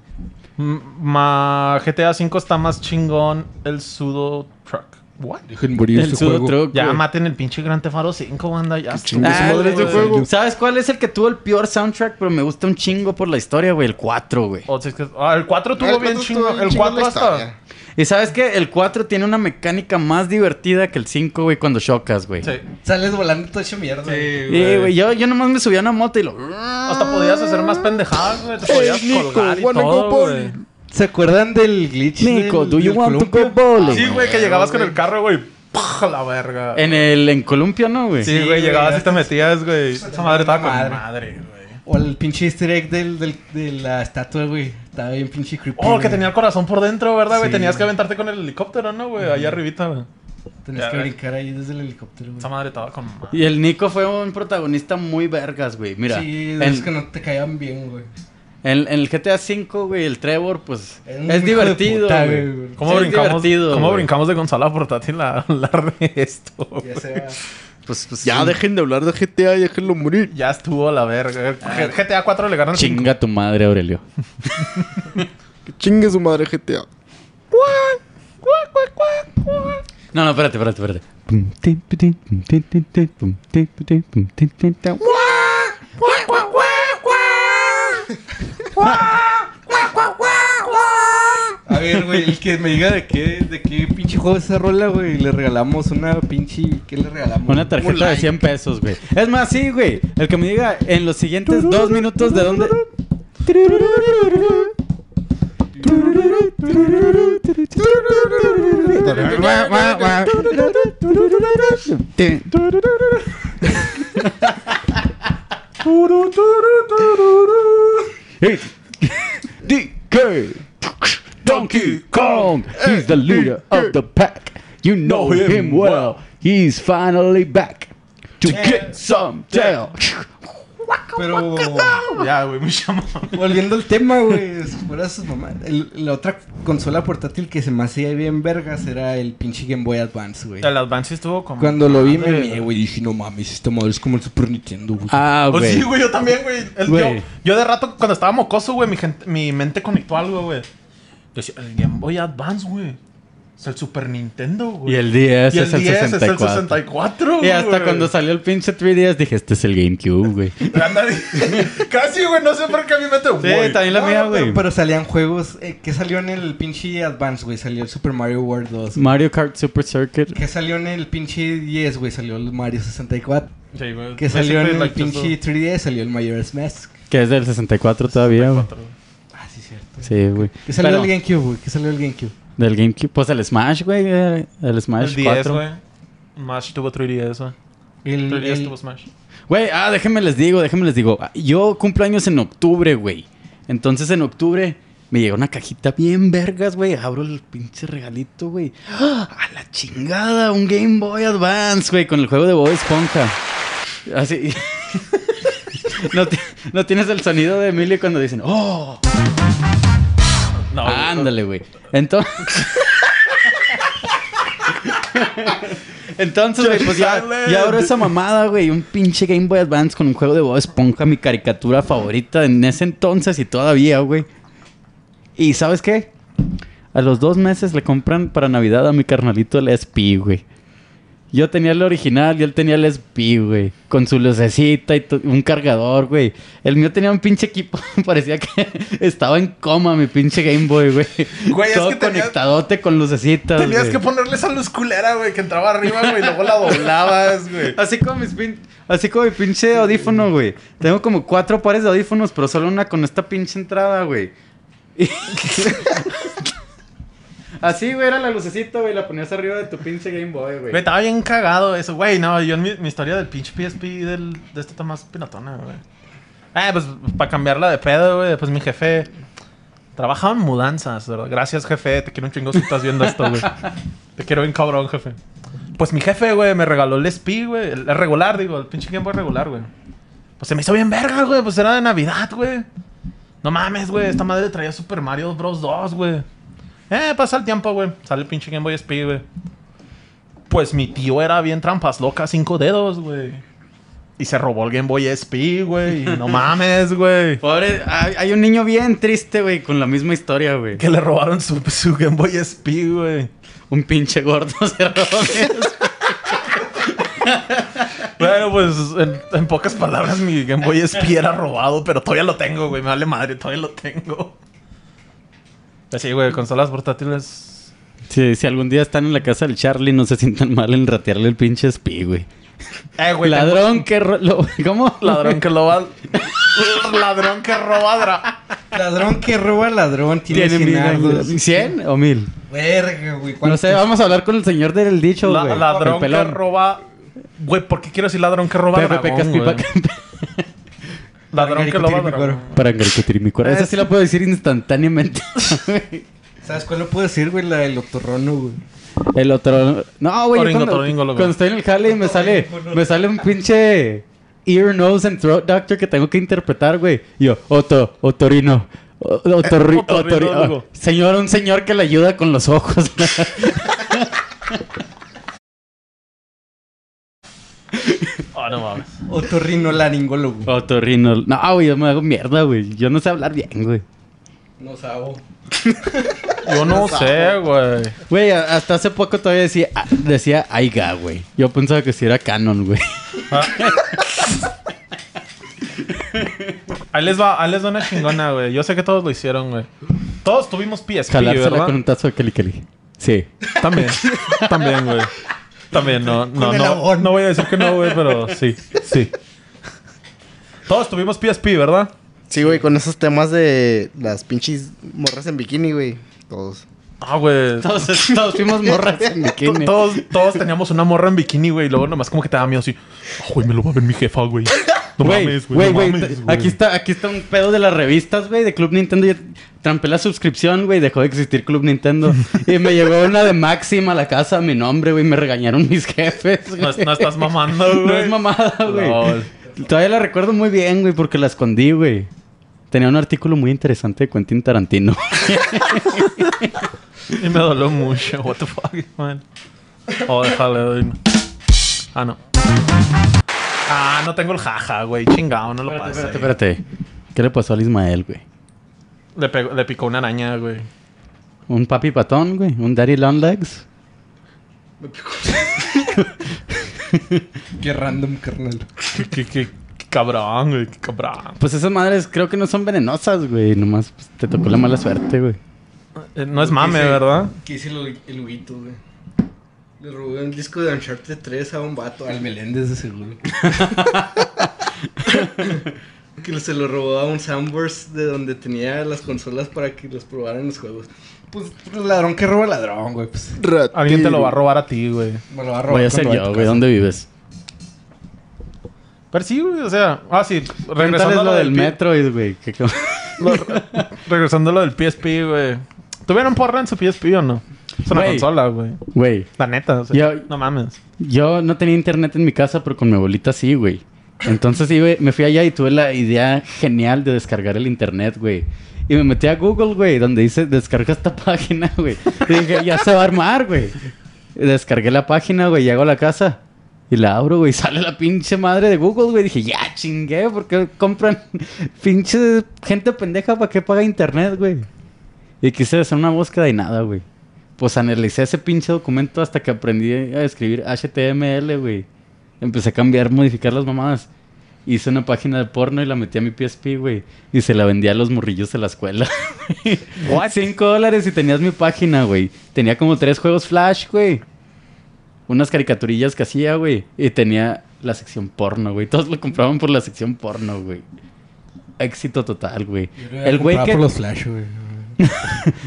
S1: M- Ma GTA V está más chingón el Sudo Truck. What?
S6: Dejen morir
S5: El
S6: este
S5: Sudo
S6: juego.
S5: Truck,
S1: Ya
S5: güey.
S1: maten el pinche Gran Tefaro 5, banda. Ya. estuvo,
S6: chingue su
S5: Ah,
S6: madre
S5: güey.
S6: ese juego.
S5: ¿Sabes cuál es el que tuvo el peor soundtrack? Pero me gusta un chingo por la historia, güey. El 4,
S3: Oh.
S5: güey.
S1: O sea, es que- ah, el 4 tuvo
S4: El
S1: bien
S4: cuatro
S1: chingo.
S4: estuvo-
S1: El
S4: chingón la
S1: 4 hasta.
S4: historia.
S5: Y sabes que el 4 tiene una mecánica más divertida que el 5, güey, cuando chocas, güey.
S1: Sí.
S3: Sales volando todo hecho mierda.
S5: Y, güey, yo, yo nomás me subía a una moto y lo.
S1: Hasta podías hacer más pendejadas, güey. Te podías
S6: Nico,
S1: colgar y
S6: wanna go
S1: todo, güey.
S6: bowling?
S3: ¿Se acuerdan del glitch?
S5: Nico,
S3: del-
S5: do you
S3: del
S5: want to
S3: columpio?
S5: go bowling?
S1: Sí, güey, que llegabas con el carro, güey. ¡Pah! A la verga.
S5: En el encolumpio, ¿no, Eh, güey?
S1: Sí, güey,
S3: güey,
S1: llegabas y te
S3: hasta-
S1: metías, güey. Esa madre estaba con
S3: madre.
S1: madre, güey.
S3: O el pinche easter egg del, del- de la estatua, güey. Estaba bien pinche creepy.
S1: Oh, que
S3: güey.
S1: tenía el corazón por dentro, ¿verdad, güey?
S3: Sí.
S1: Tenías que aventarte con el helicóptero, ¿no, güey? Allá arribita, güey.
S3: Tenías
S1: Ya,
S3: que
S1: güey.
S3: brincar ahí desde el helicóptero, güey.
S1: Esa madre estaba con madre.
S5: Y el Nico fue un protagonista muy vergas, güey. Mira,
S3: sí,
S5: en,
S3: es que no te caían bien, güey.
S5: en- en el GTA V, güey, el Trevor, pues
S3: Era un
S5: es
S3: hijo de
S5: divertido,
S3: puta,
S5: güey.
S3: güey.
S1: ¿Cómo,
S5: Sí, es
S1: brincamos,
S5: divertido,
S1: ¿cómo
S5: güey.
S1: brincamos de Gonzalo a portátil a hablar de esto? güey?
S3: Ya se va.
S5: Pues, pues
S6: Ya
S5: sí.
S6: dejen de hablar de GTA y déjenlo morir.
S1: Ya estuvo la verga. G- GTA 4 le ganan cinco.
S5: Chinga tu madre, Aurelio.
S6: Que chingue su madre GTA.
S5: No, no, espérate, espérate, espérate.
S3: A ver, güey, el que me diga de qué, de qué pinche juego es esa rola, güey. Le regalamos una pinche. ¿Qué le regalamos?
S5: Una tarjeta de 100 pesos, güey. Es más, sí, güey. El que me diga en los siguientes dos minutos de dónde. DK Donkey Kong, he's the leader of the pack. You know him well. He's finally back to get some tail.
S3: Pero.
S1: Ya, güey, me llamó.
S3: Volviendo al tema, güey. si Fuera sus mamás. El- la otra consola portátil que se me hacía bien vergas era el pinche Game Boy Advance, güey.
S1: El Advance sí estuvo como...
S3: Cuando lo vi, me
S1: madre,
S3: mié, güey. Dije, no mames, esta madre es como el Super Nintendo, güey.
S5: Ah,
S1: Pues sí, güey, yo también, güey. El-
S5: Güey.
S1: Yo, yo de rato, cuando estaba mocoso, güey, mi, gente- mi mente conectó algo, güey. Yo decía, el Game Boy Advance, güey. Es el Super Nintendo, güey.
S5: Y el 10
S1: Y
S5: es el
S1: 10 es el
S5: 64.
S1: 64,
S5: Y hasta
S1: güey.
S5: cuando salió el pinche 3DS dije, este es el GameCube, güey.
S1: Anda- Casi, güey, no sé por qué a mí me te... güey.
S3: No, no, pero, pero salían juegos. eh, ¿Qué salió en el pinche Advance, güey? Salió el Super Mario World 2.
S5: Mario Kart Super Circuit.
S3: ¿Qué salió en el pinche 10, güey? Salió el Mario 64.
S1: Sí, güey.
S3: ¿Qué salió en
S1: Basically,
S3: el
S1: like, just
S3: pinche 3DS? Salió el Majora's Mask.
S5: Que es del 64 todavía, güey.
S1: cuatro.
S3: Ah, sí, cierto.
S5: Sí, güey.
S3: ¿Qué salió
S5: Pero-
S3: el GameCube, güey? ¿Qué salió el GameCube?
S5: Del GameCube. Pues el Smash, güey. eh, El Smash
S1: El 10,
S5: 4.
S1: güey. Smash tuvo 3DS, güey.
S3: El,
S1: 3DS
S3: el-
S1: tuvo Smash.
S5: Güey, ah, déjenme les digo, déjenme les digo. Yo cumplo años en octubre, güey. Entonces en octubre Me llega una cajita bien vergas, güey. Abro el pinche regalito, güey. ¡Ah! A la chingada, un Game Boy Advance, güey, con el juego de Bob Esponja. Así. no, ti- no tienes el sonido de Emilio cuando dicen, ¡Oh!
S1: No, güey.
S5: Ándale, güey. Entonces. Entonces, güey, pues ya,
S1: Silent.
S5: ya abro esa mamada, güey. Un pinche Game Boy Advance con un juego de Bob Esponja, mi caricatura favorita en ese entonces y todavía, güey. Y ¿sabes qué? A los dos meses le compran para Navidad a mi carnalito el SP, güey. Yo tenía el original y él tenía el SP, güey. Con su lucecita y to- un cargador, güey. El mío tenía un pinche equipo. Parecía que estaba en coma mi pinche Game Boy, güey.
S1: Güey, es
S5: Todo
S1: que tenías-
S5: conectadote con lucecitas,
S1: Tenías
S5: güey.
S1: que ponerle esa luz culera, güey, que entraba arriba, güey, y luego la doblabas, güey.
S5: Así como, mis pin- Así como mi pinche audífono, güey. Tengo como cuatro pares de audífonos, pero solo una con esta pinche entrada, güey. Y- Así, güey, era la lucecita, güey. La ponías arriba de tu pinche Game Boy,
S1: Güey,
S5: güey.
S1: estaba bien cagado eso, güey. No, yo en mi, mi historia del pinche PSP del, de esta está más piratona, güey. Ah, pues para cambiarla de pedo, güey. Pues mi jefe trabajaba en mudanzas, ¿verdad? Gracias, jefe. Te quiero un chingo si estás viendo esto, güey. Te quiero bien cabrón, jefe. Pues mi jefe, güey, me regaló el SP, güey. El el regular, digo, el pinche Game Boy regular, güey. Pues se me hizo bien verga, güey. Pues era de Navidad, güey. No mames, güey. Esta madre traía Super Mario Bros. 2, güey. Eh, pasa el tiempo, güey. Sale el pinche Game Boy SP, güey. Pues mi tío era bien trampas locas, cinco dedos, güey. Y se robó el Game Boy SP, güey. Y No mames, güey.
S5: Pobre, hay, hay un niño bien triste, güey, con la misma historia, güey.
S1: Que le robaron su, su Game Boy SP, güey.
S5: Un pinche gordo se robó mi-
S1: Bueno, pues en, en pocas palabras, mi Game Boy SP era robado, pero todavía lo tengo, güey. Me vale madre, todavía lo tengo. Así, güey, consolas portátiles.
S5: Sí, si algún día están en la casa del Charlie, no se sientan mal en ratearle el pinche spi, güey.
S1: Eh, güey. tengo-
S5: Ladrón que... ro- lo- ¿Cómo?
S1: Ladrón que lo va. Ladrón que roba. dra-
S3: Ladrón que roba ladrón tiene,
S5: ¿Tienen
S3: 100
S5: vida?
S3: ardos.
S5: ¿Cien o mil?
S3: Verga, güey.
S5: No
S3: ¿cuántos?
S5: sé, vamos a hablar con el señor del dicho,
S1: la-
S5: güey. El
S1: ladrón que
S5: pelón.
S1: roba. Güey, ¿por qué quiero decir ladrón que roba?
S5: Pepe
S1: dragón,
S5: Pecas
S1: güey?
S5: Pipa Campe-
S1: Ladrón que lo va a
S3: Para
S1: dragón.
S5: Para engarcutir mi cuerpo. Esa sí la puedo decir instantáneamente. güey.
S3: ¿Sabes cuál lo puedo decir, güey? La del otorrono, güey.
S5: el otro... No, güey. yo Cuando,
S1: Oringotorringólogo.
S5: cuando estoy en el jale y me sale... Me sale un pinche... Ear, nose and throat doctor que tengo que interpretar, güey. Y Yo, Oto, Otorino. o- Otorri, otori,
S1: otorrinólogo.
S5: oh, señor, un señor que le ayuda con los ojos.
S1: Ah, no mames.
S3: Otorrinolaringólogo.
S5: Otorrino. No, güey, yo me hago mierda, güey. Yo no sé hablar bien, güey.
S3: No sabo.
S1: Yo no sé, güey.
S5: Güey, a- hasta hace poco todavía decía, ah, decía Aiga, güey. Yo pensaba que si era canon, güey.
S1: Ahí les va, ahí les va una chingona, güey. Yo sé que todos lo hicieron, güey. Todos tuvimos PSP,
S5: Jalársela
S1: ¿verdad?
S5: con un tazo de Kelly Kelly. Sí.
S1: También, también, güey. También, no, no,
S3: el
S1: no,
S3: abón.
S1: no voy a decir que no, güey, pero sí, sí. Todos tuvimos PSP, ¿verdad?
S4: Sí, güey, con esos temas de las pinches morras en bikini, güey. Todos.
S1: Ah, güey.
S5: Todos, todos fuimos morras en
S1: To-
S5: bikini.
S1: Todos, todos teníamos una morra en bikini, güey. Y luego nomás como que te daba miedo así. "Ah, güey, me lo va a ver mi jefa, güey. No
S5: Güey,
S1: mames, güey.
S5: güey,
S1: no
S5: güey.
S1: mames,
S5: t- Aquí está, aquí está un pedo de las revistas, güey, de Club Nintendo. Yo trampé la suscripción, güey, dejó de existir Club Nintendo. Y me llegó una de Maxim a la casa a mi nombre, güey. Me regañaron mis jefes, güey.
S1: No, es- no estás mamando, güey.
S5: No es mamada, güey.
S1: Lol.
S5: Todavía la recuerdo muy bien, güey, porque la escondí, güey. Tenía un artículo muy interesante de Quentin Tarantino.
S1: Y me dolió mucho. What the fuck, man. Oh, déjale, doy. una. Ah, no. Ah, no tengo el jaja, güey. Chingado, no lo pasé.
S5: Espérate, espérate. ¿Qué le pasó al Ismael, güey?
S1: Le, pegó- le picó una araña, güey.
S5: ¿Un papi patón, güey? ¿Un daddy long legs?
S3: Qué random, carnal.
S1: Qué, qué, qué- qué cabrón, güey. Qué cabrón.
S5: Pues esas madres creo que no son venenosas, güey. Nomás pues, te tocó la mala suerte, güey.
S1: Eh, no es mame, ¿verdad?
S3: ¿Qué hice el, el huito, güey? Le robé un disco de Uncharted 3 a un vato. Al Meléndez, de seguro. que se lo robó a un Sandburst de donde tenía las consolas para que los probaran los juegos. Pues ladrón que roba ladrón, güey. Pues
S1: Alguien te lo va a robar a ti, güey.
S3: me lo va a robar.
S5: Voy a ser
S3: cuando vaya
S5: yo,
S3: tu
S5: güey.
S3: casa.
S5: ¿Dónde vives?
S1: Pero sí, güey. O sea, ah, sí.
S5: Regresando
S1: Regresando a
S5: lo del
S1: pi-
S5: Metroid, güey. que-
S1: Lo- regresando a lo del PSP, güey. ¿Tuvieron porra en su PSP o no? Es una
S5: Güey.
S1: consola, güey.
S5: Güey,
S1: La neta, o sea,
S5: Yo-
S1: no mames.
S5: yo no tenía internet en mi casa, pero con mi abuelita sí, güey. Entonces sí, güey, me fui allá y tuve la idea genial de descargar el internet, güey. Y me metí a Google, güey, donde dice descarga esta página, güey. Y dije, ya se va a armar, güey. Y Descargué la página, güey, llego a la casa y la abro, güey, y sale la pinche madre de Google, güey. Dije, ya chingué, porque compran pinche gente pendeja para que paga internet, güey. Y quise hacer una búsqueda y nada, güey. Pues analicé ese pinche documento hasta que aprendí a escribir HTML, güey. Empecé a cambiar, modificar las mamadas. Hice una página de porno y la metí a mi PSP, güey. Y se la vendía a los morrillos de la escuela. ¿What? Cinco dólares y tenías mi página, güey. Tenía como tres juegos Flash, güey. Unas caricaturillas que hacía, güey. Y tenía la sección porno, güey. Todos lo compraban por la sección porno, güey. Éxito total, güey. El güey que...
S3: por los flash, güey.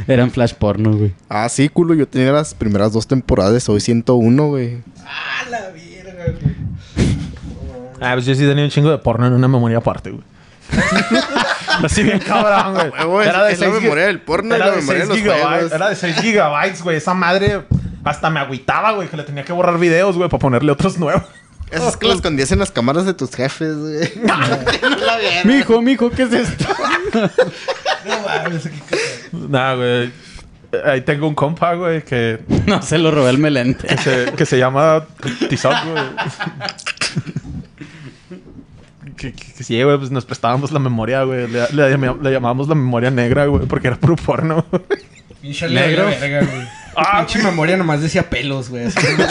S5: Eran Flash porno, güey.
S4: Ah, sí, culo. Yo tenía las primeras dos temporadas. Soy 101, güey.
S1: Ah, pues yo sí tenía un chingo de porno en una memoria aparte, güey. Así bien cabrón, güey.
S4: Huevo, es- es la
S1: seis gi-
S4: memoria del porno,
S1: era
S4: es la
S1: de
S4: memoria
S1: 6
S4: de los
S1: gigabytes.
S4: juegos.
S1: Era de 6 gigabytes, güey. Esa madre hasta me agüitaba, güey, que le tenía que borrar videos, güey, para ponerle otros nuevos.
S4: Esas que las escondías en las cámaras de tus jefes, güey. no la vieron.
S5: Mijo, mijo, ¿qué es esto?
S1: Nah, güey. Ahí tengo un compa, güey, que,
S5: No, se lo robé el melente.
S1: que, se, que se llama Tizoc, güey. Que, que- que sí, güey, pues nos prestábamos la memoria, güey. Le, le llamé- le llamábamos la memoria negra, güey, porque era puro porno. güey.
S3: Pinche negro. Verga, güey.
S1: Ah,
S3: Pinche memoria nomás decía pelos, güey. así, güey.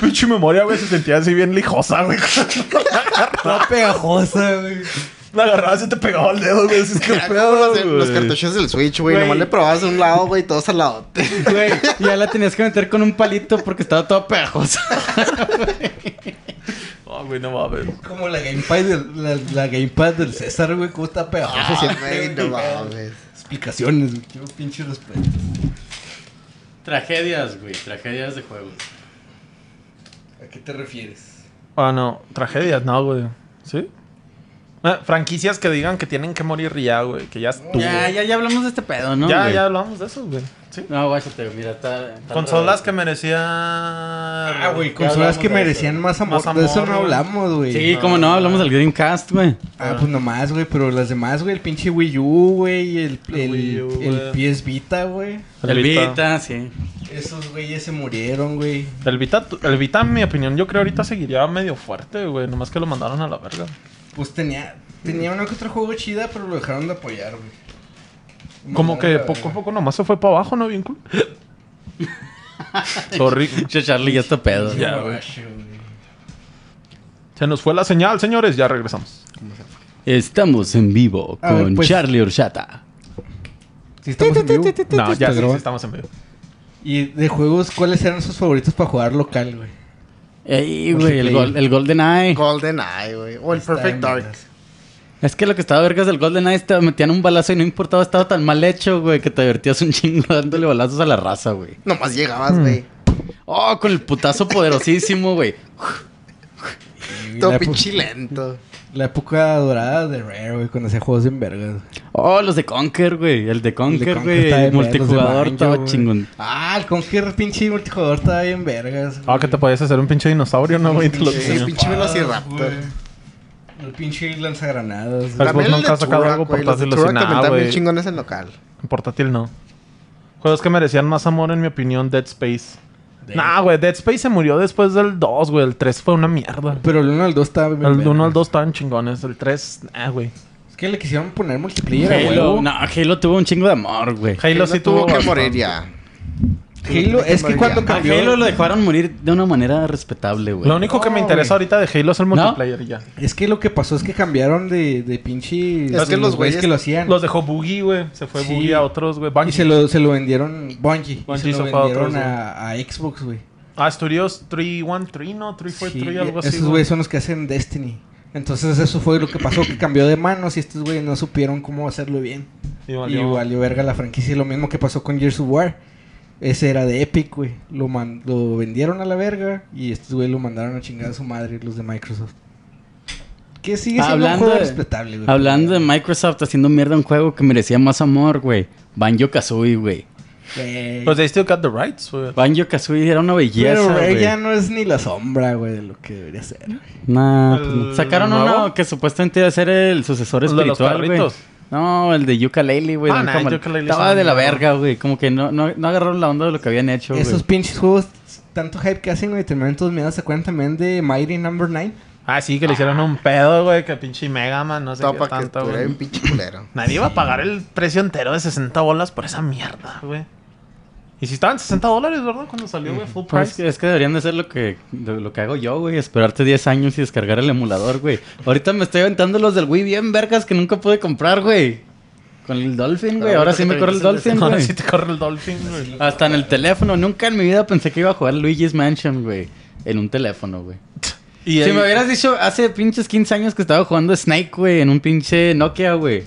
S1: Pinche memoria, güey, se sentía así bien lijosa, güey.
S3: Toda pegajosa, güey.
S1: La agarrabas y te pegaba el dedo, güey. Así, ¿Qué
S4: Era como
S1: pedo,
S4: los, los
S1: güey?
S4: cartuchos del Switch, güey.
S1: Güey.
S4: Nomás le probabas de un lado, güey, y todos al lado.
S5: Güey, ya la tenías que meter con un palito porque estaba toda pegajosa.
S1: Ah, güey, no mames.
S3: Como la gamepad del, la, la gamepad del César, güey. ¿Cómo está
S1: Ah,
S3: pegajosa siempre?
S4: Ah, Güey, no mames.
S3: Explicaciones, güey. Quiero pinche respeto.
S5: Tragedias, güey. Tragedias de juegos.
S3: ¿A qué te refieres?
S1: Ah, no. Tragedias, no, güey. ¿Sí? Ah, franquicias que digan que tienen que morir ya, güey. Que ya estuvo.
S5: Ya, ya, ya hablamos de este pedo, ¿no?
S1: ya,
S5: güey?
S1: ya hablamos de eso, güey. Sí.
S5: No, guáchate, mira, está. está
S1: Consolas
S5: raro.
S1: que merecían.
S3: Ah,
S1: Ah,
S3: güey.
S5: ya
S3: Consolas
S5: hablamos
S3: que
S5: de eso.
S3: merecían más amor.
S1: Más
S3: De eso
S1: amor,
S3: no
S1: güey.
S3: hablamos, güey.
S5: Sí, como no, hablamos del Dreamcast, güey.
S3: Ah, pues nomás, güey, pero las demás, güey, el pinche Wii U, güey, el,
S1: El
S3: el,
S1: Wii U,
S3: el
S1: güey.
S3: PS Vita, güey.
S5: El Vita, sí.
S3: Esos güeyes se murieron, güey.
S1: El Vita, el Vita, en mi opinión, yo creo ahorita seguiría medio fuerte, güey. Nomás que lo mandaron a la verga.
S3: Pues tenía, tenía uno que otro juego chida, pero lo dejaron de apoyar, güey. Lo
S1: Como
S3: mandaron
S1: que
S3: a la
S1: poco a
S3: verga.
S1: poco nomás se fue para abajo, ¿no? Bien cool. Sorry.
S5: Che, Charlie ya está pedo. güey.
S1: Ya, güey.
S3: Gabacho, güey.
S1: Se nos fue la señal, señores. Ya regresamos.
S5: Estamos en vivo
S3: A
S5: con
S3: ver, pues.
S5: Charlie Orchata.
S3: Sí, estamos en vivo.
S1: No, ya sí, sí,
S3: grabando.
S1: estamos en vivo.
S3: Y de juegos, ¿cuáles eran sus favoritos para jugar local, güey?
S5: Ey, güey,
S3: Multiplayer.
S5: el, gol, el Golden Eye.
S4: Golden Eye, güey. O el Perfect
S3: Está en
S4: Dark.
S3: vergas.
S5: Es que lo que estaba vergas del Golden Eye te metían un balazo y no importaba, estaba tan mal hecho, güey, que te divertías un chingo dándole balazos a la raza, güey.
S4: Nomás llegabas, güey.
S1: Mm.
S5: Oh, con el putazo poderosísimo, güey.
S3: Sí, güey,
S4: Todo
S3: la, epo-
S4: pinche lento.
S3: la época dorada de Rare, güey, cuando hacía juegos en vergas.
S5: Oh, los de Conker, güey. El de Conker,
S3: Conker
S5: güey.
S3: está
S5: El
S3: bien, los
S5: multijugador,
S3: de Banjo,
S5: todo
S3: güey.
S5: chingón.
S3: Ah, el Conquer pinche multijugador estaba bien vergas,
S1: Ah, que te podías hacer un pinche dinosaurio, ¿no, güey? Te lo
S4: Sí,
S1: diseñó.
S4: pinche velociraptor.
S3: güey. El pinche lanzagranadas. güey.
S1: Pero Xbox
S4: el
S1: pues nunca
S4: de
S1: ha sacado
S4: Turok,
S1: algo
S4: güey. Los de
S1: portátil,
S4: Turok
S1: sí, nah,
S4: también están bien
S1: güey.
S4: chingones en local.
S1: En portátil no. Juegos que merecían más amor, en mi opinión, Dead Space.
S3: Dead.
S1: Nah, güey, Dead Space se murió después del 2, güey. El 3 fue una mierda.
S3: Pero el 1 al 2 estaba bien
S1: El
S3: vergas.
S1: 1 al 2 estaban chingones. El 3, ah, güey.
S3: Es que le quisieron poner multiplayer a
S5: Halo.
S3: huevo.
S5: No, Halo tuvo un chingo de amor, güey.
S1: Halo
S4: Él
S1: sí
S4: no tuvo
S1: tuvo.
S4: que
S1: bastante.
S4: morir ya.
S3: Halo, es que cuando
S5: A
S3: cambió...
S5: Halo lo dejaron morir de una manera respetable, güey.
S1: Lo único que me
S3: No,
S1: interesa ahorita de Halo es el multiplayer y ya.
S3: Es que lo que pasó es que cambiaron de, de pinche...
S4: Es que los güeyes-
S3: que lo hacían.
S1: Los dejó Boogie, güey. Se fue
S3: Sí.
S1: Boogie a otros, güey.
S3: Y
S1: Bungie.
S3: se lo, se lo vendieron Bungie. Y
S1: Bungie
S3: se lo
S1: hizo para
S3: vendieron
S1: otros,
S3: a, a Xbox, güey.
S1: Ah, Studios 313, ¿no? 343,
S3: Sí,
S1: algo así.
S3: esos güeyes son los que hacen Destiny. Entonces eso fue lo que pasó, que cambió de manos y estos güeyes no supieron cómo hacerlo bien.
S1: Y
S3: Y
S1: valió.
S3: valió verga la franquicia. Lo mismo que pasó con Gears of War. Ese era de Epic, güey. Lo, man- este lo vendieron a la verga y estos güey lo mandaron a chingar a su madre, los de Microsoft. Que sigue siendo
S5: Hablando
S3: un juego
S5: de-
S3: respetable, güey.
S5: Hablando de Microsoft haciendo mierda un juego que merecía más amor, güey. Banjo Kazooie, güey.
S3: Güey.
S1: Pues they still got the rights, güey.
S5: Banjo Kazooie era una belleza,
S3: Pero
S5: güey.
S3: güey, ya no es ni la sombra, güey, de lo que debería ser.
S5: Nah, pues no.
S1: ¿El
S5: Sacaron
S1: nuevo?
S5: uno que supuestamente iba a ser el sucesor
S1: ¿El de los
S5: espiritual, güey.
S1: carritos?
S5: No, el de Yooka-Laylee, güey.
S1: Ah,
S5: de
S1: nah,
S5: cómo-
S1: el Yooka-Laylee
S5: Estaba
S1: es
S5: de la
S1: un-
S5: verga, güey. Como que no, no, no agarraron la onda de lo que habían hecho, güey.
S3: Esos pinches juegos, tanto hype que hacen, güey, terminan todos miedos. ¿Se acuerdan también de Mighty Number 9?
S1: Ah, sí, que le hicieron un pedo, güey, que pinche Mega Man, no sé
S4: Todo
S1: qué
S4: para que
S1: tanto,
S4: estuviera
S1: güey.
S4: bien pinche culero.
S1: Nadie iba a pagar el precio entero de 60 bolas por esa mierda, güey. Y si estaban 60 dólares, ¿verdad? Cuando salió, güey, full
S5: No, es,
S1: price.
S5: que, es que deberían de hacer lo que, lo, lo que hago yo, güey. Esperarte 10 años y descargar el emulador, güey. Ahorita me estoy aventando los del Wii bien vergas que nunca pude comprar, güey. Con el Dolphin, güey. Ahora sí me corre el Dolphin,
S1: Ahora
S5: güey.
S1: sí te corre el Dolphin, güey.
S5: Hasta en el teléfono. Nunca en mi vida pensé que iba a jugar Luigi's Mansion, güey. En un teléfono, güey.
S1: Y
S5: Si
S1: ahí-
S5: me hubieras dicho hace pinches 15 años que estaba jugando Snake, güey, en un pinche Nokia, güey.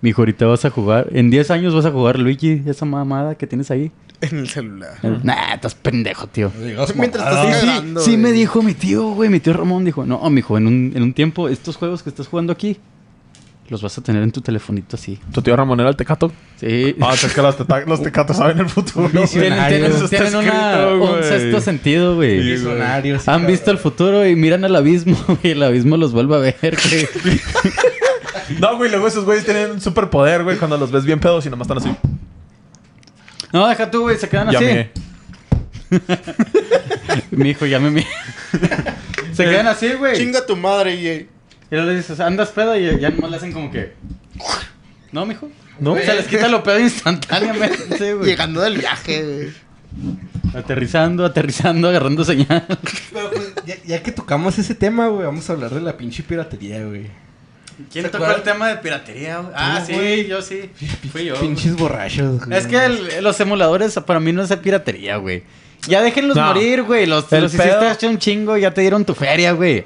S5: Mijo, ahorita vas a jugar. En 10 años vas a jugar Luigi, esa mamada que tienes ahí.
S4: En el celular.
S5: Nah, estás pendejo, tío.
S4: Mientras
S5: Sí,
S4: estás
S5: sí,
S4: cagando.
S5: sí me
S4: güey.
S5: dijo mi tío, güey, mi tío Ramón dijo, no, mijo, en un, en un tiempo estos juegos que estás jugando aquí los vas a tener en tu telefonito así.
S1: ¿Tu tío Ramón era el tecato?
S5: Sí.
S1: Ah, es que los, teta- los tecatos saben el futuro. güey.
S5: tienen tienen-
S1: Eso está
S5: tienen una-
S1: escrito,
S5: un
S1: güey.
S5: sexto sentido, güey.
S3: Visionarios.
S5: Han visto el futuro y miran al abismo y el abismo los vuelve a ver, güey.
S1: No, güey, luego esos güeyes tienen un superpoder, güey, cuando los ves bien pedos y nomás están así.
S5: Ah, No, deja tú, güey, se quedan
S1: Ya
S5: así.
S1: me.
S5: Mi hijo, ya me mi- Se
S1: Eh,
S5: quedan así, güey.
S6: Chinga tu madre, EA.
S5: Y luego le dices, andas pedo y ya nomás le hacen como que. No, mijo.
S1: No.
S5: Se les quita lo pedo instantáneamente, güey.
S4: Llegando del viaje, güey.
S5: Aterrizando, aterrizando, agarrando señal.
S3: Pero, pues, ya, ya que tocamos ese tema, güey, vamos a hablar de la pinche piratería, güey.
S5: ¿Quién
S3: tocó el
S5: tema de piratería?
S3: Ah, sí,
S5: yo sí. Fui yo.
S3: Pinches borrachos, güey.
S5: Es que el- los emuladores para mí no es de piratería, güey. Ya déjenlos
S1: No.
S5: morir, güey. Los,
S1: El
S5: los
S1: pedo-
S5: hiciste hace un chingo, ya te dieron tu feria, güey.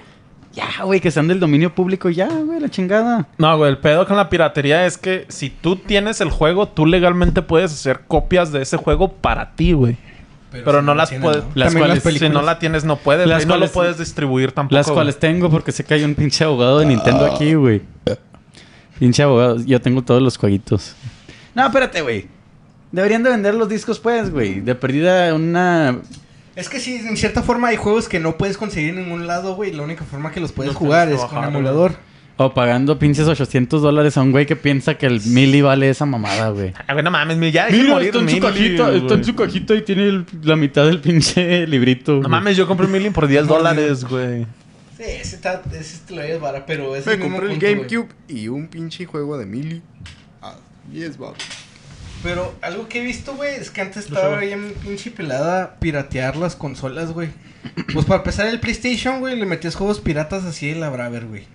S5: Ya, güey, que sean del dominio público, ya, güey, la chingada.
S1: No, güey, el pedo con la piratería es que si tú tienes el juego, tú legalmente puedes hacer copias de ese juego para ti, güey. Pero,
S3: si
S1: no
S3: lo
S1: las
S3: tienen,
S1: puedes.
S3: ¿no?
S5: Las
S1: También
S5: cuales-
S1: si no la tienes, no puedes. güey,
S5: Las
S1: no lo
S5: cuales-
S1: puedes distribuir tampoco.
S5: Las
S1: güey.
S5: cuales tengo porque sé que hay un pinche abogado de Nintendo aquí, güey. Pinche abogado, yo tengo todos los jueguitos. No, espérate, güey. Deberían de vender los discos, pues, güey. De perdida una...
S3: Es que sí, en cierta forma hay juegos que no puedes conseguir en ningún lado, güey. La única forma que los puedes
S1: Los
S3: jugar
S1: tienes
S3: es
S1: que
S3: con
S1: bajar,
S3: emulador.
S5: O pagando pinches 800 dólares a un güey que piensa que el mili vale esa mamada, güey.
S1: Ah, güey, no mames, mi- ya dejé morir Millie, güey.
S5: cajita y tiene la mitad del pinche librito.
S1: No mames, yo compré un Millie por 10 dólares, güey.
S3: Sí, ese, está, ese te lo llevas vara, pero es
S6: Me
S3: el mismo
S6: compré el
S3: punto, güey.
S6: GameCube y un pinche juego de Mili. Ah, 10 babos.
S3: Pero algo que he visto, güey, es que antes estaba bien pinche pelada piratear las consolas, güey. Pues para empezar el PlayStation, güey, le metías juegos piratas así de la Braver, güey.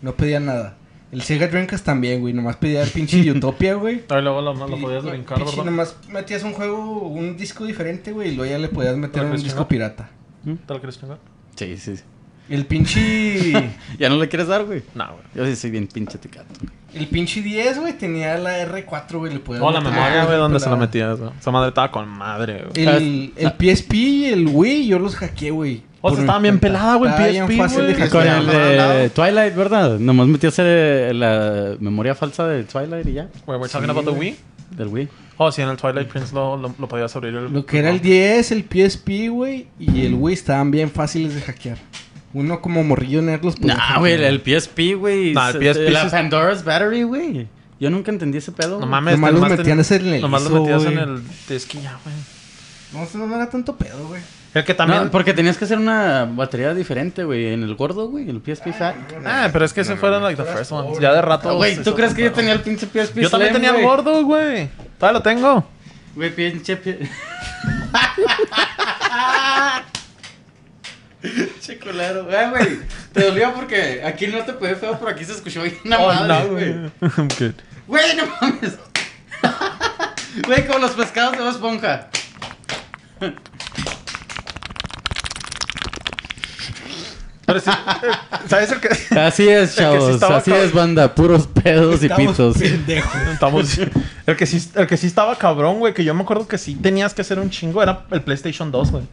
S3: No pedía nada. El Sega Dreamcast también, güey. Nomás pedía el pinche Utopia, güey.
S1: Ahí luego lo, lo
S3: Y,
S1: podías
S3: güey,
S1: brincar,
S3: pinche
S1: ¿verdad?
S3: Nomás metías un juego, un disco diferente, güey, y luego ya le podías meter
S1: Claro que
S3: un
S1: sí,
S3: disco
S1: ¿no?
S3: pirata.
S1: ¿Te lo quieres chingar?
S5: Sí, sí. sí.
S3: El pinche...
S5: ¿Ya no le quieres dar, güey?
S1: No, güey.
S5: Yo sí soy bien pinche tecato.
S3: el pinche 10, güey, tenía la R4, güey. Le podías
S1: O la
S3: meter
S1: memoria,
S3: juegos
S1: güey, donde se la
S3: pelada.
S1: metías, güey. Esa madre estaba con madre, güey.
S3: El, el PSP y el Wii, yo los hackeé, güey.
S1: O
S3: Por
S1: sea, Oh,
S3: mi
S1: estaban bien
S3: cuenta.
S1: pelada, güey, el
S3: Estaba bien
S1: PSP,
S3: fácil de
S1: güey.
S5: Ah, Con
S3: hackear.
S5: el de Twilight, ¿verdad? Nomás metías eh, la memoria falsa de Twilight y ya.
S1: Güey, we're talking about the Wii.
S5: Del Wii.
S1: Oh, sí, en el Twilight Prince lo, lo, lo podías abrir. el-
S3: Lo que era el 10, el PSP, güey, y el Wii estaban bien fáciles de hackear. Uno como morrillo nerd los podía
S5: Nah,
S3: hackear.
S5: güey, el PSP, güey.
S1: Nah, el
S5: se-
S1: PSP
S5: La
S1: es-
S5: Pandora's Battery, güey. Yo nunca entendí ese pedo.
S1: No
S5: güey.
S1: mames,
S3: Nomás los
S1: te-
S3: metían en el
S1: Nomás
S3: liso,
S1: lo metías en
S3: güey.
S1: el disquilla, güey.
S3: No, eso no era tanto pedo, güey.
S1: El que también.
S5: No, porque tenías que hacer una batería diferente, güey. En el gordo, güey. El PSP Fat.
S1: Ah, pero es que ese fueron like the first ones. Ya de rato.
S5: Güey,
S1: se-
S5: ¿tú
S1: se-
S5: crees que yo tenía el pinche PSP
S1: Yo también
S5: Slim,
S1: tenía el
S5: güey?
S1: gordo, güey. Todavía lo tengo.
S5: Güey, pinche... pi- Che culero. Güey, güey. Te dolió porque aquí no te pegué feo, pero aquí se escuchó bien una
S1: Oh,
S5: madre,
S1: no,
S5: güey.
S1: güey. I'm good.
S5: Güey, no mames. Güey, como los pescados de Bob Esponja.
S1: Pero sí, ¿sabes el que.?
S5: Así es,
S1: El que sí
S5: chavos.
S1: estaba
S5: Así
S1: con-
S5: es, banda. Puros pedos y pitos.
S1: Estamos. El que sí, el que sí estaba cabrón, güey. Que yo me acuerdo que sí tenías que hacer un chingo. Era el PlayStation 2, güey.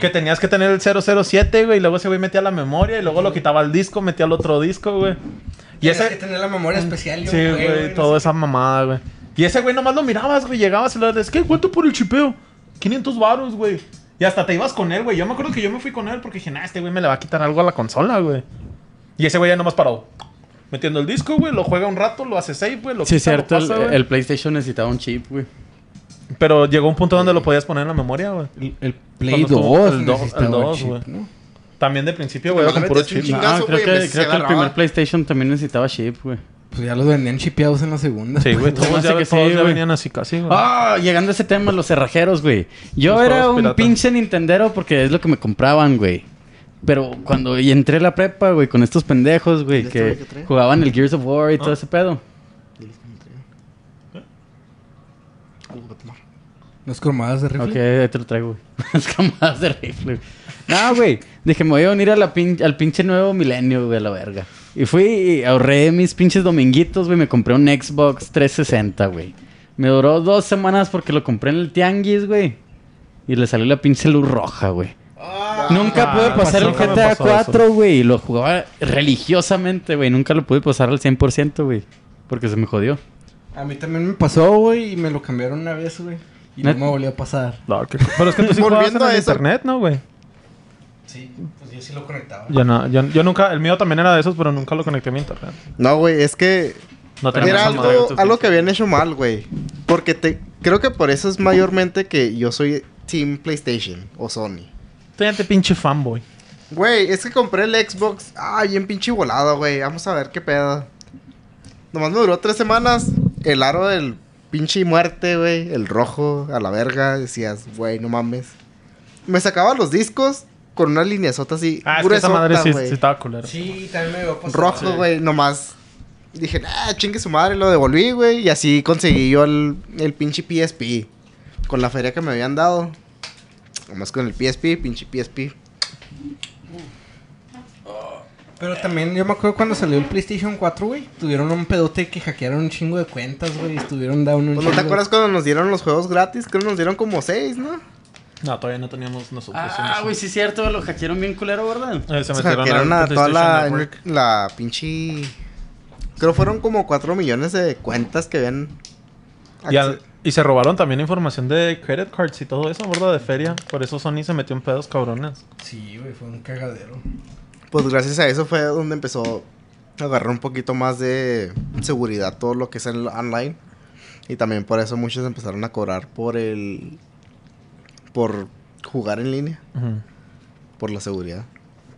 S1: Que tenías que tener el 007, güey. Y luego ese güey metía la memoria. Y luego lo quitaba al disco, metía al otro disco, güey. Y
S3: Tienes que
S1: ese. Mm,
S3: tener la memoria especial. yo
S1: Sí,
S3: creo,
S1: güey.
S3: no
S1: Toda
S3: sé.
S1: esa mamada, güey. Y ese güey nomás lo mirabas, güey. Llegabas y le decías, ¿qué? ¿Cuánto por el chipeo? 500 varos, güey. Y hasta te ibas con él, güey. Yo me acuerdo que yo me fui con él porque dije, nah, este güey me le va a quitar algo a la consola, güey. Y ese güey ya nomás paró. Metiendo el disco, güey. Lo juega un rato, lo hace safe, güey. Lo
S5: Sí, es
S1: quita, lo
S5: cierto,
S1: pasa,
S5: el,
S1: güey.
S5: el PlayStation necesitaba un chip, güey.
S1: Pero llegó un punto donde lo podías poner en la memoria, güey.
S3: El, el Play
S1: Cuando
S3: 2.
S1: tuvo el do-
S3: necesitaba
S1: el
S3: un
S1: dos,
S3: chip,
S1: güey.
S3: ¿no?
S1: También de principio, güey, con
S6: Normalmente
S1: puro
S6: es un
S1: chip.
S6: chingazo,
S5: No, Ah,
S6: güey,
S5: creo
S6: me
S5: que, creo que el
S6: agarraba.
S5: primer PlayStation también necesitaba chip, güey.
S3: Pues ya los vendían chipeados en la segunda.
S1: Sí, güey,
S5: Se me
S1: todos,
S5: hace
S1: ya,
S5: que sí,
S1: todos ya
S5: güey.
S1: venían así casi, güey.
S5: Ah, llegando a ese tema, los cerrajeros, güey. Yo
S1: Los
S5: era
S1: juegos
S5: un
S1: piratas.
S5: pinche Nintendero porque es lo que me compraban, güey. Pero cuando y entré a la prepa, güey, con estos pendejos, güey,
S7: ¿Ya
S5: que
S7: sabes qué trae?
S5: jugaban el Gears of War y
S1: Ah.
S5: todo ese pedo.
S3: Los cromadas de
S5: Ok,
S3: rifle.
S5: ahí te lo traigo, güey. Las camadas de rifle. güey. No, güey. Dije, me voy a unir a la pin- al pinche nuevo milenio, güey, a la verga. Y fui y ahorré mis pinches dominguitos, güey. Me compré un Xbox 360, güey. Me duró dos semanas porque lo compré en el Tianguis, güey. Y le salió la pinche luz roja, güey. nunca
S1: ah,
S5: pude
S1: me
S5: pasar
S1: pasó,
S5: el
S1: nunca me
S5: GTA
S1: pasó eso.
S5: 4, güey. Y lo jugaba religiosamente, güey. Nunca lo pude pasar al 100%, güey. Porque se me jodió.
S3: A mí también me pasó, güey, y me lo cambiaron una vez, güey. Y no
S5: Net-
S3: me volvió a pasar.
S1: No, qué- Pero es que tú sí jugabas en
S6: Volviendo a
S1: el
S6: eso.
S1: internet, ¿no, güey?
S3: Sí, pues yo sí lo conectaba.
S1: Yo, no, yo, yo nunca... El mío también era de esos, pero nunca lo conecté a mi internet.
S4: No, güey, es que
S1: No tenía
S4: era
S1: esa madre.
S4: algo, algo que habían hecho mal, güey. Porque te, creo que por eso es mayormente que yo soy Team PlayStation o Sony.
S1: Tú ya te pinche fanboy.
S4: Güey, es que compré el Xbox. Ah, bien pinche volado, güey. Vamos a ver qué pedo. Nomás me duró tres semanas. El aro del pinche muerte, güey. El rojo, a la verga. Decías, güey, no mames. Me sacaba los discos con una lineazota así.
S1: Ah, es que esa
S4: gruesota,
S1: madre sí,
S4: güey.
S1: sí estaba culera.
S3: Sí, también me pues volvió a pasar.
S4: Rojo, güey, nomás. Dije, ah, chingue su madre, lo devolví, güey. Y así conseguí yo el, el pinche PSP. Con la feria que me habían dado. Nomás con el PSP, pinche PSP.
S3: Pero también yo me acuerdo cuando salió el PlayStation 4, güey. Tuvieron un pedote que hackearon un chingo de cuentas, güey. y Estuvieron down un
S4: Pues, ¿No te
S3: chingo.
S4: acuerdas cuando nos dieron los juegos gratis? Creo que nos dieron como seis, ¿no?
S1: No, todavía no teníamos nosotros.
S5: Ah,
S1: unos-
S5: güey, sí es cierto. Lo hackearon bien culero, ¿verdad?
S1: Eh, se
S4: Se
S1: metieron
S4: hackearon
S1: al
S4: a toda
S1: PlayStation
S4: la,
S1: Network.
S4: la pinche... Creo fueron como cuatro millones de cuentas que habían...
S1: Y,
S4: acce-
S1: al- y se robaron también información de credit cards y todo eso, ¿verdad? De feria. Por eso Sony se metió en pedos cabrones.
S3: Sí, güey, fue un cagadero.
S4: Pues gracias a eso fue donde empezó a agarrar un poquito más de seguridad todo lo que es el online. Y también por eso muchos empezaron a cobrar por el... Por jugar en línea,
S1: Ujú.
S4: por la seguridad.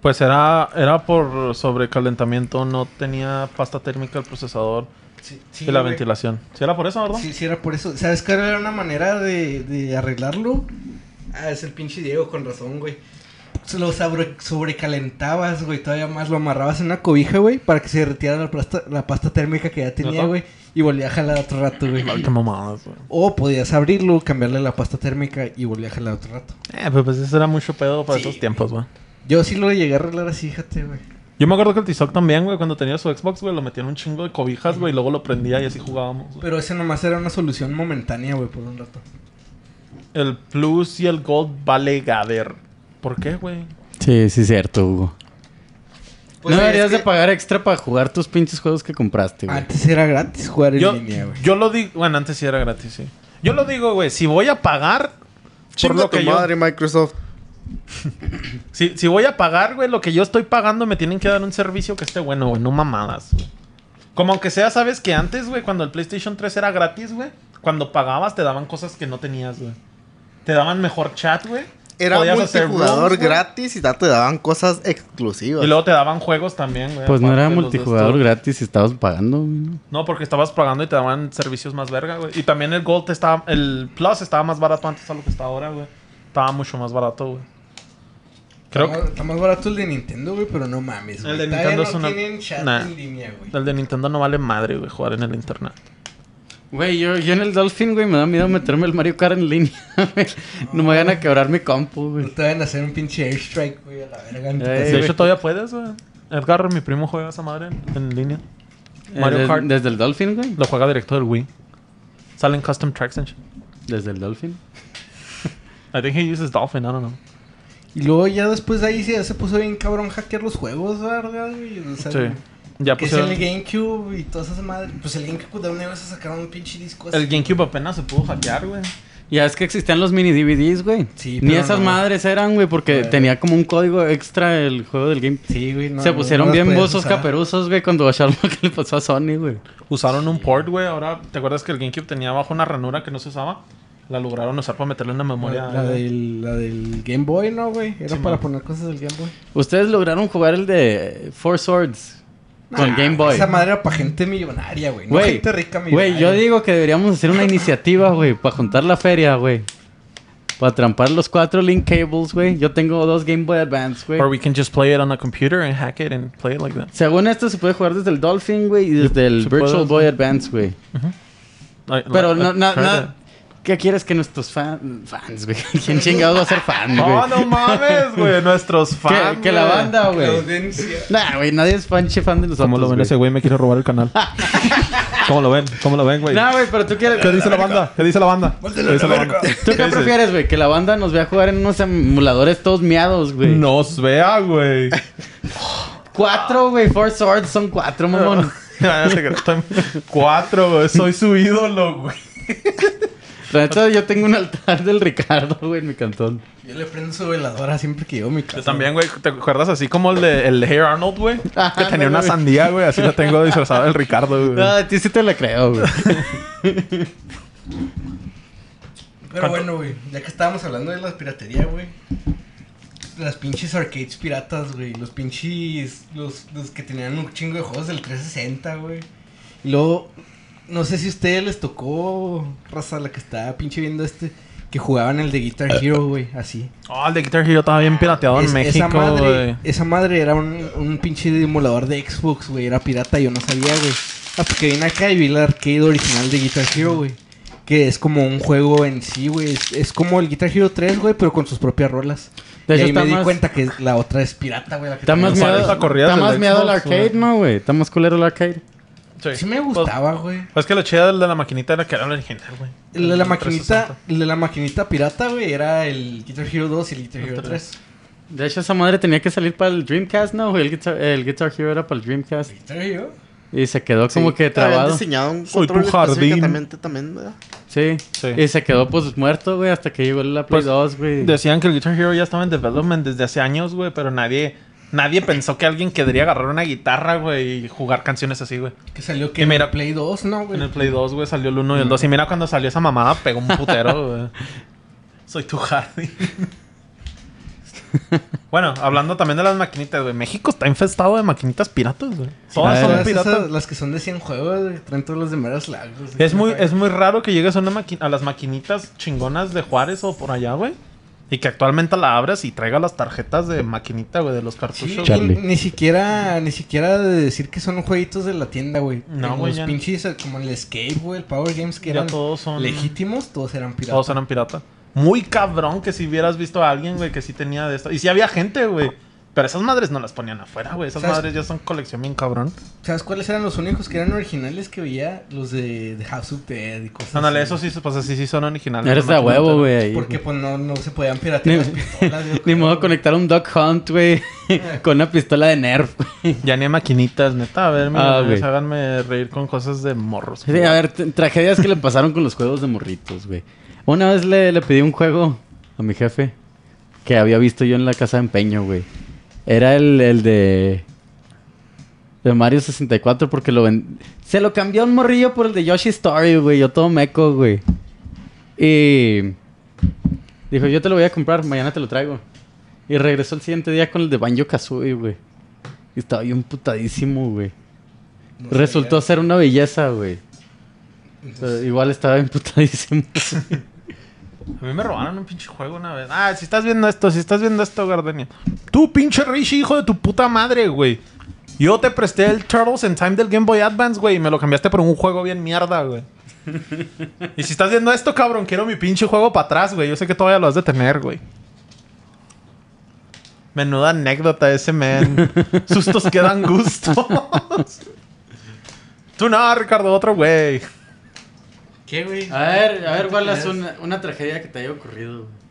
S1: Pues era, era por sobrecalentamiento, no tenía pasta térmica el procesador
S3: Sí, sí,
S1: y la
S3: güey.
S1: ventilación. ¿Sí era por eso, verdad?
S3: Sí, sí, era por eso. ¿Sabes cuál era una manera de, de arreglarlo? Ah, es el pinche Diego, con razón, güey. Se lo sabre- sobrecalentabas, güey. Todavía más lo amarrabas en una cobija, güey, para que se retirara la pasta, la pasta térmica que ya tenía,
S1: ¿Neta?
S3: güey. Y volvía a jalar otro rato, güey.
S1: Ay, qué mamadas, güey.
S3: O podías abrirlo, cambiarle la pasta térmica y volvía a jalar otro rato.
S1: Eh, pero pues eso era mucho pedo para esos tiempos, güey.
S3: Yo sí lo llegué a arreglar así, fíjate, güey.
S1: Yo me acuerdo que el Tizoc también, güey, cuando tenía su Xbox, güey, lo metía en un chingo de cobijas, güey, y luego lo prendía y así jugábamos. güey.
S3: Pero ese nomás era una solución momentánea, güey, por un rato.
S1: El Plus y el Gold vale gader. ¿Por qué, güey?
S5: Sí, sí es cierto, Hugo.
S4: Pues,
S5: no
S4: sí,
S5: deberías
S4: es que-
S5: de pagar extra para jugar tus pinches juegos que compraste, güey.
S3: Antes era gratis jugar en
S1: Yo,
S3: línea, güey.
S1: yo lo digo, bueno, antes sí era gratis, sí. Yo lo digo, güey, si voy a pagar por
S4: Chinga
S1: lo
S4: tu
S1: que yo...
S4: madre, Microsoft.
S1: Si, si voy a pagar, güey, lo que yo estoy pagando, me tienen que dar un servicio que esté bueno, güey, no mamadas. güey. Como aunque sea, sabes que antes, güey, cuando el PlayStation 3 era gratis, güey, cuando pagabas te daban cosas que no tenías, güey. Te daban mejor chat, güey.
S4: Era
S1: Podías hacer
S4: multijugador
S1: rooms, güey,
S4: gratis y ya te daban cosas exclusivas.
S1: Y luego te daban juegos también, güey.
S5: Pues no
S1: aparte
S5: era
S1: de los de
S5: multijugador
S1: estos.
S5: gratis y estabas pagando, güey. ¿no?
S1: No, porque estabas pagando y te daban servicios más verga, güey. Y también el Gold estaba, el Plus estaba más barato antes a lo que está ahora, güey. Estaba mucho más barato, güey. Creo
S3: está, más, está más barato el de Nintendo, güey, pero no mames, güey.
S1: El de
S3: Todavía
S1: Nintendo
S3: no
S1: es una-
S3: tienen chat
S1: Nah.
S3: en línea, güey.
S1: que el de Nintendo no vale madre, güey, jugar en el internet.
S5: Güey, yo, yo en el Dolphin, güey, me da miedo meterme el Mario Kart en línea, güey. No me vayan a quebrar mi compu,
S3: No
S5: güey.
S3: te van a hacer un pinche airstrike, güey, a la verga. en tu
S5: Eh,
S3: casa.
S1: de
S5: güey.
S1: hecho, todavía puedes, güey. Edgar, mi primo, juega esa madre en, en línea. Mario
S5: Eh, des-
S1: Kart.
S5: Desde el Dolphin, güey.
S1: Lo juega directo del Wii. Salen custom tracks and shit.
S5: Desde el Dolphin.
S1: I think he uses Dolphin, I don't know.
S3: Y luego ya después de ahí sí, ya se puso bien cabrón hackear los juegos, ¿verdad, güey? O sea,
S1: Sí. Ya
S3: que
S1: pusieron...
S3: es el GameCube y todas esas madres. Pues el GameCube de una vez se sacaron un pinche disco así.
S1: El GameCube apenas se pudo hackear, güey.
S5: Ya es que existían los mini DVDs, güey.
S3: Sí,
S5: Ni
S3: pero
S5: esas
S3: no.
S5: madres eran, güey, porque tenía como un código extra el juego del game.
S3: Sí, güey. no,
S5: Se
S3: no, no
S5: pusieron
S3: las
S5: bien
S3: podías
S5: bozos
S3: usar.
S5: caperuzos, güey, cuando a Sharlock le pasó a Sony, güey.
S1: Usaron un port, güey. Ahora, ¿te acuerdas que el GameCube tenía abajo una ranura que no se usaba? La lograron usar para meterle una memoria.
S3: La, la del, la del Game Boy, ¿no, güey? Era para poner cosas del Game Boy.
S5: Ustedes lograron jugar el de Four Swords con
S1: Ah,
S3: Nah,
S5: Game Boy.
S3: Ah, Esa madre era para gente millonaria, güey. No
S5: Güey,
S3: gente rica millonaria.
S5: Güey, yo digo que deberíamos hacer una iniciativa, güey, para juntar la feria, güey. Para trampar los cuatro link cables, güey. Yo tengo dos Game Boy Advance, güey.
S1: Or we can just play it on a computer and hack it and play it like that.
S5: Según esto se puede jugar desde el Dolphin, güey, y desde el
S1: se puede.
S5: Virtual Boy Advance, güey.
S1: Like,
S5: Pero
S1: like,
S5: no,
S1: like,
S5: no,
S1: try
S5: no.
S1: that.
S5: ¿Qué quieres que nuestros fan- fans, güey? ¿Quién chingados va a ser fan, güey?
S1: Oh, no mames, güey. Nuestros
S5: Que-
S1: fans.
S5: que, la
S1: güey.
S5: banda,
S3: La
S5: güey.
S3: audiencia.
S5: Nah, güey, nadie es fan, che, fan de nosotros.
S1: ¿Cómo lo ven
S5: güey.
S1: ese güey? Me quiere robar el canal. ¿Cómo lo ven? ¿Cómo lo ven, güey?
S5: Nah, güey, pero tú quieres.
S1: ¿Qué dice la banda? ¿Qué dice la banda? ¿Qué dice la banda?
S5: ¿Tú qué
S1: dices?
S5: prefieres, güey? Que la banda nos vea jugar en unos emuladores todos miados, güey.
S1: Nos vea, güey.
S5: Cuatro, güey. Four Swords son cuatro, mamón.
S1: Ah, se cree- estoy- Cuatro, güey. Soy su ídolo, güey.
S5: La neta, yo tengo un altar del Ricardo, güey, en mi cantón.
S3: Yo le prendo su veladora siempre que llevo a mi casa.
S1: Yo también, güey. ¿Te acuerdas así como el de, el de Hey Arnold, güey?
S5: Ah,
S1: Que tenía
S5: ándale,
S1: una
S5: güey.
S1: sandía, güey. Así la tengo disfrazada del Ricardo,
S5: No,
S1: güey.
S5: a ti sí te la creo, güey.
S3: Pero bueno, güey, ya que estábamos hablando de la piratería, güey. Las pinches arcades piratas, güey. Los pinches. Los, los que tenían un chingo de juegos del 360, güey. Y luego, no sé si a ustedes les tocó, raza, la que estaba pinche viendo este. Que jugaban el de Guitar Hero, güey, así.
S1: Oh, el de Guitar Hero estaba bien pirateado en
S3: Es-
S1: México,
S3: esa, madre,
S1: güey.
S3: esa madre era un, un pinche emulador de Xbox, güey. Era pirata, yo no sabía, güey. Ah, porque vine acá y vi el arcade original de Guitar Hero, güey. Que es como un juego en sí, güey. Es, es como el Guitar Hero 3, güey, pero con sus propias rolas. y
S5: De hecho,
S3: ahí me
S5: está
S3: di
S5: más-
S3: cuenta que la otra es pirata, güey. la que
S5: Está más
S1: sabes
S5: miado,
S1: la corrida
S5: está
S1: del
S5: más miado el
S1: Xbox,
S5: arcade,
S1: güey.
S5: ¿no, güey? Está más culero el arcade.
S3: Sí me gustaba, güey.
S1: Pues que lo chido del de la maquinita era que era el original, güey.
S3: El de la
S1: El
S3: maquinita,
S1: 360.
S3: el de la maquinita pirata, güey, era el Guitar Hero 2 y el Guitar Hero 3.
S5: De hecho, esa madre tenía que salir para el Dreamcast, ¿no? güey? El Guitar, el Guitar Hero era para el Dreamcast.
S3: ¿Guitar Hero?
S5: Y se quedó como
S4: Sí,
S1: Ah,
S5: que
S4: te habían
S5: trabado.
S4: diseñado un
S1: Soy tu
S4: control
S1: jardín.
S4: específicamente también, ¿verdad?
S5: Sí.
S1: Sí.
S5: Y se quedó, pues, muerto, güey, hasta que llegó la Play
S1: Pues,
S5: 2, güey.
S1: Decían que el Guitar Hero ya estaba en development desde hace años, güey, pero nadie nadie pensó que alguien querría agarrar una guitarra, güey, y jugar canciones así, güey.
S3: Que salió
S1: Y
S3: que
S1: mira-
S3: era Play 2, ¿no, güey?
S1: En el Play 2, güey, salió el 1 y el 2. Y mira cuando salió esa mamada, pegó un putero, güey. Soy tu jardín. bueno, hablando también de las maquinitas, güey. México está infestado de maquinitas piratas, güey. Todas
S5: Ah,
S1: son
S3: Todas
S1: piratas.
S3: esas, las que son de 100 juegos, güey, traen todos los de meras largos.
S1: Es muy, es muy raro que llegues a, una maqui- a las maquinitas chingonas de Juárez o por allá, güey. Y que actualmente la abras y traiga las tarjetas de maquinita, güey, de los cartuchos.
S3: Sí,
S1: güey.
S3: ni, ni siquiera, ni siquiera de decir que son jueguitos de la tienda, güey.
S1: No,
S3: Los
S1: güey, ya no.
S3: pinches, eh, como el Escape, güey, el Power Games, que
S1: Ya
S3: eran
S1: todos son-
S3: legítimos, todos eran piratas.
S1: Todos eran pirata. Muy cabrón que si hubieras visto a alguien, güey, que sí tenía de esto. Y sí había gente, güey. Pero esas madres no las ponían afuera, güey. Esas
S3: ¿Sabes?
S1: madres ya son colección bien cabrón.
S3: ¿Sabes cuáles eran los únicos que eran originales que veía? Los de, de House of Dead y cosas
S1: Ándale,
S3: así.
S1: eso sí, pues así sí son originales.
S5: Eres de
S1: la maquinita,
S5: huevo,
S1: ¿no?
S5: güey. ahí,
S3: Porque
S5: güey.
S3: pues no, no se podían
S5: Ni,
S3: piratear las pistolas. yo
S5: ni
S3: creo,
S5: modo
S3: güey.
S5: conectar un Duck Hunt, güey, con una pistola de Nerf, güey.
S1: Ya ni hay maquinitas, neta. A ver, mira,
S5: Ah, güey.
S1: háganme reír con cosas de morros.
S5: Sí, a ver, t- tragedias que le pasaron con los juegos de morritos, güey. Una vez le, le pedí un juego a mi jefe que había visto yo en la casa de empeño, güey. Era el, el de. De Mario 64, porque lo ven- Se lo cambió un morrillo por el de Yoshi Story, güey. Yo todo meco, güey. Y. Dijo, yo te lo voy a comprar, mañana te lo traigo. Y regresó el siguiente día con el de Banjo Kazooie, güey. Y estaba bien putadísimo, güey.
S3: No sabía.
S5: Resultó ser una belleza, güey. Pero igual estaba emputadísimo.
S1: A mí me robaron un pinche juego una vez. Ah, si estás viendo esto, si estás viendo esto, Gardenia. Tú, pinche Richie, hijo de tu puta madre, güey. Yo te presté el Turtles in Time del Game Boy Advance, güey, y me lo cambiaste por un juego bien mierda, güey. y si estás viendo esto, cabrón, quiero mi pinche juego para atrás, güey. Yo sé que todavía lo has de tener, güey. Menuda anécdota ese, man. Sustos que dan gusto. Tú no, Ricardo, otro güey.
S3: ¿Qué, güey?
S5: A ver, a ver, ¿cuál es una, una tragedia que te haya ocurrido? güey?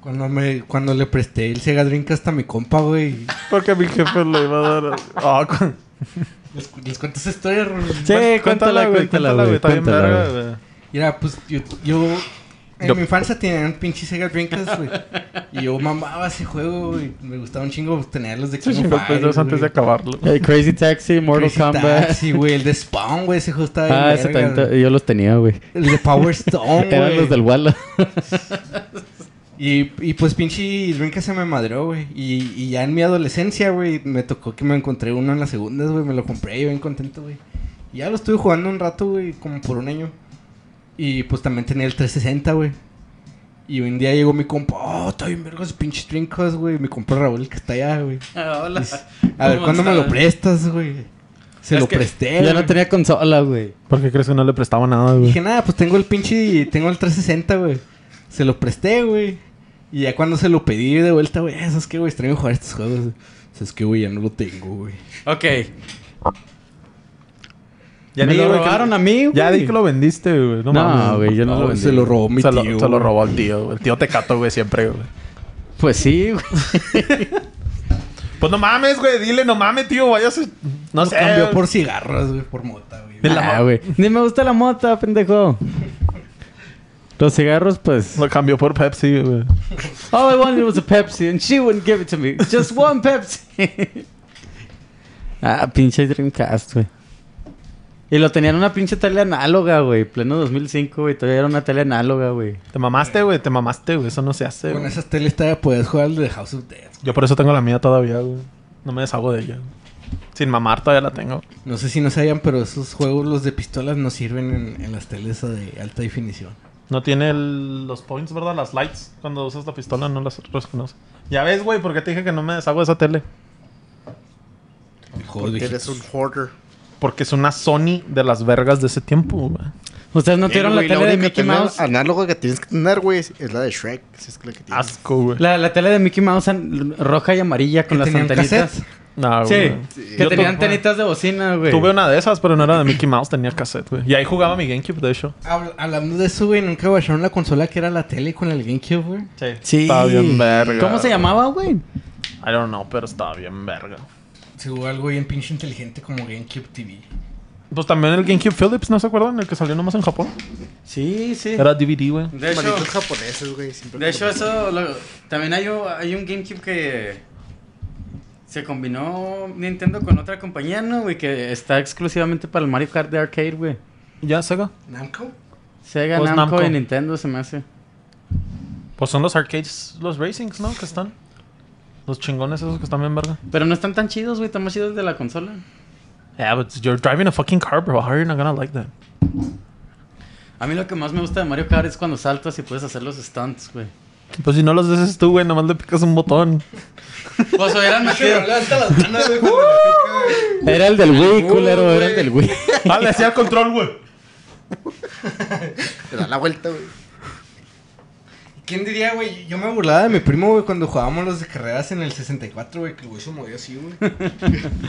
S3: Cuando, me, cuando le presté el Sega Dreamcast a mi compa, güey.
S1: Porque mi jefe le iba a dar. Ah, cu-
S3: Les, cu- les cuento esa historia, Ronin.
S5: Sí, cuéntala,
S1: güey,
S5: güey, cuéntala, güey.
S1: Está bien
S5: cuéntala,
S1: verga,
S5: güey.
S1: güey.
S3: Mira, pues yo, yo en
S1: Yo-
S3: mi infancia tenía un um pinche Sega Dreamcast, güey. y yo mamaba ese juego, güey. Me gustaba un chingo tenerlos de
S1: Se
S3: King
S1: chingó
S3: of
S1: el pedo
S3: Fighters,
S1: antes de
S3: güey.
S1: acabarlo.
S5: El Eh, Crazy Taxi, Mortal
S3: Crazy
S5: Kombat.
S3: Taxi, güey. El de Spawn, güey. Ese juego estaba bien
S5: Ah, ese
S3: verga,
S5: también
S3: güey.
S5: ta- yo los tenía, güey.
S3: El de Power Stone, güey.
S5: Eran los del Wallo.
S3: Y, y pues pinche Drinka se me madró, güey. Y, y ya en mi adolescencia, güey, me tocó que me encontré uno en las segundas, güey. Me lo compré y bien contento, güey. Y ya lo estuve jugando un rato, güey, como por un año. Y pues también tenía el 360, güey. Y un día llegó mi compa, oh, está bien vergas, pinche Drinkas, güey. Mi compa Raúl que está allá, güey.
S5: Ah, Hola.
S3: A ver, ¿cuándo me lo prestas, güey? Se
S5: Es
S3: lo
S5: que
S3: presté,
S5: Ya
S3: Eh, güey.
S5: no tenía consola, güey.
S1: ¿Por qué crees que no le prestaba nada, güey?
S3: Dije, nada, pues tengo el pinche. Tengo el 360, güey. Se lo presté, güey. Y ya cuando se lo pedí de vuelta, güey, "Ah, ¿sabes qué, güey? Extraño jugar estos juegos. ¿Sabes qué, güey? Ya no lo tengo, güey.
S5: Ok.
S1: Ya
S5: me
S1: di,
S5: lo
S1: güey, que-
S5: robaron a mí, güey.
S1: Ya di que lo vendiste, güey. No, mames.
S5: No, güey, yo no,
S3: No,
S5: lo
S3: güey,
S5: vendí.
S3: se lo robó mi
S1: se,
S3: tío.
S1: lo, se lo
S3: güey.
S1: robó el tío, güey. El tío te cato, güey, siempre, güey.
S5: Pues sí, güey.
S1: Pues no mames, güey. Dile, no mames, tío. Váyase. No
S3: Lo
S1: sé.
S3: cambió
S1: güey.
S3: por cigarros, güey, por mota, güey.
S1: De la
S5: Ah, güey. Ni me gusta la mota, pendejo. Los cigarros, pues.
S1: Lo cambió por Pepsi, güey.
S5: All Oh, I wanted was a Pepsi and she wouldn't give it to me. Just one Pepsi. ah, pinche Dreamcast, güey. Y lo tenían una pinche tele análoga, güey. Pleno 2005, güey. Todavía era una tele análoga, güey.
S1: Te mamaste, güey. Te mamaste, güey. Eso no se hace,
S3: Con
S1: güey.
S3: esas teles todavía podías jugar el de House of Death.
S1: Yo por eso tengo la mía todavía, güey. No me deshago de ella. güey. Sin mamar todavía la tengo.
S3: No sé si no sabían, pero esos juegos, los de pistolas, no sirven en, en las teles de alta definición.
S1: No tiene el- los points, ¿verdad? Las lights. Cuando usas la pistola no las reconoce. Ya ves, güey, porque te dije que no me deshago de esa tele.
S3: Juegos de-
S6: Eres un hoarder.
S1: Porque es una Sony de las vergas de ese tiempo, güey.
S5: Ustedes
S4: Eh,
S5: no tuvieron la
S6: Güey,
S5: tele de
S6: única
S5: Mickey
S6: tele
S5: Mouse.
S6: Análogo que tienes que tener, güey, es es la de Shrek. Si es que la que tienes.
S1: Asco, güey.
S5: La, la tele de Mickey Mouse an- roja y amarilla
S3: ¿Que
S5: con las
S3: tenía un
S5: antenitas.
S3: cassette?
S1: No,
S5: Sí,
S1: güey.
S5: que
S1: Yo
S5: tenían
S1: tuve-
S5: antenitas de bocina, güey.
S1: Tuve una de esas, pero no era de Mickey Mouse, tenía cassette, güey. Y ahí jugaba mi GameCube, de hecho.
S3: Habla- Hablando de eso, güey, nunca bajaron la consola que era la tele con el GameCube, güey.
S1: Sí.
S5: Sí.
S1: Estaba bien verga.
S5: ¿Cómo se llamaba, güey?
S1: I don't know, pero estaba bien verga.
S3: Se hubo algo bien pinche inteligente como GameCube TV.
S1: Pues también el GameCube Philips, ¿no se acuerdan? El que salió nomás en Japón.
S5: Sí, sí.
S1: Era DVD, güey.
S5: De hecho,
S6: Malditos japoneses, güey. siempre
S5: de hecho,
S6: con-
S5: eso. lo- también hay, un- hay un GameCube que. Se combinó Nintendo con otra compañía, ¿no, güey? Que está exclusivamente para el Mario Kart de arcade, güey.
S1: Ya, Sega.
S3: ¿Namco?
S5: Sega,
S1: Pues
S5: Namco,
S1: Namco.
S5: y Nintendo se me hace.
S1: Pues son los arcades, los racings, ¿no? Que están. Los chingones esos que están bien verga.
S5: Pero no están tan chidos, güey. Están más chidos de la consola.
S1: Yeah, but you're driving a fucking car, bro. How are you not gonna like that?
S5: A mí lo que más me gusta de Mario Kart es cuando saltas y puedes hacer los stunts, güey.
S1: Pues si no los haces tú, güey, nomás le picas un botón.
S5: Pues hubieran metido.
S3: Yo
S5: Era el del Wii, culero. Era el del Wii.
S1: Ah, le hacía control, güey.
S6: Te da la vuelta, güey.
S3: ¿Quién diría, güey? Yo me burlaba de mi primo, güey, cuando jugábamos los de carreras en el 64, güey, que el güey se movía así, güey.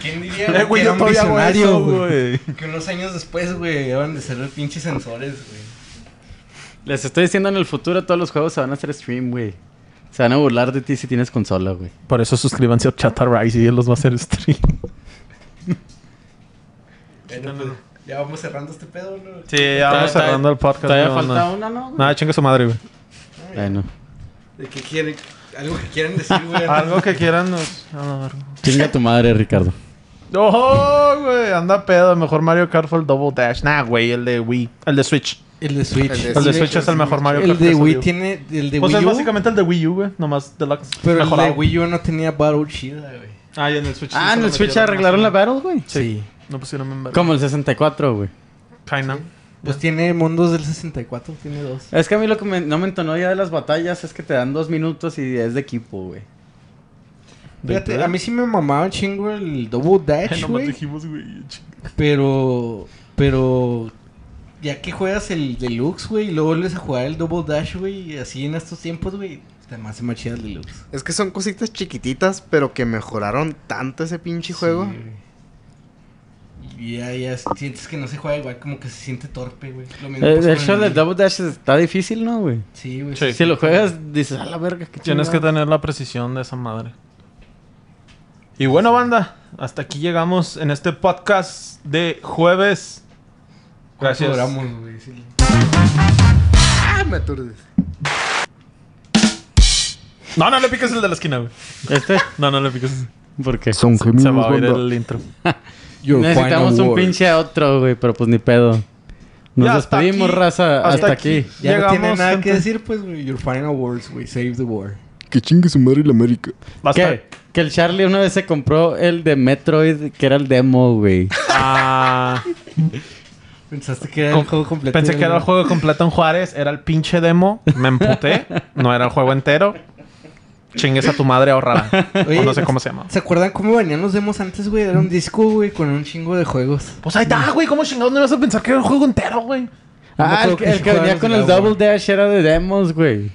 S3: ¿Quién diría,
S1: Eh,
S3: que
S1: güey, yo todavía hago eso, güey.
S3: Que unos años después, güey, iban de ser pinches sensores, güey.
S5: Les estoy diciendo en el futuro todos los juegos se van a hacer stream, güey. Se van a burlar de ti si tienes consola, güey.
S1: Por eso suscríbanse a Chata Rice y él los va a hacer stream.
S3: Bueno, pues, ya vamos cerrando este pedo, ¿no?
S1: Sí, ya
S5: Todavía-
S1: vamos cerrando el podcast.
S5: Todavía
S1: ¿no?
S5: falta
S1: No.
S5: una, ¿no? güey?
S1: Nada, chinga su madre, güey.
S5: Bueno.
S3: ¿De qué quieren? Algo que quieran decir, güey.
S1: Algo que quieran nos... Ah, no, verga.
S5: Chinga tu madre, Ricardo.
S1: ¡Oh, güey! Anda pedo. Mejor Mario Kart fue el Double Dash. Nah, güey, el de Wii. El de Switch.
S3: El de Switch.
S6: El de
S1: El de
S6: Sí,
S1: Switch es el mejor Mario Kart
S3: El
S1: que
S3: de
S1: ha
S3: Wii
S1: salido.
S3: tiene... El de
S1: Pues es
S3: Wii U...
S1: básicamente el de Wii U, güey. Nomás deluxe.
S3: Pero el de
S1: mejorado.
S3: Wii U no tenía Battle Shield, güey.
S1: Ah, y en el Switch. sí
S5: Ah,
S1: se
S5: en
S1: lo
S5: el Switch
S1: metieron.
S5: arreglaron la Battle, güey.
S1: Sí. No pusieron en verga.
S5: Como el 64, güey.
S1: Kinda.
S3: Pues tiene mundos del 64, tiene dos.
S5: Es que a mí lo que me- no me entonó ya de las batallas es que te dan dos minutos y es de equipo, güey.
S3: Fíjate, a mí sí me mamaba un chingo el Double Dash,
S1: Nomás
S3: güey.
S1: dijimos, güey. ch-
S3: Pero. Pero. Ya que juegas el Deluxe, güey, y luego vuelves a jugar el Double Dash, güey, y así en estos tiempos, güey. Además se me chida el Deluxe.
S6: Es que son cositas chiquititas, pero que mejoraron tanto ese pinche juego.
S3: Sí, güey. Y ya, ya sientes que no se juega igual, como que se siente torpe, güey. Lo mismo
S5: Eh,
S3: pasa
S5: De
S3: con
S5: hecho,
S3: pues, el-
S5: el Double Dash está difícil, ¿no, güey?
S3: Sí, güey.
S1: Sí.
S5: Si lo juegas, dices, a la verga, qué
S1: Tienes que
S5: chingado".
S1: tener la precisión de esa madre. Y bueno, banda, hasta aquí llegamos en este podcast de jueves.
S3: ¿Cuánto
S1: Gracias.
S3: duramos, güey? Sí.
S4: Ah, me aturdes.
S1: No, no le piques el de la esquina, güey.
S5: ¿Este?
S1: No, no le piques.
S5: ¿Por qué?
S6: Son
S1: Se va a oír el intro.
S5: Necesitamos un pinche otro, güey, pero pues ni pedo. Nos
S1: Ya, hasta
S5: despedimos,
S1: aquí.
S5: raza. Hasta,
S1: Hasta
S5: aquí.
S1: aquí.
S3: Ya no
S1: Llegamos,
S3: tiene nada
S1: gente.
S3: que decir, pues, güey. Your final words, güey. Save the war.
S6: Que chingue su madre la América.
S1: Va a estar-
S5: ¿Qué? Que el Charlie una vez se compró el de Metroid, que era el demo, güey.
S1: Ah,
S3: Pensaste que era
S1: Com-
S3: el juego completo.
S1: pensé que era el juego completo en Juárez. Era el pinche demo. Me emputé. No era el juego entero. Chingues a tu madre ahorrada.
S3: Oye,
S1: O no sé cómo se llama.
S3: ¿Se acuerdan cómo venían los demos antes, güey? Era un disco, güey, con un chingo de juegos.
S1: Pues ahí está, güey. ¿Cómo chingados no ibas a pensar que era el juego entero, güey?
S3: No me
S5: Ah,
S3: acuerdo
S5: el, que-
S3: que
S5: el
S3: se
S5: que venía
S3: jugaban
S5: con
S3: los
S5: el
S3: de la
S5: Double
S3: bola.
S5: Dash era de demos, güey.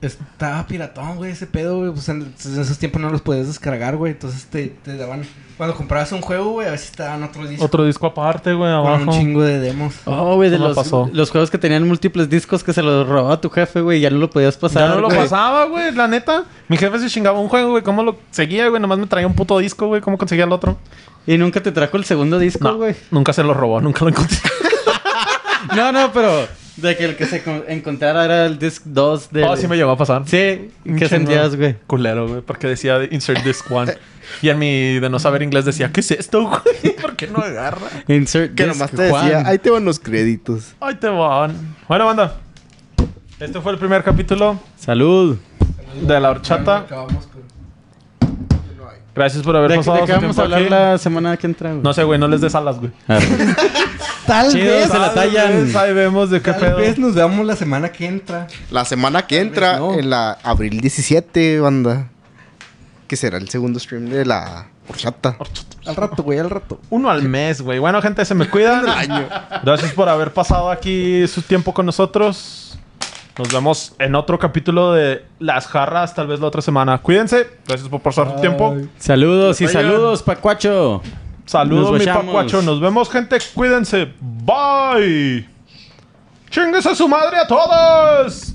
S3: Estaba piratón, güey, ese pedo, güey. Pues en, en esos tiempos no los podías descargar, güey. Entonces te, te daban. Cuando comprabas un juego, güey, a veces te daban otro disco.
S1: Otro disco aparte, güey,
S3: con
S1: abajo.
S3: un chingo de demos.
S5: Oh, güey, de
S1: ¿Cómo
S5: los,
S1: pasó?
S5: los juegos que tenían múltiples discos que se los robaba tu jefe, güey. Ya no lo podías pasar.
S1: Ya no lo
S5: güey.
S1: pasaba, güey, la neta. Mi jefe se chingaba un juego, güey. ¿Cómo lo seguía, güey? Nomás me traía un puto disco, güey. ¿Cómo conseguía el otro?
S5: Y nunca te trajo el segundo disco,
S1: No,
S5: güey.
S1: nunca se lo robó, nunca lo encontré.
S5: No, no, pero de que el que se con- encontrara era el disc 2 de.
S1: Oh, sí me llegó a pasar.
S5: Sí,
S1: Un
S5: ¿qué
S1: chingo.
S5: sentías, güey?
S1: Culero, güey. Porque decía de insert disc one. Y en mi de no saber inglés decía, ¿qué es esto, güey? ¿Por qué no agarra?
S5: Insert
S4: Que
S5: disc,
S4: nomás te decía,
S5: Juan.
S4: ahí te van los créditos.
S1: Ahí te van. Bueno, banda. Este fue el primer capítulo
S5: Salud.
S1: de La Horchata.
S3: Acabamos con-
S1: Gracias por haber
S5: ¿De,
S1: pasado
S5: de qué
S1: su
S5: vamos
S1: tiempo
S5: a hablar
S1: aquí.
S5: la semana que entra, güey?
S1: No sé, güey. No les des alas, güey.
S5: Arre.
S3: Tal
S5: Chido,
S3: vez.
S5: se la tallan.
S1: Ahí vemos de qué
S3: Tal
S1: pedo.
S3: vez nos veamos la semana que entra.
S4: La semana que entra,
S3: no.
S4: en la abril 17, banda. Que será el segundo stream de la horchata.
S3: Al rato, güey, al rato.
S1: Uno al mes, güey. Bueno, gente, se me cuidan. Gracias por haber pasado aquí su tiempo con nosotros. Nos vemos en otro capítulo de Las Jarras, tal vez la otra semana. Cuídense. Gracias por pasar su tiempo.
S5: Saludos y
S1: Vayan.
S5: saludos, Pacuacho.
S1: Saludos,
S5: Nos
S1: mi
S5: vayamos.
S1: pacuacho. Nos vemos, gente. Cuídense. Bye. Chingues a su madre a todos.